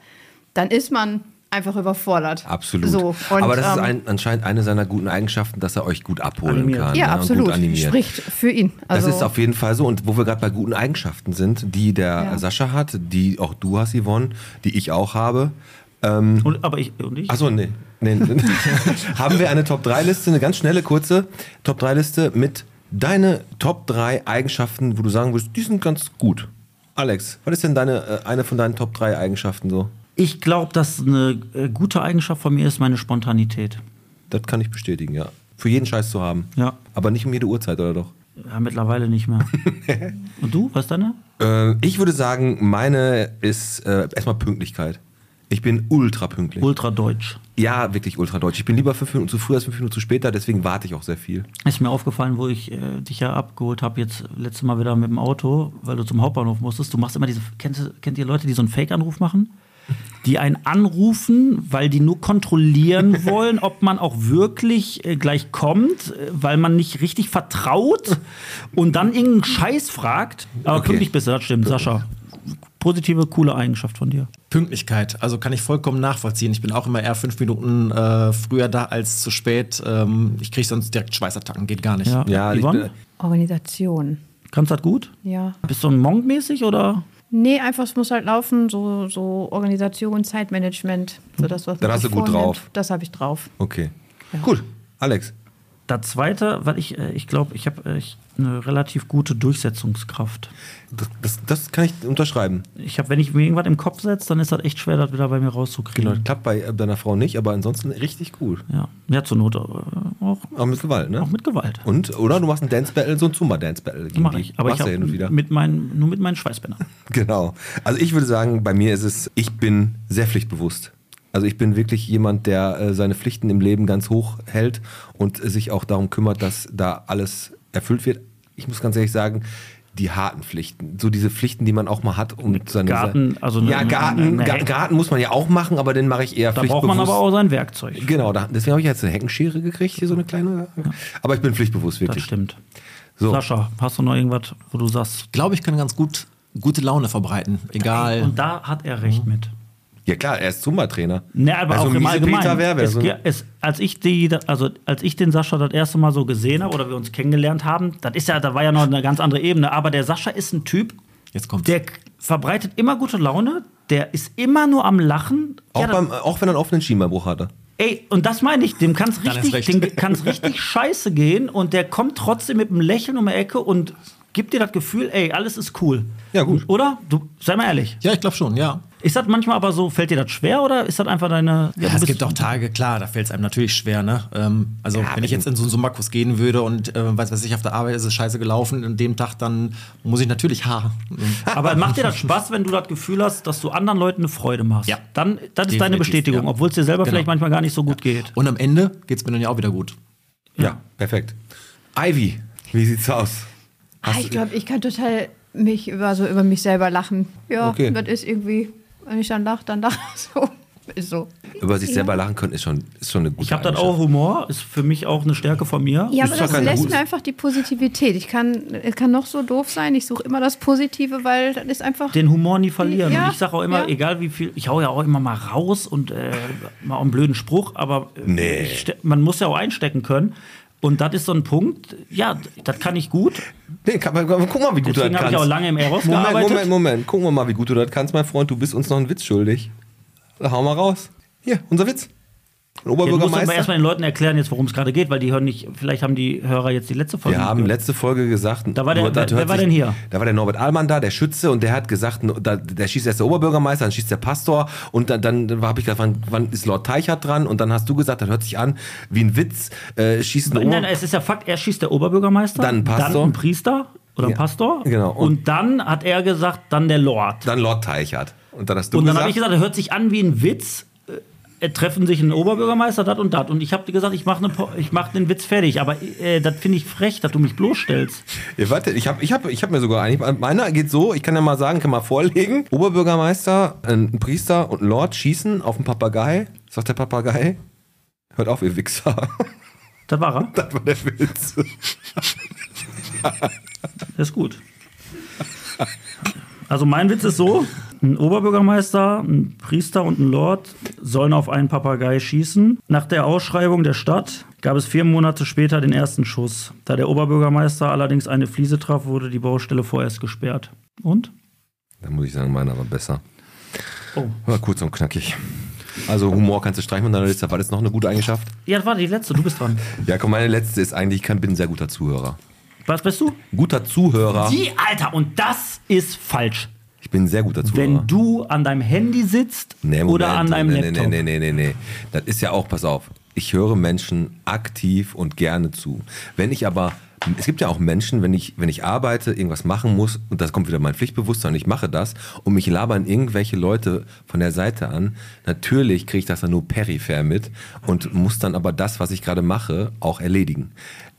[SPEAKER 9] dann ist man einfach überfordert.
[SPEAKER 2] Absolut.
[SPEAKER 9] So, und,
[SPEAKER 2] Aber das ist
[SPEAKER 9] ähm,
[SPEAKER 2] ein, anscheinend eine seiner guten Eigenschaften, dass er euch gut abholen
[SPEAKER 3] Animiert.
[SPEAKER 2] kann.
[SPEAKER 9] ja,
[SPEAKER 2] ne, Und
[SPEAKER 9] absolut.
[SPEAKER 2] gut animiert.
[SPEAKER 9] Spricht für ihn. Also,
[SPEAKER 2] das ist auf jeden Fall so. Und wo wir gerade bei guten Eigenschaften sind, die der
[SPEAKER 9] Ja.
[SPEAKER 2] Sascha hat, die auch du hast, Yvonne, die ich auch habe. Ähm,
[SPEAKER 3] Und, aber ich, und ich?
[SPEAKER 2] achso, nee. Nee, nee. haben wir eine Top 3 Liste, eine ganz schnelle, kurze Top 3 Liste mit deine Top 3 Eigenschaften, wo du sagen würdest, die sind ganz gut. Alex, was ist denn deine, äh, eine von deinen Top 3 Eigenschaften so?
[SPEAKER 3] Ich glaube, dass eine äh, gute Eigenschaft von mir ist meine Spontanität.
[SPEAKER 2] Das kann ich bestätigen, ja. Für jeden Scheiß zu haben.
[SPEAKER 3] Ja.
[SPEAKER 2] Aber nicht um jede Uhrzeit, oder doch?
[SPEAKER 3] Ja, mittlerweile nicht mehr. Und du, was ist deine?
[SPEAKER 2] Äh, ich würde sagen, meine ist äh, erstmal Pünktlichkeit. Ich bin ultra pünktlich.
[SPEAKER 3] Ultra deutsch.
[SPEAKER 2] Ja, wirklich ultra deutsch. Ich bin lieber fünf Minuten zu früh als fünf Minuten zu später, deswegen warte ich auch sehr viel.
[SPEAKER 3] Ist mir aufgefallen, wo ich äh, dich ja abgeholt habe, jetzt letztes Mal wieder mit dem Auto, weil du zum Hauptbahnhof musstest. Du machst immer diese, kennst, du- kennt ihr Leute, die so einen Fake-Anruf machen? Die einen anrufen, weil die nur kontrollieren wollen, ob man auch wirklich äh, gleich kommt, äh, weil man nicht richtig vertraut und dann irgendeinen Scheiß fragt. Aber
[SPEAKER 8] Okay.
[SPEAKER 3] pünktlich bist du, das stimmt, Sascha. Positive, coole Eigenschaft von dir.
[SPEAKER 8] Pünktlichkeit, also kann ich vollkommen nachvollziehen. Ich bin auch immer eher fünf Minuten äh, früher da als zu spät. Ähm, ich kriege sonst direkt Schweißattacken, geht gar nicht.
[SPEAKER 3] Ja. Ja, ich
[SPEAKER 2] äh,
[SPEAKER 3] Yvonne? bin-
[SPEAKER 9] Organisation.
[SPEAKER 3] Kannst du das gut?
[SPEAKER 9] Ja.
[SPEAKER 3] Bist du ein Monk-mäßig oder?
[SPEAKER 9] Nee, einfach, es muss halt laufen, so, so Organisation, Zeitmanagement, so das, was
[SPEAKER 2] Dann
[SPEAKER 9] man
[SPEAKER 2] hast
[SPEAKER 9] sich
[SPEAKER 2] du gut
[SPEAKER 9] vornimmt.
[SPEAKER 2] drauf.
[SPEAKER 9] Das habe ich drauf.
[SPEAKER 2] Okay. Gut, Alex.
[SPEAKER 3] Das zweite, weil ich, äh, ich glaube, ich habe äh, ich- eine relativ gute Durchsetzungskraft.
[SPEAKER 2] Das, das, das kann ich unterschreiben.
[SPEAKER 3] Ich habe, wenn ich mir irgendwas im Kopf setze, dann ist das echt schwer, das wieder bei mir
[SPEAKER 2] Genau,
[SPEAKER 3] rauszukriegen.
[SPEAKER 2] das klappt bei äh, deiner Frau nicht, aber ansonsten richtig gut.
[SPEAKER 3] Ja, ja zur Not äh, auch.
[SPEAKER 2] Auch mit Gewalt, ne? Auch
[SPEAKER 3] mit Gewalt.
[SPEAKER 2] Und, oder du machst ein Dance Battle, so ein Zumba Dance Battle. gegen
[SPEAKER 3] Mach
[SPEAKER 2] die.
[SPEAKER 3] ich. Aber
[SPEAKER 2] Machst du
[SPEAKER 3] ich habe
[SPEAKER 2] hin und wieder.
[SPEAKER 3] mit meinen, nur mit meinen Schweißbändern.
[SPEAKER 2] Genau. Also ich würde sagen, bei mir ist es, ich bin sehr pflichtbewusst. Also ich bin wirklich jemand, der äh, seine Pflichten im Leben ganz hoch hält und äh, sich auch darum kümmert, dass da alles erfüllt wird. Ich muss ganz ehrlich sagen, die harten Pflichten, so diese Pflichten, die man auch mal hat, um seine
[SPEAKER 3] Garten, also eine-
[SPEAKER 2] ja
[SPEAKER 3] eine-
[SPEAKER 2] Garten,
[SPEAKER 3] eine
[SPEAKER 2] Ga-
[SPEAKER 3] Heck-
[SPEAKER 2] Garten muss man ja auch machen, aber den mache ich eher
[SPEAKER 3] Da braucht man aber auch sein Werkzeug.
[SPEAKER 2] Genau, da, deswegen habe ich jetzt eine Heckenschere gekriegt, hier so eine kleine. Aber ich bin pflichtbewusst wirklich. Das
[SPEAKER 3] stimmt.
[SPEAKER 2] So.
[SPEAKER 3] Sascha, hast du noch irgendwas, wo du sagst?
[SPEAKER 8] Ich glaube, ich kann ganz gut gute Laune verbreiten, egal.
[SPEAKER 3] Und da hat er recht mit.
[SPEAKER 2] Ja klar, er ist Zumba-Trainer.
[SPEAKER 3] Ne, aber
[SPEAKER 2] Also
[SPEAKER 3] auch im
[SPEAKER 2] miese
[SPEAKER 3] Allgemeinen.
[SPEAKER 2] Peter also. Werber,
[SPEAKER 3] es,
[SPEAKER 2] so ein-
[SPEAKER 3] es, als, ich die, also, als ich den Sascha das erste Mal so gesehen habe oder wir uns kennengelernt haben, das ist ja, da war ja noch eine ganz andere Ebene. Aber der Sascha ist ein Typ, der k- verbreitet immer gute Laune, der ist immer nur am Lachen.
[SPEAKER 2] Auch,
[SPEAKER 3] Ja, das-
[SPEAKER 2] beim, auch wenn er einen offenen Schienbeinbruch hatte.
[SPEAKER 3] Ey, und das meine ich, dem kann es
[SPEAKER 2] Dann ist
[SPEAKER 3] richtig,
[SPEAKER 2] recht.
[SPEAKER 3] dem kann's richtig scheiße gehen und der kommt trotzdem mit einem Lächeln um die Ecke und gibt dir das Gefühl, ey, alles ist cool. Ja, gut. Oder? Du, sei mal ehrlich.
[SPEAKER 8] Ja, ich glaube schon, ja.
[SPEAKER 3] Ist das manchmal aber so, fällt dir das schwer oder ist das einfach deine.
[SPEAKER 8] Ja,
[SPEAKER 3] du
[SPEAKER 8] es
[SPEAKER 3] bist-
[SPEAKER 8] gibt auch Tage, klar, da fällt es einem natürlich schwer. Ne? Ähm, also wenn ich
[SPEAKER 3] wenn-
[SPEAKER 8] jetzt in so einen Summakus gehen würde und äh, weiß was ich auf der Arbeit ist es scheiße gelaufen, an dem Tag dann muss ich natürlich ha.
[SPEAKER 3] Aber macht dir das Spaß, wenn du das Gefühl hast, dass du anderen Leuten eine Freude machst? Ja. Dann das ist deine
[SPEAKER 8] Definitiv,
[SPEAKER 3] Bestätigung,
[SPEAKER 8] ja.
[SPEAKER 3] obwohl es dir selber
[SPEAKER 8] Genau.
[SPEAKER 3] vielleicht manchmal gar nicht so gut geht.
[SPEAKER 8] Und am Ende geht es mir dann ja auch wieder gut.
[SPEAKER 2] Ja, perfekt. Ivy, wie sieht's aus?
[SPEAKER 9] Ah, ich glaube, ich kann total mich über, so über mich selber lachen. Ja,
[SPEAKER 2] Okay.
[SPEAKER 9] das ist irgendwie, wenn ich dann lache, dann lache ich so. Ist so.
[SPEAKER 2] Über sich
[SPEAKER 9] Ja.
[SPEAKER 2] selber lachen können ist schon, ist schon eine gute
[SPEAKER 3] Ich habe dann auch Humor, ist für mich auch eine Stärke von mir.
[SPEAKER 9] Ja, aber das lässt mir einfach die Positivität. Ich kann, es kann noch so doof sein, ich suche immer das Positive, weil das ist einfach.
[SPEAKER 3] den Humor nie verlieren.
[SPEAKER 9] Ja,
[SPEAKER 3] und ich sage auch immer,
[SPEAKER 9] ja.
[SPEAKER 3] egal wie viel, ich hau ja auch immer mal raus und äh, mal einen blöden Spruch, aber äh,
[SPEAKER 2] Nee.
[SPEAKER 3] ich ste- man muss ja auch einstecken können. Und das ist so ein Punkt, ja, das kann ich gut.
[SPEAKER 2] Nee, kann, guck mal, wie
[SPEAKER 3] gut Deswegen habe ich auch lange im Eros
[SPEAKER 2] Moment,
[SPEAKER 3] gearbeitet.
[SPEAKER 2] Moment, Moment. Gucken wir mal, wie gut du das kannst, mein Freund. Du bist uns noch einen Witz schuldig. Na, Hau mal raus. Hier, unser Witz. Ein
[SPEAKER 3] Ja, du musst aber
[SPEAKER 2] Oberbürgermeister.
[SPEAKER 3] erstmal den Leuten erklären, jetzt worum es gerade geht, weil die hören nicht, vielleicht haben die Hörer jetzt die letzte Folge.
[SPEAKER 2] wir
[SPEAKER 3] nicht
[SPEAKER 2] haben
[SPEAKER 3] gehört.
[SPEAKER 2] letzte Folge gesagt, da
[SPEAKER 3] äh, war der- wer- wer war denn hier?
[SPEAKER 2] Da war der Norbert Ahlmann da, der Schütze, und der hat gesagt, da, der schießt erst der Oberbürgermeister, dann schießt der Pastor, und dann, dann habe ich gedacht, wann, wann ist Lord Teichert dran? Und dann hast du gesagt, das hört sich an wie ein Witz, äh, schießt ein Ober
[SPEAKER 3] Nein, nein, es ist ja Fakt, er schießt der Oberbürgermeister,
[SPEAKER 2] Dann ein Pastor.
[SPEAKER 3] dann ein Priester oder ein
[SPEAKER 2] Ja,
[SPEAKER 3] Pastor
[SPEAKER 2] genau.
[SPEAKER 3] und, dann hat er gesagt, dann der Lord.
[SPEAKER 2] dann Lord Teichert. Und dann hast du
[SPEAKER 3] und dann
[SPEAKER 2] gesagt,
[SPEAKER 3] habe ich gesagt, er hört sich an wie ein Witz. Äh, treffen sich ein Oberbürgermeister, dat und dat. Und ich habe gesagt, ich mache ne, Po- ich mach den Witz fertig. Aber äh, das finde ich frech, dass du mich bloßstellst.
[SPEAKER 2] Ja, warte, ich habe ich hab, ich hab mir sogar einig. Meiner geht so, ich kann ja mal sagen, kann mal vorlegen. Oberbürgermeister, ein Priester und ein Lord schießen auf einen Papagei. Sagt der Papagei, hört auf, ihr Wichser.
[SPEAKER 3] Das war er.
[SPEAKER 2] Das war der Witz.
[SPEAKER 3] Das ist gut. Also mein Witz ist so, ein Oberbürgermeister, ein Priester und ein Lord sollen auf einen Papagei schießen. Nach der Ausschreibung der Stadt gab es vier Monate später den ersten Schuss. Da der Oberbürgermeister allerdings eine Fliese traf, wurde die Baustelle vorerst gesperrt. Und?
[SPEAKER 2] Da muss ich sagen, meiner war besser.
[SPEAKER 3] Oh.
[SPEAKER 2] War kurz und knackig. Also Humor kannst du streichen von deiner Liste. War das noch eine gute Eigenschaft?
[SPEAKER 3] Ja, das war die letzte, du bist dran.
[SPEAKER 2] Ja, komm, meine letzte ist eigentlich, ich kann, bin ein sehr guter Zuhörer.
[SPEAKER 3] Was bist du?
[SPEAKER 2] Guter Zuhörer.
[SPEAKER 3] Die, Alter, und das ist falsch.
[SPEAKER 2] Ich bin ein sehr guter Zuhörer.
[SPEAKER 3] Wenn du an deinem Handy sitzt
[SPEAKER 2] Nee, Moment,
[SPEAKER 3] oder an deinem
[SPEAKER 2] nee,
[SPEAKER 3] Laptop.
[SPEAKER 2] Nee, nee, nee, nee, nee. Das ist ja auch, pass auf, ich höre Menschen aktiv und gerne zu. Wenn ich aber, es gibt ja auch Menschen, wenn ich, wenn ich arbeite, irgendwas machen muss, und das kommt wieder mein Pflichtbewusstsein, ich mache das, und mich labern irgendwelche Leute von der Seite an, natürlich kriege ich das dann nur peripher mit und muss dann aber das, was ich gerade mache, auch erledigen.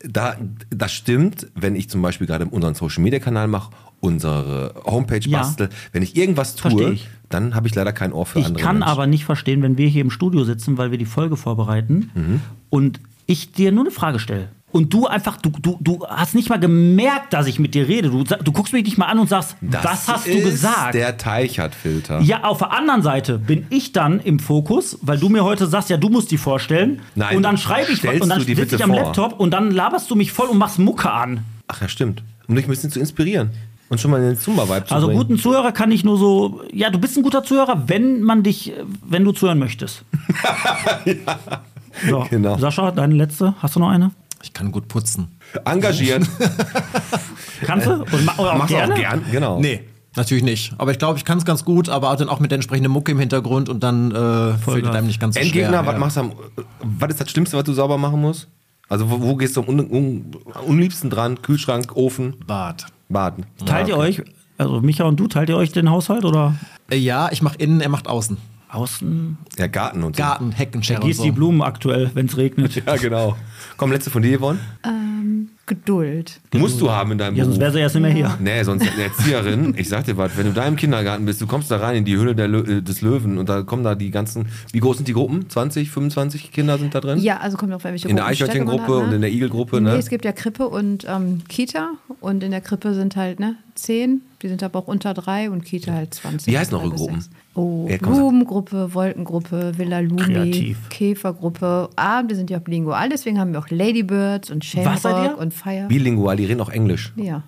[SPEAKER 2] Da, das stimmt, wenn ich zum Beispiel gerade unseren Social-Media-Kanal mache, unsere Homepage
[SPEAKER 3] Ja.
[SPEAKER 2] bastel, wenn ich irgendwas
[SPEAKER 3] Versteh
[SPEAKER 2] tue,
[SPEAKER 3] ich.
[SPEAKER 2] dann habe ich leider kein Ohr für
[SPEAKER 3] Ich
[SPEAKER 2] andere
[SPEAKER 3] kann
[SPEAKER 2] Menschen.
[SPEAKER 3] aber nicht verstehen, wenn wir hier im Studio sitzen, weil wir die Folge vorbereiten
[SPEAKER 2] Mhm.
[SPEAKER 3] und ich dir nur eine Frage stelle. Und du einfach, du, du, du hast nicht mal gemerkt, dass ich mit dir rede. Du, sa- du guckst mich nicht mal an und sagst, was hast du
[SPEAKER 2] ist
[SPEAKER 3] gesagt?
[SPEAKER 2] Der Teichert-Filter.
[SPEAKER 3] Ja, auf der anderen Seite bin ich dann im Fokus, weil du mir heute sagst, ja, du musst die vorstellen.
[SPEAKER 2] Nein,
[SPEAKER 3] und dann schreibe ich
[SPEAKER 2] stellst
[SPEAKER 3] und dann
[SPEAKER 2] du die
[SPEAKER 3] sitze
[SPEAKER 2] bitte
[SPEAKER 3] ich am
[SPEAKER 2] vor.
[SPEAKER 3] Laptop und dann laberst du mich voll und machst Mucke an.
[SPEAKER 2] Ach ja, stimmt. Um dich ein bisschen zu inspirieren und schon mal in den Zumba-Vibe zu
[SPEAKER 3] Also
[SPEAKER 2] bringen.
[SPEAKER 3] guten Zuhörer kann ich nur so, ja, du bist ein guter Zuhörer, wenn man dich, äh, wenn du zuhören möchtest. So,
[SPEAKER 2] Genau.
[SPEAKER 3] Sascha, deine letzte. Hast du noch eine?
[SPEAKER 8] Ich kann gut putzen.
[SPEAKER 2] Engagieren.
[SPEAKER 3] Kannst du? Und ma oder auch
[SPEAKER 2] Machst du
[SPEAKER 3] gerne?
[SPEAKER 2] auch gern? Genau.
[SPEAKER 8] Nee, natürlich nicht. Aber ich glaube, ich kann es ganz gut, aber dann auch mit der entsprechenden Mucke im Hintergrund und dann äh, fällt es einem nicht ganz so
[SPEAKER 2] Endgegner,
[SPEAKER 8] schwer.
[SPEAKER 2] was machst du am, was ist das Schlimmste, was du sauber machen musst? Also wo, wo gehst du am un, un, unliebsten dran? Kühlschrank, Ofen,
[SPEAKER 8] Bad.
[SPEAKER 2] Baden.
[SPEAKER 3] Teilt ihr euch, also Micha und du, teilt ihr euch den Haushalt oder
[SPEAKER 8] Äh, Ja, ich mache innen, er macht außen.
[SPEAKER 3] außen?
[SPEAKER 2] Ja, Garten und so.
[SPEAKER 8] Garten, Heckenschere
[SPEAKER 3] Da
[SPEAKER 8] und
[SPEAKER 3] gießt die
[SPEAKER 8] so.
[SPEAKER 3] Blumen aktuell, wenn es regnet.
[SPEAKER 2] Ja, genau. Komm, letzte von dir, Yvonne.
[SPEAKER 9] Ähm, Geduld.
[SPEAKER 2] Musst du haben in deinem
[SPEAKER 3] Ja, sonst wäre
[SPEAKER 2] Beruf.
[SPEAKER 3] sie erst nicht mehr hier.
[SPEAKER 2] Nee, sonst eine Erzieherin, ich sag dir was, wenn du da im Kindergarten bist, du kommst da rein in die Höhle der Lö äh, des Löwen und da kommen da die ganzen, wie groß sind die Gruppen? 20, 25 Kinder sind da drin?
[SPEAKER 9] Ja, also kommt auf welche
[SPEAKER 2] In der
[SPEAKER 9] Gruppenstärke man
[SPEAKER 2] Eichhörnchengruppe
[SPEAKER 9] hat,
[SPEAKER 2] und in der Igelgruppe, ne?
[SPEAKER 9] Nee, es gibt ja Krippe und ähm, Kita und in der Krippe sind halt ne, zehn, die sind aber auch unter drei und Kita halt 20.
[SPEAKER 2] Wie heißen
[SPEAKER 9] drei
[SPEAKER 2] eure
[SPEAKER 9] bis
[SPEAKER 2] Gruppen?
[SPEAKER 9] sechs. Oh,
[SPEAKER 2] Ja, komm.
[SPEAKER 9] Blumengruppe, Wolkengruppe, Villa Lumi,
[SPEAKER 3] Kreativ.
[SPEAKER 9] Käfergruppe. Ah, wir sind ja auch bilingual, deswegen haben wir auch Ladybirds und
[SPEAKER 3] Was seid ihr?
[SPEAKER 9] Shamrock und Fire.
[SPEAKER 2] Bilingual, die reden auch Englisch.
[SPEAKER 9] ja.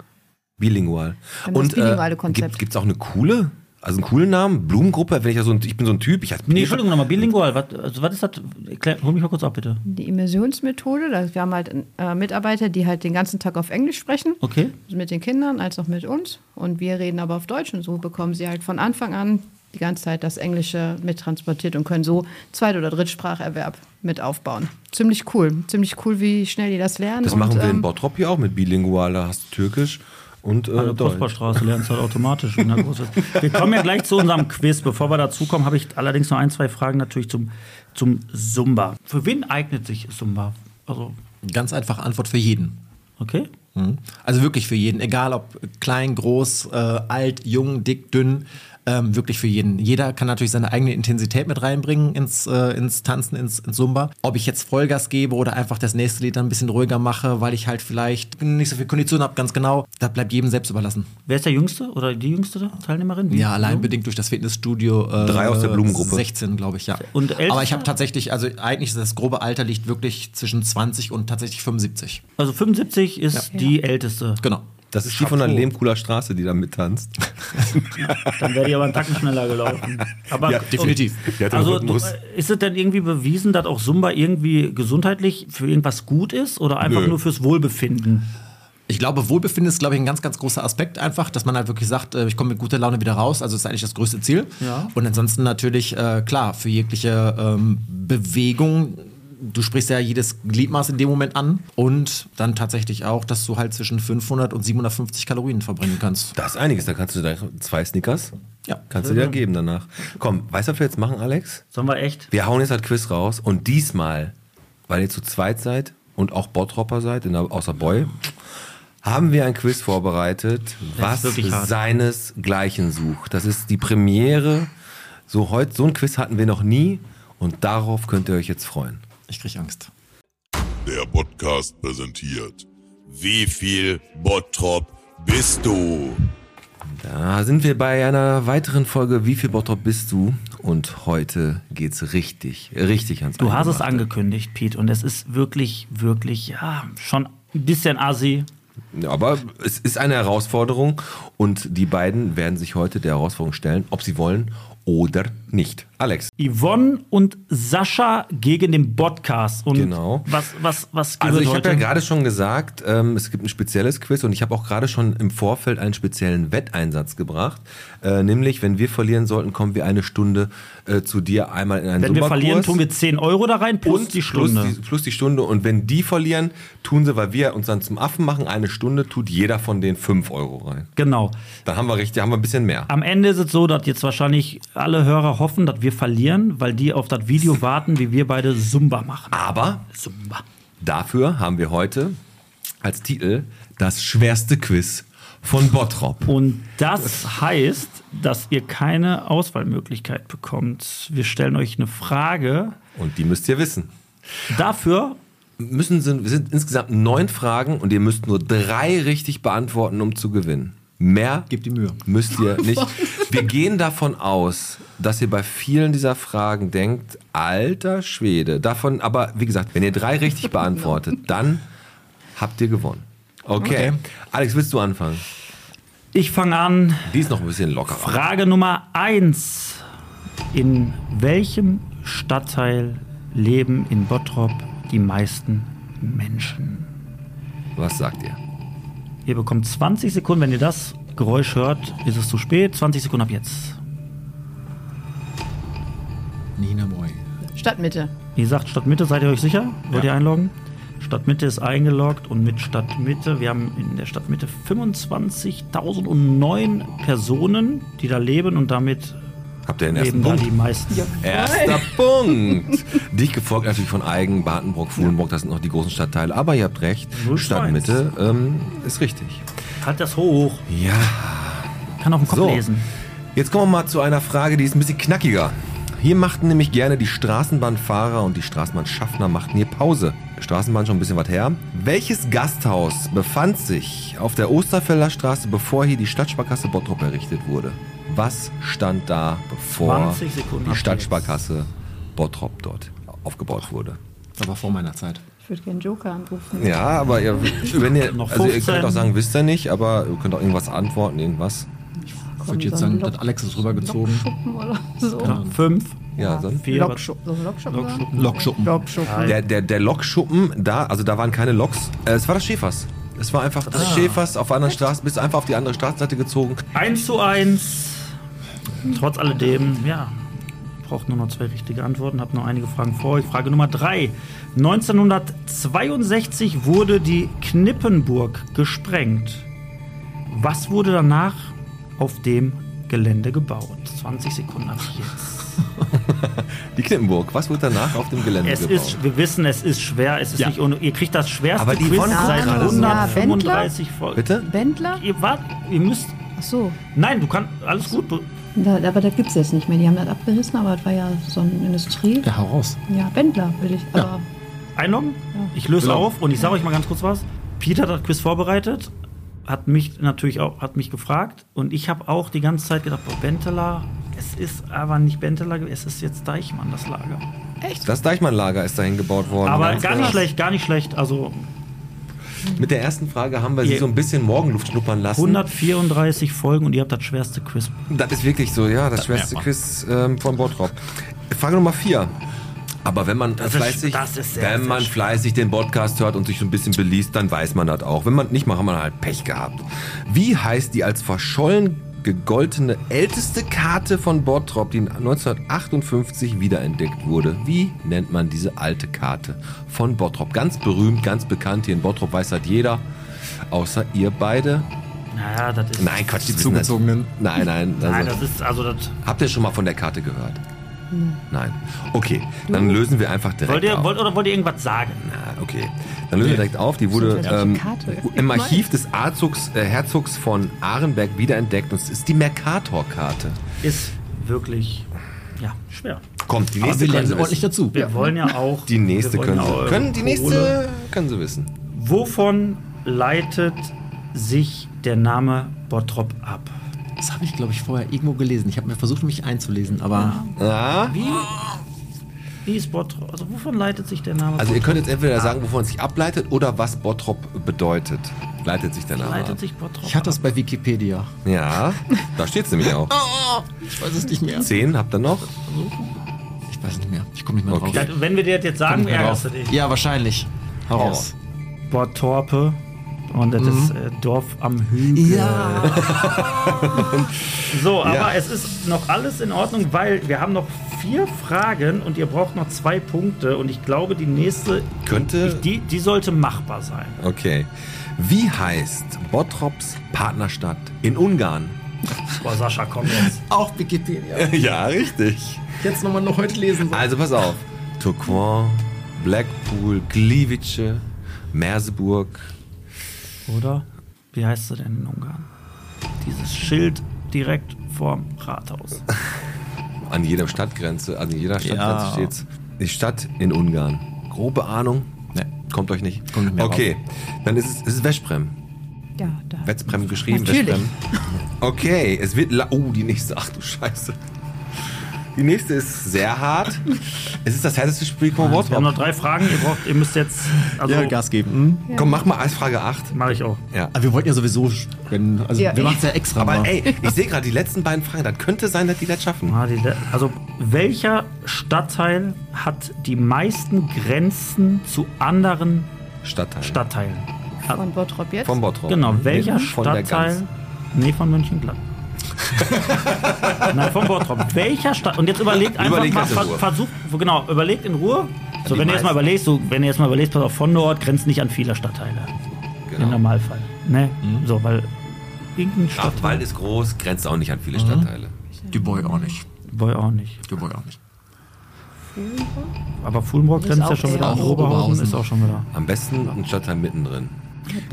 [SPEAKER 2] Bilingual.
[SPEAKER 9] Dann das
[SPEAKER 2] Und
[SPEAKER 9] bilinguale
[SPEAKER 2] äh,
[SPEAKER 9] Konzept.
[SPEAKER 2] gibt es auch eine coole, also einen coolen Namen? Blumengruppe? Wenn ich, ja so ein, ich bin so ein Typ, ich heiße
[SPEAKER 3] Nee, Entschuldigung nochmal, bilingual. Was, also, was ist das? Erklär, hol mich mal kurz ab, bitte.
[SPEAKER 9] Die Immersionsmethode, da wir haben halt äh, Mitarbeiter, die halt den ganzen Tag auf Englisch sprechen.
[SPEAKER 3] Okay.
[SPEAKER 9] mit den Kindern als auch mit uns. Und wir reden aber auf Deutsch und so bekommen sie halt von Anfang an die ganze Zeit das Englische mittransportiert und können so Zweit- oder Drittspracherwerb mit aufbauen. Ziemlich cool. Ziemlich cool, wie schnell die das lernen.
[SPEAKER 2] Das
[SPEAKER 9] und,
[SPEAKER 2] machen wir in
[SPEAKER 9] ähm,
[SPEAKER 2] Bottrop hier auch mit Bilingual, da hast du Türkisch und
[SPEAKER 3] An
[SPEAKER 2] äh,
[SPEAKER 3] der
[SPEAKER 2] Deutsch.
[SPEAKER 3] Prosperstraße lernst du halt automatisch. Wenn da groß ist. Wir kommen ja gleich zu unserem Quiz. Bevor wir dazu kommen, habe ich allerdings noch ein, zwei Fragen natürlich zum, zum Zumba. Für wen eignet sich Zumba? Also,
[SPEAKER 8] Ganz einfache Antwort für jeden.
[SPEAKER 3] okay.
[SPEAKER 8] Mhm. Also wirklich für jeden, egal ob klein, groß, äh, alt, jung, dick, dünn, ähm, wirklich für jeden. Jeder kann natürlich seine eigene Intensität mit reinbringen ins, äh, ins Tanzen, ins, ins Zumba. Ob ich jetzt Vollgas gebe oder einfach das nächste Lied dann ein bisschen ruhiger mache, weil ich halt vielleicht nicht so viel Kondition habe, ganz genau, da bleibt jedem selbst überlassen.
[SPEAKER 3] Wer ist der Jüngste oder die Jüngste da? Teilnehmerin? Wie-
[SPEAKER 8] Ja, allein
[SPEAKER 3] Jung?
[SPEAKER 8] bedingt durch das Fitnessstudio. Äh,
[SPEAKER 2] ne? Drei aus der Blumengruppe.
[SPEAKER 8] 16, glaube ich, ja.
[SPEAKER 3] Und ältester?
[SPEAKER 8] Aber ich habe tatsächlich, also eigentlich ist das grobe Alter liegt wirklich zwischen 20 und tatsächlich 75.
[SPEAKER 3] Also 75 ist die Älteste.
[SPEAKER 8] Genau.
[SPEAKER 2] Das ist die von der
[SPEAKER 3] Chapeau.
[SPEAKER 2] Lehmkuhler Straße, die da mittanzt.
[SPEAKER 3] Dann wäre die aber einen Tacken schneller gelaufen. Aber,
[SPEAKER 2] Ja, definitiv. Die hat den
[SPEAKER 3] also du,
[SPEAKER 2] Rhythmus.
[SPEAKER 3] äh, ist es denn irgendwie bewiesen, dass auch Zumba irgendwie gesundheitlich für irgendwas gut ist oder einfach
[SPEAKER 2] Nö.
[SPEAKER 3] nur fürs Wohlbefinden?
[SPEAKER 8] Ich glaube, Wohlbefinden ist, glaube ich, ein ganz, ganz großer Aspekt einfach, dass man halt wirklich sagt, äh, ich komme mit guter Laune wieder raus. Also das ist eigentlich das größte Ziel.
[SPEAKER 3] Ja.
[SPEAKER 8] Und ansonsten natürlich, äh, klar, für jegliche ähm, Bewegung, du sprichst ja jedes Gliedmaß in dem Moment an und dann tatsächlich auch, dass du halt zwischen 500 und 750 Kalorien verbrennen kannst.
[SPEAKER 2] Da ist einiges, da kannst du da zwei Snickers,
[SPEAKER 8] Ja.
[SPEAKER 2] kannst du dir geben danach. Komm, weißt du, was wir jetzt machen, Alex?
[SPEAKER 3] Sollen wir echt?
[SPEAKER 2] Wir hauen jetzt das Quiz raus und diesmal, weil ihr zu zweit seid und auch Bottropper seid, in der, außer Boy, haben wir ein Quiz vorbereitet, was
[SPEAKER 3] wirklich hart.
[SPEAKER 2] seinesgleichen sucht. Das ist die Premiere. So, heut, so ein Quiz hatten wir noch nie und darauf könnt ihr euch jetzt freuen.
[SPEAKER 8] Ich krieg Angst.
[SPEAKER 6] Der Podcast präsentiert. Wie viel Bottrop bist du?
[SPEAKER 2] Da sind wir bei einer weiteren Folge Wie viel Bottrop bist du? Und heute geht's richtig, richtig ans
[SPEAKER 3] Du hast es
[SPEAKER 2] Eingemachte.
[SPEAKER 3] angekündigt, Pete, und es ist wirklich, wirklich, ja, schon ein bisschen assi.
[SPEAKER 2] Ja, Aber es ist eine Herausforderung und die beiden werden sich heute der Herausforderung stellen, ob sie wollen oder nicht. Alex.
[SPEAKER 3] Yvonne und Sascha gegen den Podcast. Und genau. Was, was, was
[SPEAKER 2] Also
[SPEAKER 3] gehört
[SPEAKER 2] ich habe
[SPEAKER 3] heute?
[SPEAKER 2] ja gerade schon gesagt, ähm, es gibt ein spezielles Quiz und ich habe auch gerade schon im Vorfeld einen speziellen Wetteinsatz gebracht. Äh, nämlich, wenn wir verlieren sollten, kommen wir eine Stunde äh, zu dir einmal in einen
[SPEAKER 3] Wenn wir
[SPEAKER 2] Zumba-Kurs.
[SPEAKER 3] verlieren, tun wir 10 Euro da rein plus die Stunde.
[SPEAKER 2] Plus die, plus die Stunde. Und wenn die verlieren, tun sie, weil wir uns dann zum Affen machen, eine Stunde tut jeder von denen 5 Euro rein.
[SPEAKER 3] Genau.
[SPEAKER 2] Dann haben wir richtig, haben wir ein bisschen mehr.
[SPEAKER 3] Am Ende ist es so, dass jetzt wahrscheinlich alle Hörer hoffen, dass wir verlieren, weil die auf das Video warten, wie wir beide Zumba machen.
[SPEAKER 2] Aber
[SPEAKER 3] Zumba.
[SPEAKER 2] dafür haben wir heute als Titel das schwerste Quiz von Bottrop.
[SPEAKER 3] Und das heißt, dass ihr keine Auswahlmöglichkeit bekommt. Wir stellen euch eine Frage.
[SPEAKER 2] Und die müsst ihr wissen.
[SPEAKER 3] Dafür
[SPEAKER 2] müssen sind, wir sind insgesamt neun Fragen und ihr müsst nur drei richtig beantworten, um zu gewinnen. Mehr
[SPEAKER 8] Gebt die Mühe.
[SPEAKER 2] müsst ihr nicht. Wir gehen davon aus, dass ihr bei vielen dieser Fragen denkt, alter Schwede, davon, aber wie gesagt, wenn ihr drei richtig beantwortet, dann habt ihr gewonnen. Okay.
[SPEAKER 3] Okay.
[SPEAKER 2] Alex, willst du anfangen?
[SPEAKER 3] Ich fange an.
[SPEAKER 2] Die ist noch ein bisschen lockerer.
[SPEAKER 3] Frage Nummer 1. In welchem Stadtteil leben in Bottrop die meisten Menschen?
[SPEAKER 2] Was sagt ihr?
[SPEAKER 3] Ihr bekommt 20 Sekunden, wenn ihr das Geräusch hört, ist es zu spät. 20 Sekunden ab jetzt.
[SPEAKER 8] Nina Moy.
[SPEAKER 9] Stadtmitte.
[SPEAKER 3] Ihr sagt Stadtmitte, seid ihr euch sicher? Wollt ihr einloggen? Stadtmitte ist eingeloggt und mit Stadtmitte, wir haben in der Stadtmitte 25.009 Personen, die da leben und damit
[SPEAKER 2] Habt ihr den ersten
[SPEAKER 3] leben da
[SPEAKER 2] Punkt?
[SPEAKER 3] die meisten.
[SPEAKER 2] Erster Punkt. Dich gefolgt natürlich von Eigen, Bartenburg, Fuhlenburg, das sind noch die großen Stadtteile. Aber ihr habt recht, Stadtmitte ähm, ist richtig.
[SPEAKER 3] Halt das hoch.
[SPEAKER 2] Ja.
[SPEAKER 3] Kann auf dem Kopf lesen.
[SPEAKER 2] Jetzt kommen wir mal zu einer Frage, die ist ein bisschen knackiger. Hier machten nämlich gerne die Straßenbahnfahrer und die Straßenbahnschaffner machten hier Pause. Straßenbahn schon ein bisschen was her. Welches Gasthaus befand sich auf der Osterfelder Straße, bevor hier die Stadtsparkasse Bottrop errichtet wurde? Was stand da, bevor
[SPEAKER 3] 20 Sekunden
[SPEAKER 2] die
[SPEAKER 3] ab
[SPEAKER 2] Stadtsparkasse Bottrop dort aufgebaut wurde?
[SPEAKER 8] Das war vor meiner Zeit.
[SPEAKER 9] Ich würde gerne Joker anrufen.
[SPEAKER 2] Ja, aber ihr, wenn ihr,
[SPEAKER 3] Noch
[SPEAKER 2] also ihr
[SPEAKER 3] 15.
[SPEAKER 2] könnt auch sagen, wisst ihr nicht, aber ihr könnt auch irgendwas antworten, irgendwas.
[SPEAKER 8] Ich würde jetzt sagen, dass Alex ist rübergezogen.
[SPEAKER 9] Lokschuppen oder so.
[SPEAKER 3] Ja, fünf.
[SPEAKER 2] Ja, dann.
[SPEAKER 3] Vier.
[SPEAKER 9] Lokschuppen. Sollen wir Lokschuppen sagen?
[SPEAKER 8] Lokschuppen.
[SPEAKER 9] Lokschuppen.
[SPEAKER 2] Der, der, der Lokschuppen, da, also da waren keine Loks. Äh, es war das Schäfers. Es war einfach
[SPEAKER 3] Ah.
[SPEAKER 2] das Schäfers auf der anderen Straße, bist einfach auf die andere Straßenseite gezogen.
[SPEAKER 3] 1 zu 1. Trotz alledem, ja, braucht nur noch zwei richtige Antworten, habt noch einige Fragen vor euch. Frage Nummer 3. 1962 wurde die Knippenburg gesprengt. Was wurde danach auf dem Gelände gebaut? 20 Sekunden ab jetzt.
[SPEAKER 2] Die Knippenburg. Was wird danach auf dem Gelände
[SPEAKER 3] Es
[SPEAKER 2] gebaut?
[SPEAKER 3] ist, wir wissen, es ist schwer. Es ist nicht ohne, ihr kriegt das schwerste
[SPEAKER 2] Aber die
[SPEAKER 3] Quiz
[SPEAKER 2] Yvonne
[SPEAKER 3] seit
[SPEAKER 2] kann das.
[SPEAKER 3] 135 Folgen.
[SPEAKER 2] Bitte?
[SPEAKER 9] Bändler?
[SPEAKER 3] Ihr wart, ihr müsst.
[SPEAKER 9] Ach so.
[SPEAKER 3] Nein, du kannst. Alles gut. Du,
[SPEAKER 9] Da, aber das gibt es jetzt nicht mehr. Die haben das abgerissen, aber das war ja so eine Industrie.
[SPEAKER 8] Ja, hau raus.
[SPEAKER 9] Ja, Bändler will ich. Aber
[SPEAKER 3] einloggen. Ich löse
[SPEAKER 8] Genau.
[SPEAKER 3] auf und ich sage euch mal ganz kurz was. Peter hat das Quiz vorbereitet, hat mich natürlich auch hat mich gefragt und ich habe auch die ganze Zeit gedacht, boah, Benteler, es ist aber nicht Benteler, es ist jetzt Deichmann das Lager.
[SPEAKER 2] Das Deichmann-Lager ist dahin gebaut worden.
[SPEAKER 3] aber
[SPEAKER 2] Ganz
[SPEAKER 3] gar nicht
[SPEAKER 2] krass.
[SPEAKER 3] schlecht, gar nicht schlecht. Also
[SPEAKER 2] Mit der ersten Frage haben wir sie
[SPEAKER 3] Ihr-
[SPEAKER 2] so ein bisschen Morgenluft schnuppern lassen.
[SPEAKER 3] 134 Folgen und ihr habt das schwerste Quiz.
[SPEAKER 2] Das ist wirklich so, ja, das,
[SPEAKER 3] Das
[SPEAKER 2] schwerste
[SPEAKER 3] merkt man.
[SPEAKER 2] Quiz ähm, von Bottrop. Frage Nummer vier. Aber wenn man
[SPEAKER 3] Das ist-
[SPEAKER 2] fleißig,
[SPEAKER 3] das ist sehr,
[SPEAKER 2] wenn
[SPEAKER 3] sehr
[SPEAKER 2] man
[SPEAKER 3] schwer.
[SPEAKER 2] fleißig den Podcast hört und sich so ein bisschen beliest, dann weiß man das auch. Wenn man nicht macht, hat man halt Pech gehabt. Wie heißt die als verschollen gegoltene älteste Karte von Bottrop, die 1958 wiederentdeckt wurde? Wie nennt man diese alte Karte von Bottrop? Ganz berühmt, ganz bekannt hier in Bottrop weiß halt jeder, außer ihr beide.
[SPEAKER 3] Naja, das ist
[SPEAKER 2] Nein, Quatsch, die wissen das.
[SPEAKER 8] Zugezogenen.
[SPEAKER 2] Nein, nein.
[SPEAKER 3] Nein,
[SPEAKER 2] also-
[SPEAKER 3] das ist also das
[SPEAKER 2] Habt ihr schon mal von der Karte gehört? Nein. Okay, dann lösen wir einfach direkt
[SPEAKER 3] Wollt ihr
[SPEAKER 2] auf.
[SPEAKER 3] wollt, oder wollt ihr irgendwas sagen?
[SPEAKER 2] Ah, okay, dann lösen wir direkt auf. Die wurde
[SPEAKER 9] Das ist eine
[SPEAKER 2] ähm,
[SPEAKER 9] Karte.
[SPEAKER 2] im Archiv des Arzugs, äh, Herzogs von Arenberg wiederentdeckt. Und es ist die Mercator-Karte.
[SPEAKER 3] Ist wirklich ja, schwer.
[SPEAKER 2] Kommt, die
[SPEAKER 8] Aber
[SPEAKER 2] nächste
[SPEAKER 8] wir
[SPEAKER 2] können
[SPEAKER 8] lernen
[SPEAKER 2] sie
[SPEAKER 8] ordentlich
[SPEAKER 2] wissen.
[SPEAKER 8] dazu.
[SPEAKER 3] Wir wollen ja auch
[SPEAKER 2] Die nächste
[SPEAKER 3] wir wollen
[SPEAKER 2] können
[SPEAKER 3] ja auch
[SPEAKER 2] sie, können, die
[SPEAKER 3] Kohle.
[SPEAKER 2] nächste können sie wissen.
[SPEAKER 3] Wovon leitet sich der Name Bottrop ab?
[SPEAKER 8] Das habe ich, glaube ich, vorher irgendwo gelesen. Ich habe mir versucht, mich einzulesen, aber
[SPEAKER 2] Ah,
[SPEAKER 3] Wie, wie ist Bottrop? Also wovon leitet sich der Name
[SPEAKER 2] also ihr
[SPEAKER 3] Bottrop?
[SPEAKER 2] könnt jetzt entweder sagen, wovon es sich ableitet oder was Bottrop bedeutet. Leitet sich danach
[SPEAKER 3] Leitet
[SPEAKER 2] ab.
[SPEAKER 3] sich Bottrop.
[SPEAKER 8] Ich hatte das bei Wikipedia.
[SPEAKER 2] Ja, da steht es nämlich auch.
[SPEAKER 8] Oh, ich weiß es nicht mehr.
[SPEAKER 2] Zehn habt ihr noch?
[SPEAKER 8] Ich weiß nicht mehr. Ich komme nicht mehr
[SPEAKER 3] Das,
[SPEAKER 8] drauf.
[SPEAKER 3] wenn wir dir das jetzt sagen,
[SPEAKER 8] Kommt nicht mehr
[SPEAKER 3] ärgerst du
[SPEAKER 8] drauf.
[SPEAKER 3] dich.
[SPEAKER 8] Ja, wahrscheinlich. Hau raus.
[SPEAKER 3] Bottorpe und das
[SPEAKER 8] Mhm.
[SPEAKER 3] ist äh, Dorf am Hügel. so, aber
[SPEAKER 8] Ja.
[SPEAKER 3] es ist noch alles in Ordnung, weil wir haben noch vier Fragen und ihr braucht noch zwei Punkte und ich glaube, die nächste
[SPEAKER 2] Könnte-
[SPEAKER 3] ich, die, die sollte machbar sein.
[SPEAKER 2] Okay. Wie heißt Bottrops Partnerstadt in Ungarn?
[SPEAKER 3] Boah, Sascha, komm jetzt.
[SPEAKER 8] Auch Wikipedia.
[SPEAKER 2] ja, richtig.
[SPEAKER 8] Jetzt nochmal noch heute lesen. sollen.
[SPEAKER 2] Also pass auf. Turquoise, Blackpool, Gliwice, Merseburg.
[SPEAKER 3] Oder? Wie heißt sie denn in Ungarn? Dieses Schild direkt vorm Rathaus.
[SPEAKER 2] An jeder Stadtgrenze, an jeder Stadtgrenze
[SPEAKER 8] Ja.
[SPEAKER 2] steht's. Die Stadt in Ungarn. Grobe Ahnung? Ne, kommt euch nicht.
[SPEAKER 8] Kommt nicht mehr
[SPEAKER 2] okay, dann ist es, es ist Veszprem.
[SPEAKER 9] Ja, da.
[SPEAKER 2] Veszprem geschrieben,
[SPEAKER 9] Natürlich.
[SPEAKER 2] Veszprem. Okay, es wird. La oh, die nächste. Ach du Scheiße. Die nächste ist sehr hart. es ist das härteste Spiel, Komm,
[SPEAKER 3] Wir haben
[SPEAKER 2] Bottrop.
[SPEAKER 3] noch drei Fragen, ihr braucht, ihr müsst jetzt. Also,
[SPEAKER 8] ja, Gas geben. Mhm.
[SPEAKER 2] Komm, mach mal als Frage 8.
[SPEAKER 3] Mach ich auch.
[SPEAKER 2] Ja.
[SPEAKER 8] Aber wir wollten ja sowieso spenden. Also
[SPEAKER 9] Ja,
[SPEAKER 8] wir
[SPEAKER 9] eh.
[SPEAKER 8] machen es ja extra
[SPEAKER 2] Aber
[SPEAKER 3] Genau.
[SPEAKER 8] mal.
[SPEAKER 2] ey, ich sehe gerade die letzten beiden Fragen. Das könnte sein, dass die das schaffen.
[SPEAKER 3] Ah, die Le- Also, welcher Stadtteil hat die meisten Grenzen zu anderen
[SPEAKER 2] Stadtteil.
[SPEAKER 3] Stadtteilen?
[SPEAKER 9] Von Bottrop jetzt?
[SPEAKER 2] Von Bottrop.
[SPEAKER 3] Genau, welcher
[SPEAKER 2] Von der
[SPEAKER 3] Stadtteil?
[SPEAKER 2] Gans.
[SPEAKER 3] Nee, von München-Gladbach. Nein, von Bottrop. Welcher Stadt? Und jetzt überlegt einfach
[SPEAKER 2] Überlegt
[SPEAKER 3] mal,
[SPEAKER 2] das in
[SPEAKER 3] ver
[SPEAKER 2] Ruhe.
[SPEAKER 3] versucht, genau, überlegt in Ruhe. So,
[SPEAKER 2] Die
[SPEAKER 3] wenn ihr jetzt mal
[SPEAKER 2] meisten.
[SPEAKER 3] überlegt, so, wenn ihr jetzt mal überlegt, pass auf, von Nord grenzt nicht an viele Stadtteile. Im
[SPEAKER 2] Genau. Mhm.
[SPEAKER 3] Normalfall. Ne? So, weil irgendein Stadtteil. Mhm.
[SPEAKER 2] Stadtwald ist groß, grenzt auch nicht an viele Stadtteile.
[SPEAKER 8] Die Boy auch nicht.
[SPEAKER 3] Boy auch nicht.
[SPEAKER 8] Die Boy auch nicht.
[SPEAKER 3] Aber Fulmrock
[SPEAKER 9] Ist
[SPEAKER 3] grenzt ja
[SPEAKER 9] auch
[SPEAKER 3] schon
[SPEAKER 9] eher
[SPEAKER 3] wieder an
[SPEAKER 8] Oberhausen.
[SPEAKER 3] Oberhausen, ist auch schon wieder.
[SPEAKER 2] Am besten ein Stadtteil mittendrin.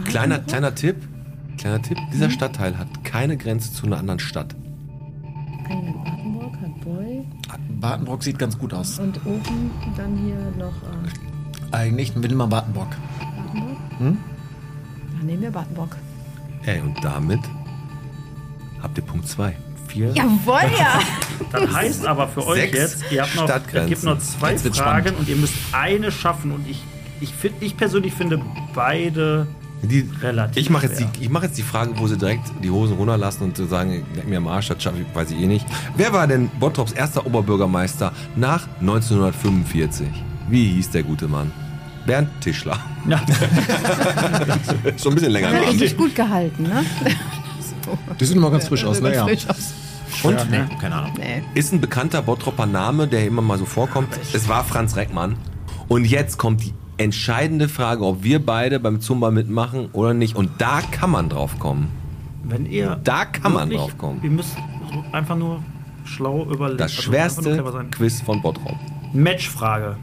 [SPEAKER 2] Kleiner, kleiner Tipp. Kleiner Tipp, dieser Stadtteil hat keine Grenze zu einer anderen Stadt.
[SPEAKER 13] Eine Badenburg hat Boy
[SPEAKER 8] Wartenbrock sieht ganz gut aus.
[SPEAKER 13] und oben dann hier noch äh,
[SPEAKER 8] Eigentlich will man Wartenbrock.
[SPEAKER 13] Badenburg.
[SPEAKER 9] Dann Ah, nehmen wir Badenburg.
[SPEAKER 2] Ey, und damit habt ihr Punkt 2.
[SPEAKER 3] Vier.
[SPEAKER 9] Jawohl, ja.
[SPEAKER 3] Das heißt aber für euch
[SPEAKER 2] Sechs
[SPEAKER 3] jetzt, ihr habt noch, es
[SPEAKER 2] Stadtgrenzen.
[SPEAKER 3] gibt noch zwei
[SPEAKER 8] Jetzt
[SPEAKER 3] Fragen
[SPEAKER 8] wird's spannend.
[SPEAKER 3] und ihr müsst eine schaffen. Und ich, ich, find, ich persönlich finde beide
[SPEAKER 2] Die,
[SPEAKER 3] relativ.
[SPEAKER 2] ich mache jetzt,
[SPEAKER 3] schwer.
[SPEAKER 2] die- ich mach jetzt die Frage, wo sie direkt die Hosen runterlassen und so sagen, leck mir am Arsch, das schaffe ich, weiß ich eh nicht. Wer war denn Bottrops erster Oberbürgermeister nach 1945? Wie hieß der gute Mann? Bernd Tischler.
[SPEAKER 3] Ja.
[SPEAKER 2] Schon ein bisschen länger im
[SPEAKER 9] Hat
[SPEAKER 2] Amt.
[SPEAKER 9] richtig gut gehalten, ne?
[SPEAKER 8] Die sieht immer ganz frisch aus,
[SPEAKER 9] Ganz
[SPEAKER 8] naja.
[SPEAKER 9] frisch aus.
[SPEAKER 2] Und
[SPEAKER 8] Nee, ne? keine Ahnung.
[SPEAKER 9] Nee.
[SPEAKER 2] ist ein bekannter Bottroper Name, der immer mal so vorkommt. Es war Franz Reckmann. Und jetzt kommt die entscheidende Frage, ob wir beide beim Zumba mitmachen oder nicht. Und da kann man drauf kommen.
[SPEAKER 3] Wenn ihr
[SPEAKER 2] Da kann man
[SPEAKER 3] wirklich-
[SPEAKER 2] drauf kommen.
[SPEAKER 3] Ihr müsst so einfach nur schlau überlegen.
[SPEAKER 2] Das
[SPEAKER 3] Also einfach nur
[SPEAKER 2] schwerste
[SPEAKER 3] clever sein.
[SPEAKER 2] Quiz von Bottrop.
[SPEAKER 3] Matchfrage.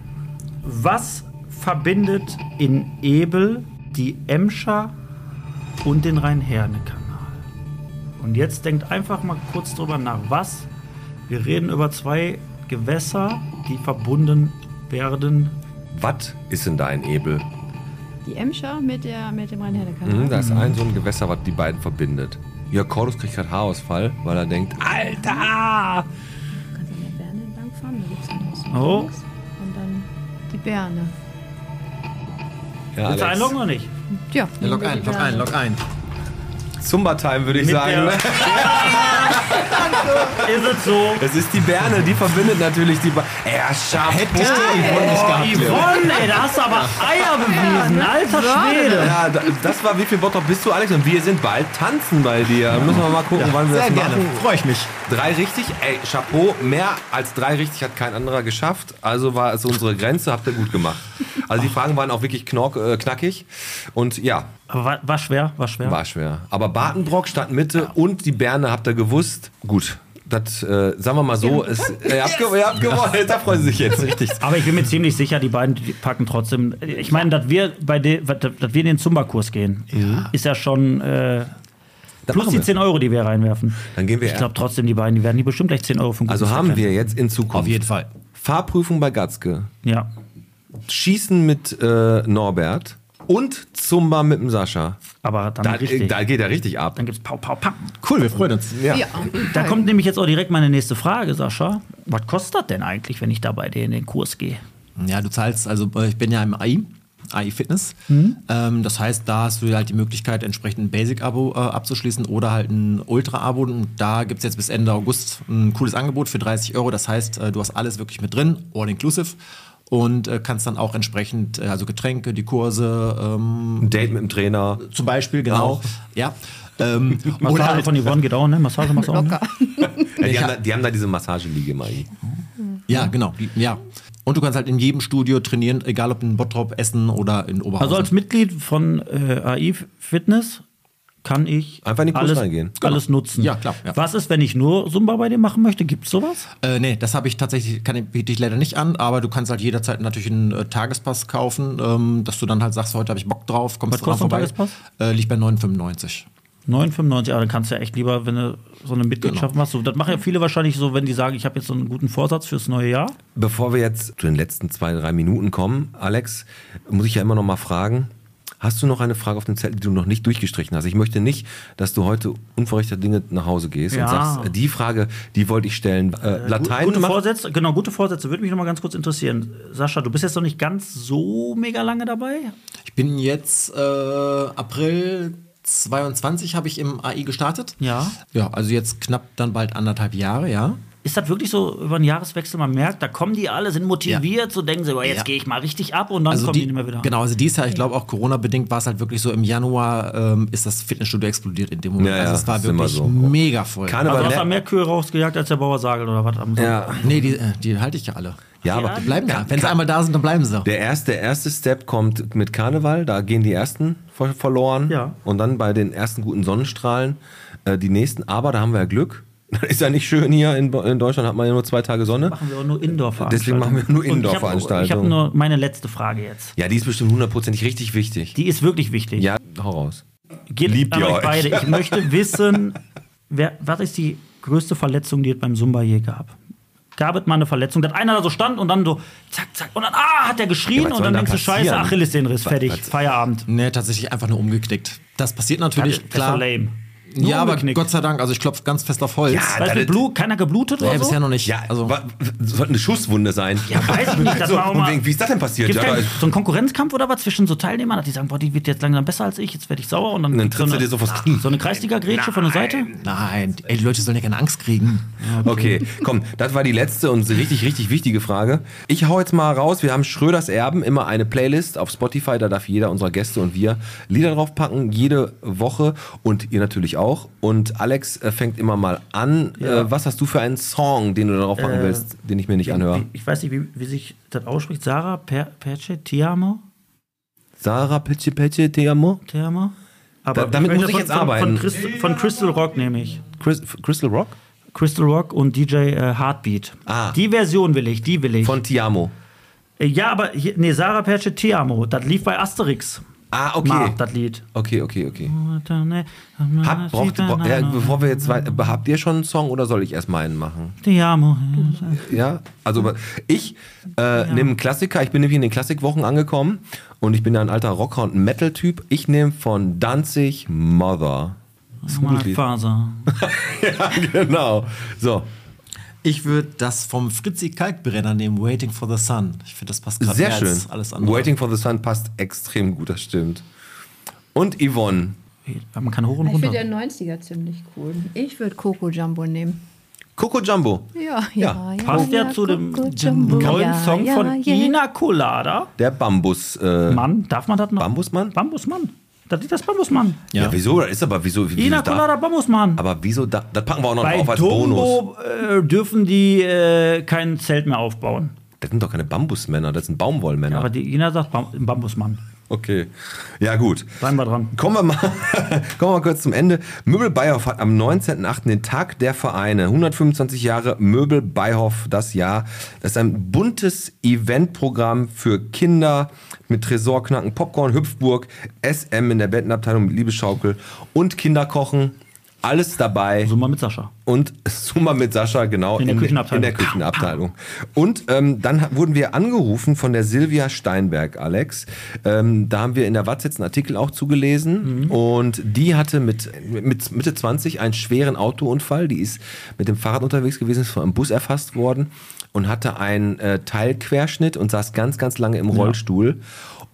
[SPEAKER 3] Was verbindet in Ebel die Emscher und den Rhein-Herne-Kanal? Und jetzt denkt einfach mal kurz drüber nach. Was? Wir reden über zwei Gewässer, die verbunden werden.
[SPEAKER 2] Was ist denn da in Ebel?
[SPEAKER 9] Die Emscher mit, der, mit dem
[SPEAKER 3] Mhm.
[SPEAKER 9] Rhein-Herne-Kanal.
[SPEAKER 2] Hm, da ist ein so ein Gewässer, was die beiden verbindet. Jörg Cordus kriegt gerade Haarausfall, weil er denkt, Alter!
[SPEAKER 13] Kannst an der Berne entlang fahren, da gibt es ein Haus mit
[SPEAKER 3] Oh.
[SPEAKER 13] links. Und dann
[SPEAKER 9] Die Berne.
[SPEAKER 2] Ja,
[SPEAKER 3] Willst du
[SPEAKER 2] Alex.
[SPEAKER 3] einloggen oder nicht?
[SPEAKER 9] Ja.
[SPEAKER 8] Ja, log ein, log ein, log ein.
[SPEAKER 2] Zumba-Time, würde ich
[SPEAKER 3] Mit
[SPEAKER 2] sagen.
[SPEAKER 3] der- Ist es so?
[SPEAKER 2] Es ist die Berne, die verbindet natürlich die beiden. Er schafft
[SPEAKER 8] Hätte ich
[SPEAKER 3] Oh,
[SPEAKER 8] die Yvonne nicht gehabt, Leo.
[SPEAKER 3] Yvonne, ey, da hast du aber Eier bewiesen. Alter Schwede.
[SPEAKER 2] Ja, da- das war wie viel Bottrop bist du, Alex? Und wir sind bald tanzen bei dir. Müssen wir mal gucken, wann wir
[SPEAKER 8] Sehr
[SPEAKER 2] das
[SPEAKER 8] gerne,
[SPEAKER 2] machen.
[SPEAKER 8] freue ich mich.
[SPEAKER 2] Drei richtig, ey, Chapeau, mehr als drei richtig hat kein anderer geschafft. Also war es unsere Grenze, habt ihr gut gemacht. Also die Fragen waren auch wirklich knork, äh, knackig. Und ja,
[SPEAKER 3] Aber war, war schwer, war schwer.
[SPEAKER 2] war schwer. Aber Bartenbrock, Stadtmitte und die Berne habt ihr gewusst. Gut, das äh, sagen wir mal so, es, ihr habt, ge ihr habt gewonnen. Da freuen sie sich jetzt richtig.
[SPEAKER 3] Aber ich bin mir ziemlich sicher, die beiden die packen trotzdem. Ich meine, dass wir bei de, dass dass wir in den Zumba-Kurs gehen, ist ja schon äh,
[SPEAKER 2] Das
[SPEAKER 3] plus
[SPEAKER 2] machen
[SPEAKER 3] die
[SPEAKER 2] wir.
[SPEAKER 3] 10 Euro, die wir reinwerfen.
[SPEAKER 2] Dann gehen wir-
[SPEAKER 3] Ich glaube trotzdem, die beiden, die werden die bestimmt gleich 10 Euro vom guten
[SPEAKER 2] Also
[SPEAKER 3] Zweck
[SPEAKER 2] haben
[SPEAKER 3] rein.
[SPEAKER 2] wir jetzt in Zukunft
[SPEAKER 8] Auf jeden Fall.
[SPEAKER 2] Fahrprüfung bei Gatzke,
[SPEAKER 3] Ja.
[SPEAKER 2] Schießen mit äh, Norbert und Zumba mit dem Sascha.
[SPEAKER 3] Aber dann
[SPEAKER 2] Da,
[SPEAKER 3] richtig.
[SPEAKER 2] äh, da geht er richtig ab.
[SPEAKER 3] dann gibt's Pau, Pau, Pau.
[SPEAKER 8] Cool, wir freuen uns.
[SPEAKER 2] Ja.
[SPEAKER 9] Ja.
[SPEAKER 3] Da kommt nämlich jetzt auch direkt meine nächste Frage, Sascha. Was kostet das denn eigentlich, wenn ich da bei dir in den Kurs gehe?
[SPEAKER 8] Ja, du zahlst, also äh, ich bin ja im AI AI Fitness. Ähm, das heißt, da hast du halt die Möglichkeit, entsprechend ein Basic-Abo äh, abzuschließen oder halt ein Ultra-Abo. Und da gibt es jetzt bis Ende August ein cooles Angebot für 30 Euro. Das heißt, äh, du hast alles wirklich mit drin, all inclusive. Und äh, kannst dann auch entsprechend, äh, also Getränke, die Kurse. Ähm,
[SPEAKER 2] Ein Date mit dem Trainer.
[SPEAKER 8] Zum Beispiel, genau.
[SPEAKER 2] Auch.
[SPEAKER 8] Ja. Ähm,
[SPEAKER 3] Massage
[SPEAKER 2] halt.
[SPEAKER 3] von Yvonne geht auch, ne? Massage machst du auch. Ne?
[SPEAKER 2] Ja, die, haben da, die haben da diese Massageliege, Mai.
[SPEAKER 3] Mhm.
[SPEAKER 8] Ja, genau. Ja. Und du kannst halt in jedem Studio trainieren, egal ob in Bottrop, Essen oder in Oberhausen.
[SPEAKER 3] Also als Mitglied von äh, AI Fitness kann ich
[SPEAKER 2] Einfach in den Kurs
[SPEAKER 3] alles,
[SPEAKER 2] reingehen.
[SPEAKER 3] alles nutzen.
[SPEAKER 8] Genau. Ja, klar, ja.
[SPEAKER 3] Was ist, wenn ich nur Zumba bei dir machen möchte? Gibt's sowas?
[SPEAKER 8] Äh, nee, das habe ich tatsächlich, kann ich, biete ich leider nicht an, aber du kannst halt jederzeit natürlich einen äh, Tagespass kaufen, ähm, dass du dann halt sagst, heute habe ich Bock drauf, kommst
[SPEAKER 3] Was
[SPEAKER 8] du mal
[SPEAKER 3] kostet ein
[SPEAKER 8] vorbei.
[SPEAKER 3] Tagespass?
[SPEAKER 8] Äh, liegt bei 9,95.
[SPEAKER 3] 9,95, aber ah, dann kannst du ja echt lieber, wenn du so eine Mitgliedschaft
[SPEAKER 2] Genau.
[SPEAKER 3] machst. So, das machen ja viele wahrscheinlich so, wenn die sagen, ich habe jetzt so einen guten Vorsatz fürs neue Jahr.
[SPEAKER 2] Bevor wir jetzt zu den letzten zwei, drei Minuten kommen, Alex, muss ich ja immer noch mal fragen, hast du noch eine Frage auf dem Zettel, die du noch nicht durchgestrichen hast? Ich möchte nicht, dass du heute unverrichter Dinge nach Hause gehst
[SPEAKER 3] Ja.
[SPEAKER 2] und sagst, äh, die Frage, die wollte ich stellen. Äh, Latein
[SPEAKER 3] gute
[SPEAKER 2] macht-
[SPEAKER 3] Vorsätze, genau, gute Vorsätze würde mich noch mal ganz kurz interessieren. Sascha, du bist jetzt noch nicht ganz so mega lange dabei.
[SPEAKER 8] Ich bin jetzt äh, April 22 habe ich im AI gestartet.
[SPEAKER 3] Ja.
[SPEAKER 8] Ja, also jetzt knapp dann bald anderthalb Jahre, ja.
[SPEAKER 3] Ist das wirklich so über den Jahreswechsel, man merkt, da kommen die alle, sind motiviert, so denken sie, aber jetzt
[SPEAKER 8] Ja.
[SPEAKER 3] gehe ich mal richtig ab und dann
[SPEAKER 8] also
[SPEAKER 3] kommen
[SPEAKER 8] die,
[SPEAKER 3] die nicht mehr wieder.
[SPEAKER 8] Genau, also dieses Jahr, ich glaube auch Corona-bedingt war es halt wirklich so, im Januar ähm, ist das Fitnessstudio explodiert in dem Moment.
[SPEAKER 2] Ja, ja,
[SPEAKER 8] also es war
[SPEAKER 2] ist immer
[SPEAKER 8] wirklich
[SPEAKER 2] so.
[SPEAKER 8] mega voll.
[SPEAKER 3] Also
[SPEAKER 2] Karneval,
[SPEAKER 3] hast du da mehr Kühe rausgejagt als der Bauer Sagel oder was? Am
[SPEAKER 2] ne- Ja.
[SPEAKER 8] Nee, die, äh, die halte ich ja alle.
[SPEAKER 2] ja, aber
[SPEAKER 8] Die bleiben ja. Wenn sie einmal da sind, dann bleiben sie.
[SPEAKER 2] Der erste, der erste Step kommt mit Karneval, da gehen die ersten ver verloren.
[SPEAKER 3] Ja.
[SPEAKER 2] Und dann bei den ersten guten Sonnenstrahlen äh, die nächsten. Aber da haben wir ja Glück. Ist ja nicht schön hier in, Bo- in Deutschland, hat man ja nur zwei Tage Sonne.
[SPEAKER 3] Machen wir auch nur
[SPEAKER 2] Deswegen
[SPEAKER 3] Indoor-Veranstaltungen.
[SPEAKER 2] machen wir nur
[SPEAKER 3] Und ich hab- Ich habe
[SPEAKER 2] Indoor-Veranstaltungen.
[SPEAKER 3] nur meine letzte Frage jetzt.
[SPEAKER 2] ja, die ist bestimmt hundertprozentig richtig wichtig.
[SPEAKER 3] Die ist wirklich wichtig.
[SPEAKER 2] ja, hau raus.
[SPEAKER 3] Geht
[SPEAKER 2] Liebt
[SPEAKER 3] an
[SPEAKER 2] ihr euch?
[SPEAKER 3] beide. Ich möchte wissen, wer, was ist die größte Verletzung, die es beim Zumba je gab? Gab es mal eine Verletzung, dass einer da so stand und dann so zack, zack und dann ah, hat er
[SPEAKER 2] Ja,
[SPEAKER 3] geschrien
[SPEAKER 2] was
[SPEAKER 3] und
[SPEAKER 2] soll
[SPEAKER 3] dann
[SPEAKER 2] denn
[SPEAKER 3] denkst du,
[SPEAKER 2] da
[SPEAKER 3] scheiße,
[SPEAKER 2] passieren?
[SPEAKER 3] Achillessehnenriss,
[SPEAKER 2] Was-
[SPEAKER 3] fertig,
[SPEAKER 2] was-
[SPEAKER 3] Feierabend.
[SPEAKER 8] Nee, tatsächlich einfach nur umgeknickt. Das passiert
[SPEAKER 3] Das
[SPEAKER 8] natürlich,
[SPEAKER 3] ist
[SPEAKER 8] klar.
[SPEAKER 3] doch lame. Nur
[SPEAKER 8] Ja, aber
[SPEAKER 3] umgeknickt.
[SPEAKER 8] Gott sei Dank, also ich klopfe ganz fest auf Holz.
[SPEAKER 2] Ja,
[SPEAKER 3] Weil
[SPEAKER 2] das-
[SPEAKER 3] mit Blut, keiner geblutet
[SPEAKER 8] nee,
[SPEAKER 3] oder so?
[SPEAKER 8] bisher noch nicht.
[SPEAKER 2] Ah, Ja,
[SPEAKER 8] also,
[SPEAKER 2] wa- sollte eine Schusswunde sein.
[SPEAKER 3] Ja, weiß ich nicht, das
[SPEAKER 2] so,
[SPEAKER 3] war auch
[SPEAKER 2] und
[SPEAKER 3] mal-
[SPEAKER 2] wegen, wie ist das denn passiert?
[SPEAKER 3] Gibt
[SPEAKER 2] Ja, da
[SPEAKER 3] kein,
[SPEAKER 2] ist,
[SPEAKER 3] so ein Konkurrenzkampf oder was zwischen so Teilnehmern, dass die sagen, boah, die wird jetzt langsam besser als ich, jetzt werde ich sauer und dann,
[SPEAKER 2] Und dann
[SPEAKER 3] so
[SPEAKER 2] trittst du
[SPEAKER 3] eine,
[SPEAKER 2] dir so vors Knie.
[SPEAKER 3] so eine Kreisliga-Grätsche von der Seite.
[SPEAKER 8] nein, ey, die Leute sollen ja keine Angst kriegen.
[SPEAKER 2] Okay, komm, das war die letzte und richtig, richtig wichtige Frage. Ich hau jetzt mal raus, wir haben Schröders Erben, immer eine Playlist auf Spotify, da darf jeder unserer Gäste und wir Lieder draufpacken, jede Woche und ihr natürlich auch. Und Alex äh, fängt immer mal an. Äh, was hast du für einen Song, den du darauf packen
[SPEAKER 3] Äh,
[SPEAKER 2] willst, den ich mir nicht anhöre?
[SPEAKER 3] Wie, ich weiß nicht, wie, wie sich das ausspricht. Sarah per, Perce, Tiamo?
[SPEAKER 2] Sarah Petsche Petsche Te Amo?
[SPEAKER 3] Tiamo? Aber
[SPEAKER 2] Da- damit
[SPEAKER 3] möchte
[SPEAKER 2] muss ich
[SPEAKER 3] von,
[SPEAKER 2] jetzt
[SPEAKER 3] von,
[SPEAKER 2] arbeiten.
[SPEAKER 3] Von, Christ, von Crystal Rock nehme ich.
[SPEAKER 2] Chris, Crystal Rock?
[SPEAKER 3] Crystal Rock und DJ äh, Heartbeat.
[SPEAKER 2] Ah.
[SPEAKER 3] Die Version will ich, die will ich.
[SPEAKER 2] Von Tiamo.
[SPEAKER 3] Äh, ja, aber hier, nee, Sarah Perce, Tiamo. Das lief bei Asterix.
[SPEAKER 2] Ah, okay.
[SPEAKER 3] Mal, das Lied.
[SPEAKER 2] Okay, okay, okay. Hab, braucht, bra ja, bevor wir jetzt weiter, habt ihr schon einen Song oder soll ich erst meinen machen?
[SPEAKER 3] Tiamo.
[SPEAKER 2] Ja, also ich äh, nehme einen Klassiker. Ich bin nämlich in den Klassikwochen angekommen und ich bin ja ein alter Rocker und ein Metal-Typ. Ich nehme von Danzig Mother. Das ist ein gutes
[SPEAKER 3] My
[SPEAKER 2] Lied.
[SPEAKER 3] father.
[SPEAKER 2] ja, genau. So,
[SPEAKER 8] Ich würde das vom Fritzi Kalkbrenner nehmen, Waiting for the Sun. Ich finde, das passt gerade
[SPEAKER 2] sehr
[SPEAKER 8] mehr
[SPEAKER 2] schön.
[SPEAKER 8] als alles andere.
[SPEAKER 2] Waiting for the Sun passt extrem gut, das stimmt. Und Yvonne.
[SPEAKER 3] Man kann hoch und
[SPEAKER 14] Ich finde
[SPEAKER 3] runter.
[SPEAKER 14] den 90er ziemlich cool.
[SPEAKER 9] Ich würde Coco Jumbo nehmen.
[SPEAKER 2] Coco Jumbo.
[SPEAKER 9] Ja,
[SPEAKER 2] Ja,
[SPEAKER 9] ja, ja.
[SPEAKER 3] Passt ja zu dem
[SPEAKER 9] Coco Jumbo.
[SPEAKER 3] neuen
[SPEAKER 9] Ja,
[SPEAKER 3] Song
[SPEAKER 9] ja,
[SPEAKER 3] von
[SPEAKER 9] ja.
[SPEAKER 3] Ina Colada.
[SPEAKER 2] Der Bambus. Äh,
[SPEAKER 3] Mann, darf man das noch?
[SPEAKER 2] Bambusmann?
[SPEAKER 3] Bambusmann. Das ist das Bambusmann.
[SPEAKER 2] Ja. wieso? Das ist aber wieso? Wie,
[SPEAKER 3] Ina
[SPEAKER 2] wieso da,
[SPEAKER 3] Colada Bambusmann.
[SPEAKER 2] aber wieso? Da, das packen wir auch noch
[SPEAKER 3] Bei
[SPEAKER 2] drauf als Bonus.
[SPEAKER 3] Dumbo äh, dürfen die äh, kein Zelt mehr aufbauen.
[SPEAKER 2] Das sind doch keine Bambusmänner, das sind Baumwollmänner.
[SPEAKER 3] Aber die Ina sagt Bam Bambusmann.
[SPEAKER 2] okay. Ja, gut.
[SPEAKER 3] Bleiben wir dran.
[SPEAKER 2] Kommen wir mal, kommen wir mal kurz zum Ende. Möbel Beihoff hat am 19.08. den Tag der Vereine. 125 Jahre Möbel Beihoff das Jahr. Das ist ein buntes Eventprogramm für Kinder mit Tresorknacken, Popcorn, Hüpfburg, SM in der Bettenabteilung mit Liebesschaukel und Kinderkochen. Alles dabei.
[SPEAKER 3] So mal mit Sascha.
[SPEAKER 2] Und Zuma mit Sascha, genau,
[SPEAKER 3] In der Küchenabteilung.
[SPEAKER 2] In der Küchenabteilung. Und ähm, dann ha- wurden wir angerufen von der Silvia Steinberg, Alex. Ähm, da haben wir in der Watz jetzt einen Artikel auch zugelesen.
[SPEAKER 3] Mhm.
[SPEAKER 2] Und die hatte mit, mit Mitte 20 einen schweren Autounfall. Die ist mit dem Fahrrad unterwegs gewesen, ist von einem Bus erfasst worden und hatte einen äh, Teilquerschnitt und saß ganz, ganz lange im Rollstuhl.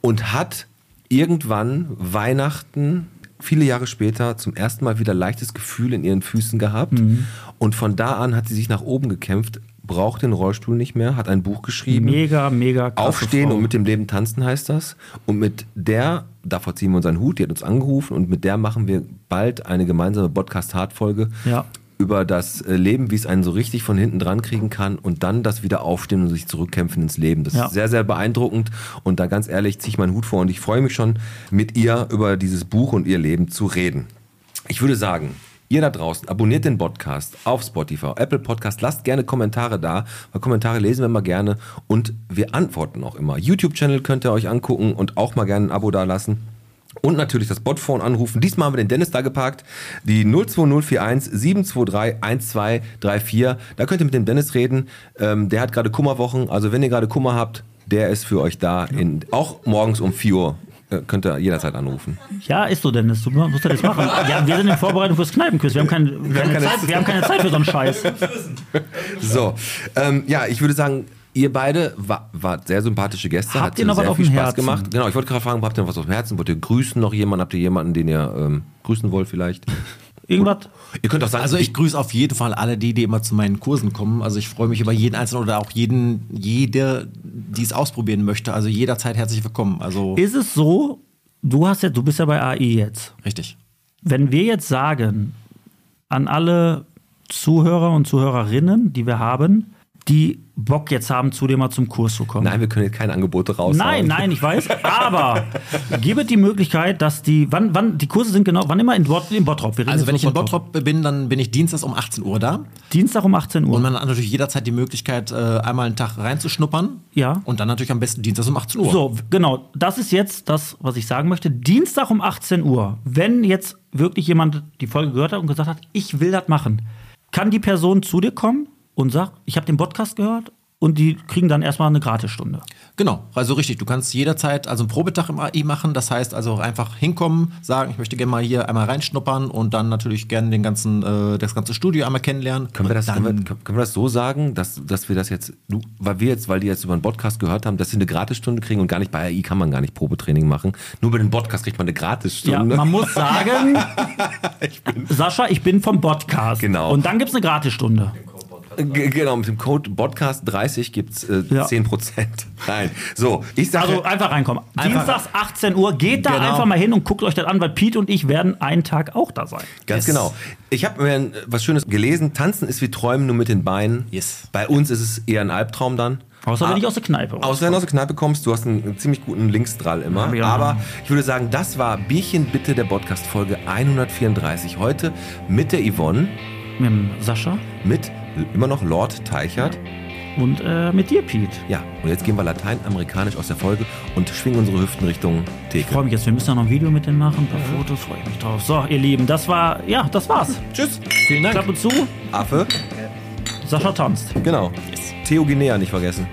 [SPEAKER 2] und hat irgendwann Weihnachten viele Jahre später zum ersten Mal wieder leichtes Gefühl in ihren Füßen gehabt.
[SPEAKER 3] Mhm.
[SPEAKER 2] Und von da an hat sie sich nach oben gekämpft, braucht den Rollstuhl nicht mehr, hat ein Buch geschrieben.
[SPEAKER 3] Mega, mega krasse
[SPEAKER 2] Aufstehen
[SPEAKER 3] Frau.
[SPEAKER 2] und mit dem Leben tanzen heißt das. Und mit der, davor ziehen wir unseren Hut, die hat uns angerufen und mit der machen wir bald eine gemeinsame Podcast-Hard-Folge.
[SPEAKER 3] Ja.
[SPEAKER 2] Über das äh, Leben, wie es einen so richtig von hinten dran kriegen kann und dann das wieder aufstehen und sich zurückkämpfen ins Leben. Das
[SPEAKER 3] Ja.
[SPEAKER 2] ist sehr, sehr beeindruckend. Und da ganz ehrlich ziehe ich meinen Hut vor und ich freue mich schon, mit ihr über dieses Buch und ihr Leben zu reden. Ich würde sagen, ihr da draußen, abonniert den Podcast auf Spotify, Apple Podcast, lasst gerne Kommentare da, weil Kommentare lesen wir immer gerne und wir antworten auch immer. YouTube-Channel könnt ihr euch angucken und auch mal gerne ein Abo da lassen. Und natürlich das Botphone anrufen. Diesmal haben wir den Dennis da geparkt. Die 02041 723 1234. Da könnt ihr mit dem Dennis reden. Ähm, der hat gerade Kummerwochen. Also wenn ihr gerade Kummer habt, der ist für euch da. In, auch morgens um 4 Uhr äh, könnt ihr jederzeit anrufen.
[SPEAKER 3] Ja, ist so, Dennis. Du musst das jetzt machen. Ja, wir sind in Vorbereitung fürs Kneipenquiz. Wir haben keine, wir haben keine,
[SPEAKER 2] keine-
[SPEAKER 3] Zeit, wir haben keine Zeit für so einen Scheiß.
[SPEAKER 2] So, ähm, ja, ich würde sagen, ihr beide wa- wart sehr sympathische Gäste,
[SPEAKER 3] Habt
[SPEAKER 2] hat
[SPEAKER 3] ihr noch
[SPEAKER 2] sehr
[SPEAKER 3] was auf
[SPEAKER 2] viel
[SPEAKER 3] dem
[SPEAKER 2] Spaß
[SPEAKER 3] Herzen?
[SPEAKER 2] gemacht. Genau, ich wollte gerade fragen, habt ihr noch was auf dem Herzen? Wollt ihr grüßen noch jemanden? Habt ihr jemanden, den ihr ähm, grüßen wollt vielleicht?
[SPEAKER 3] Irgendwas?
[SPEAKER 2] Ihr könnt auch sagen,
[SPEAKER 8] Also ich grüße auf jeden Fall alle die, die immer zu meinen Kursen kommen. Also ich freue mich über jeden Einzelnen oder auch jeden, jede, die es ausprobieren möchte. Also jederzeit herzlich willkommen. Also
[SPEAKER 3] Ist es so, du, hast ja, du bist ja bei AI jetzt.
[SPEAKER 8] Richtig.
[SPEAKER 3] Wenn wir jetzt sagen, an alle Zuhörer und Zuhörerinnen, die wir haben, die Bock jetzt haben, zu dir mal zum Kurs zu kommen.
[SPEAKER 2] Nein, wir können jetzt keine Angebote raushauen.
[SPEAKER 3] Nein, nein, ich weiß. Aber gebe die Möglichkeit, dass die, wann, wann, die Kurse sind genau, wann immer in, Bot, in Bottrop. Wir reden
[SPEAKER 8] Also
[SPEAKER 3] jetzt
[SPEAKER 8] wenn ich in
[SPEAKER 3] von
[SPEAKER 8] Bottrop bin, dann bin ich dienstags um 18 Uhr da.
[SPEAKER 3] Dienstag um 18 Uhr.
[SPEAKER 8] Und man hat natürlich jederzeit die Möglichkeit, äh, einmal einen Tag reinzuschnuppern.
[SPEAKER 3] Ja.
[SPEAKER 8] Und dann natürlich am besten dienstags um 18 Uhr.
[SPEAKER 3] So, genau. Das ist jetzt das, was ich sagen möchte. Dienstag um 18 Uhr, wenn jetzt wirklich jemand die Folge gehört hat und gesagt hat, ich will das machen, kann die Person zu dir kommen und sagt, ich habe den Podcast gehört und die kriegen dann erstmal eine Gratisstunde.
[SPEAKER 8] Genau, also richtig. Du kannst jederzeit also einen Probetag im AI machen. Das heißt also einfach hinkommen, sagen, ich möchte gerne mal hier einmal reinschnuppern und dann natürlich gerne den ganzen, äh, das ganze Studio einmal kennenlernen.
[SPEAKER 2] Können wir, das,
[SPEAKER 8] dann,
[SPEAKER 2] können, wir, können wir das so sagen, dass, dass wir das jetzt, du, weil wir jetzt, weil die jetzt über den Podcast gehört haben, dass sie eine Gratisstunde kriegen und gar nicht bei AI kann man gar nicht Probetraining machen. Nur über den Podcast kriegt man eine
[SPEAKER 3] Ja,
[SPEAKER 2] Gratisstunde.
[SPEAKER 3] man muss sagen, Sascha, ich bin vom Podcast.
[SPEAKER 2] Genau.
[SPEAKER 3] Und dann gibt es eine Gratisstunde.
[SPEAKER 2] G- Genau, mit dem Code Podcast30 gibt es äh,
[SPEAKER 3] Ja.
[SPEAKER 2] 10% rein. So, ich sage.
[SPEAKER 3] Also einfach reinkommen.
[SPEAKER 2] Einfach-
[SPEAKER 3] Dienstags 18 Uhr, geht da
[SPEAKER 2] Genau.
[SPEAKER 3] einfach mal hin und guckt euch das an, weil Pete und ich werden einen Tag auch da sein.
[SPEAKER 2] Ganz genau. Ich habe mir ein- was Schönes gelesen. Tanzen ist wie Träumen, nur mit den Beinen. Bei uns ist es eher ein Albtraum dann.
[SPEAKER 3] Außer wenn
[SPEAKER 2] Ah,
[SPEAKER 3] ich aus der Kneipe raus.
[SPEAKER 2] Außer wenn du aus der Kneipe kommst, du hast einen, einen ziemlich guten Linksdrall immer.
[SPEAKER 3] Ja, ja.
[SPEAKER 2] Aber ich würde sagen, das war Bierchen bitte der Podcast-Folge 134. Heute mit der Yvonne,
[SPEAKER 3] Mit dem Sascha
[SPEAKER 2] mit immer noch Lord Teichert.
[SPEAKER 3] und äh, mit dir, Pete.
[SPEAKER 2] Ja, und jetzt gehen wir lateinamerikanisch aus der Folge und schwingen unsere Hüften Richtung Theke.
[SPEAKER 3] Ich freue mich jetzt. Wir müssen ja noch ein Video mit denen machen, ein paar Fotos, freue ich mich drauf. So, ihr Lieben, das war, ja, das war's.
[SPEAKER 2] Tschüss.
[SPEAKER 3] Vielen Dank. Klappe zu,
[SPEAKER 2] Affe.
[SPEAKER 3] Sascha tanzt.
[SPEAKER 2] Genau. Theo Guinea nicht vergessen.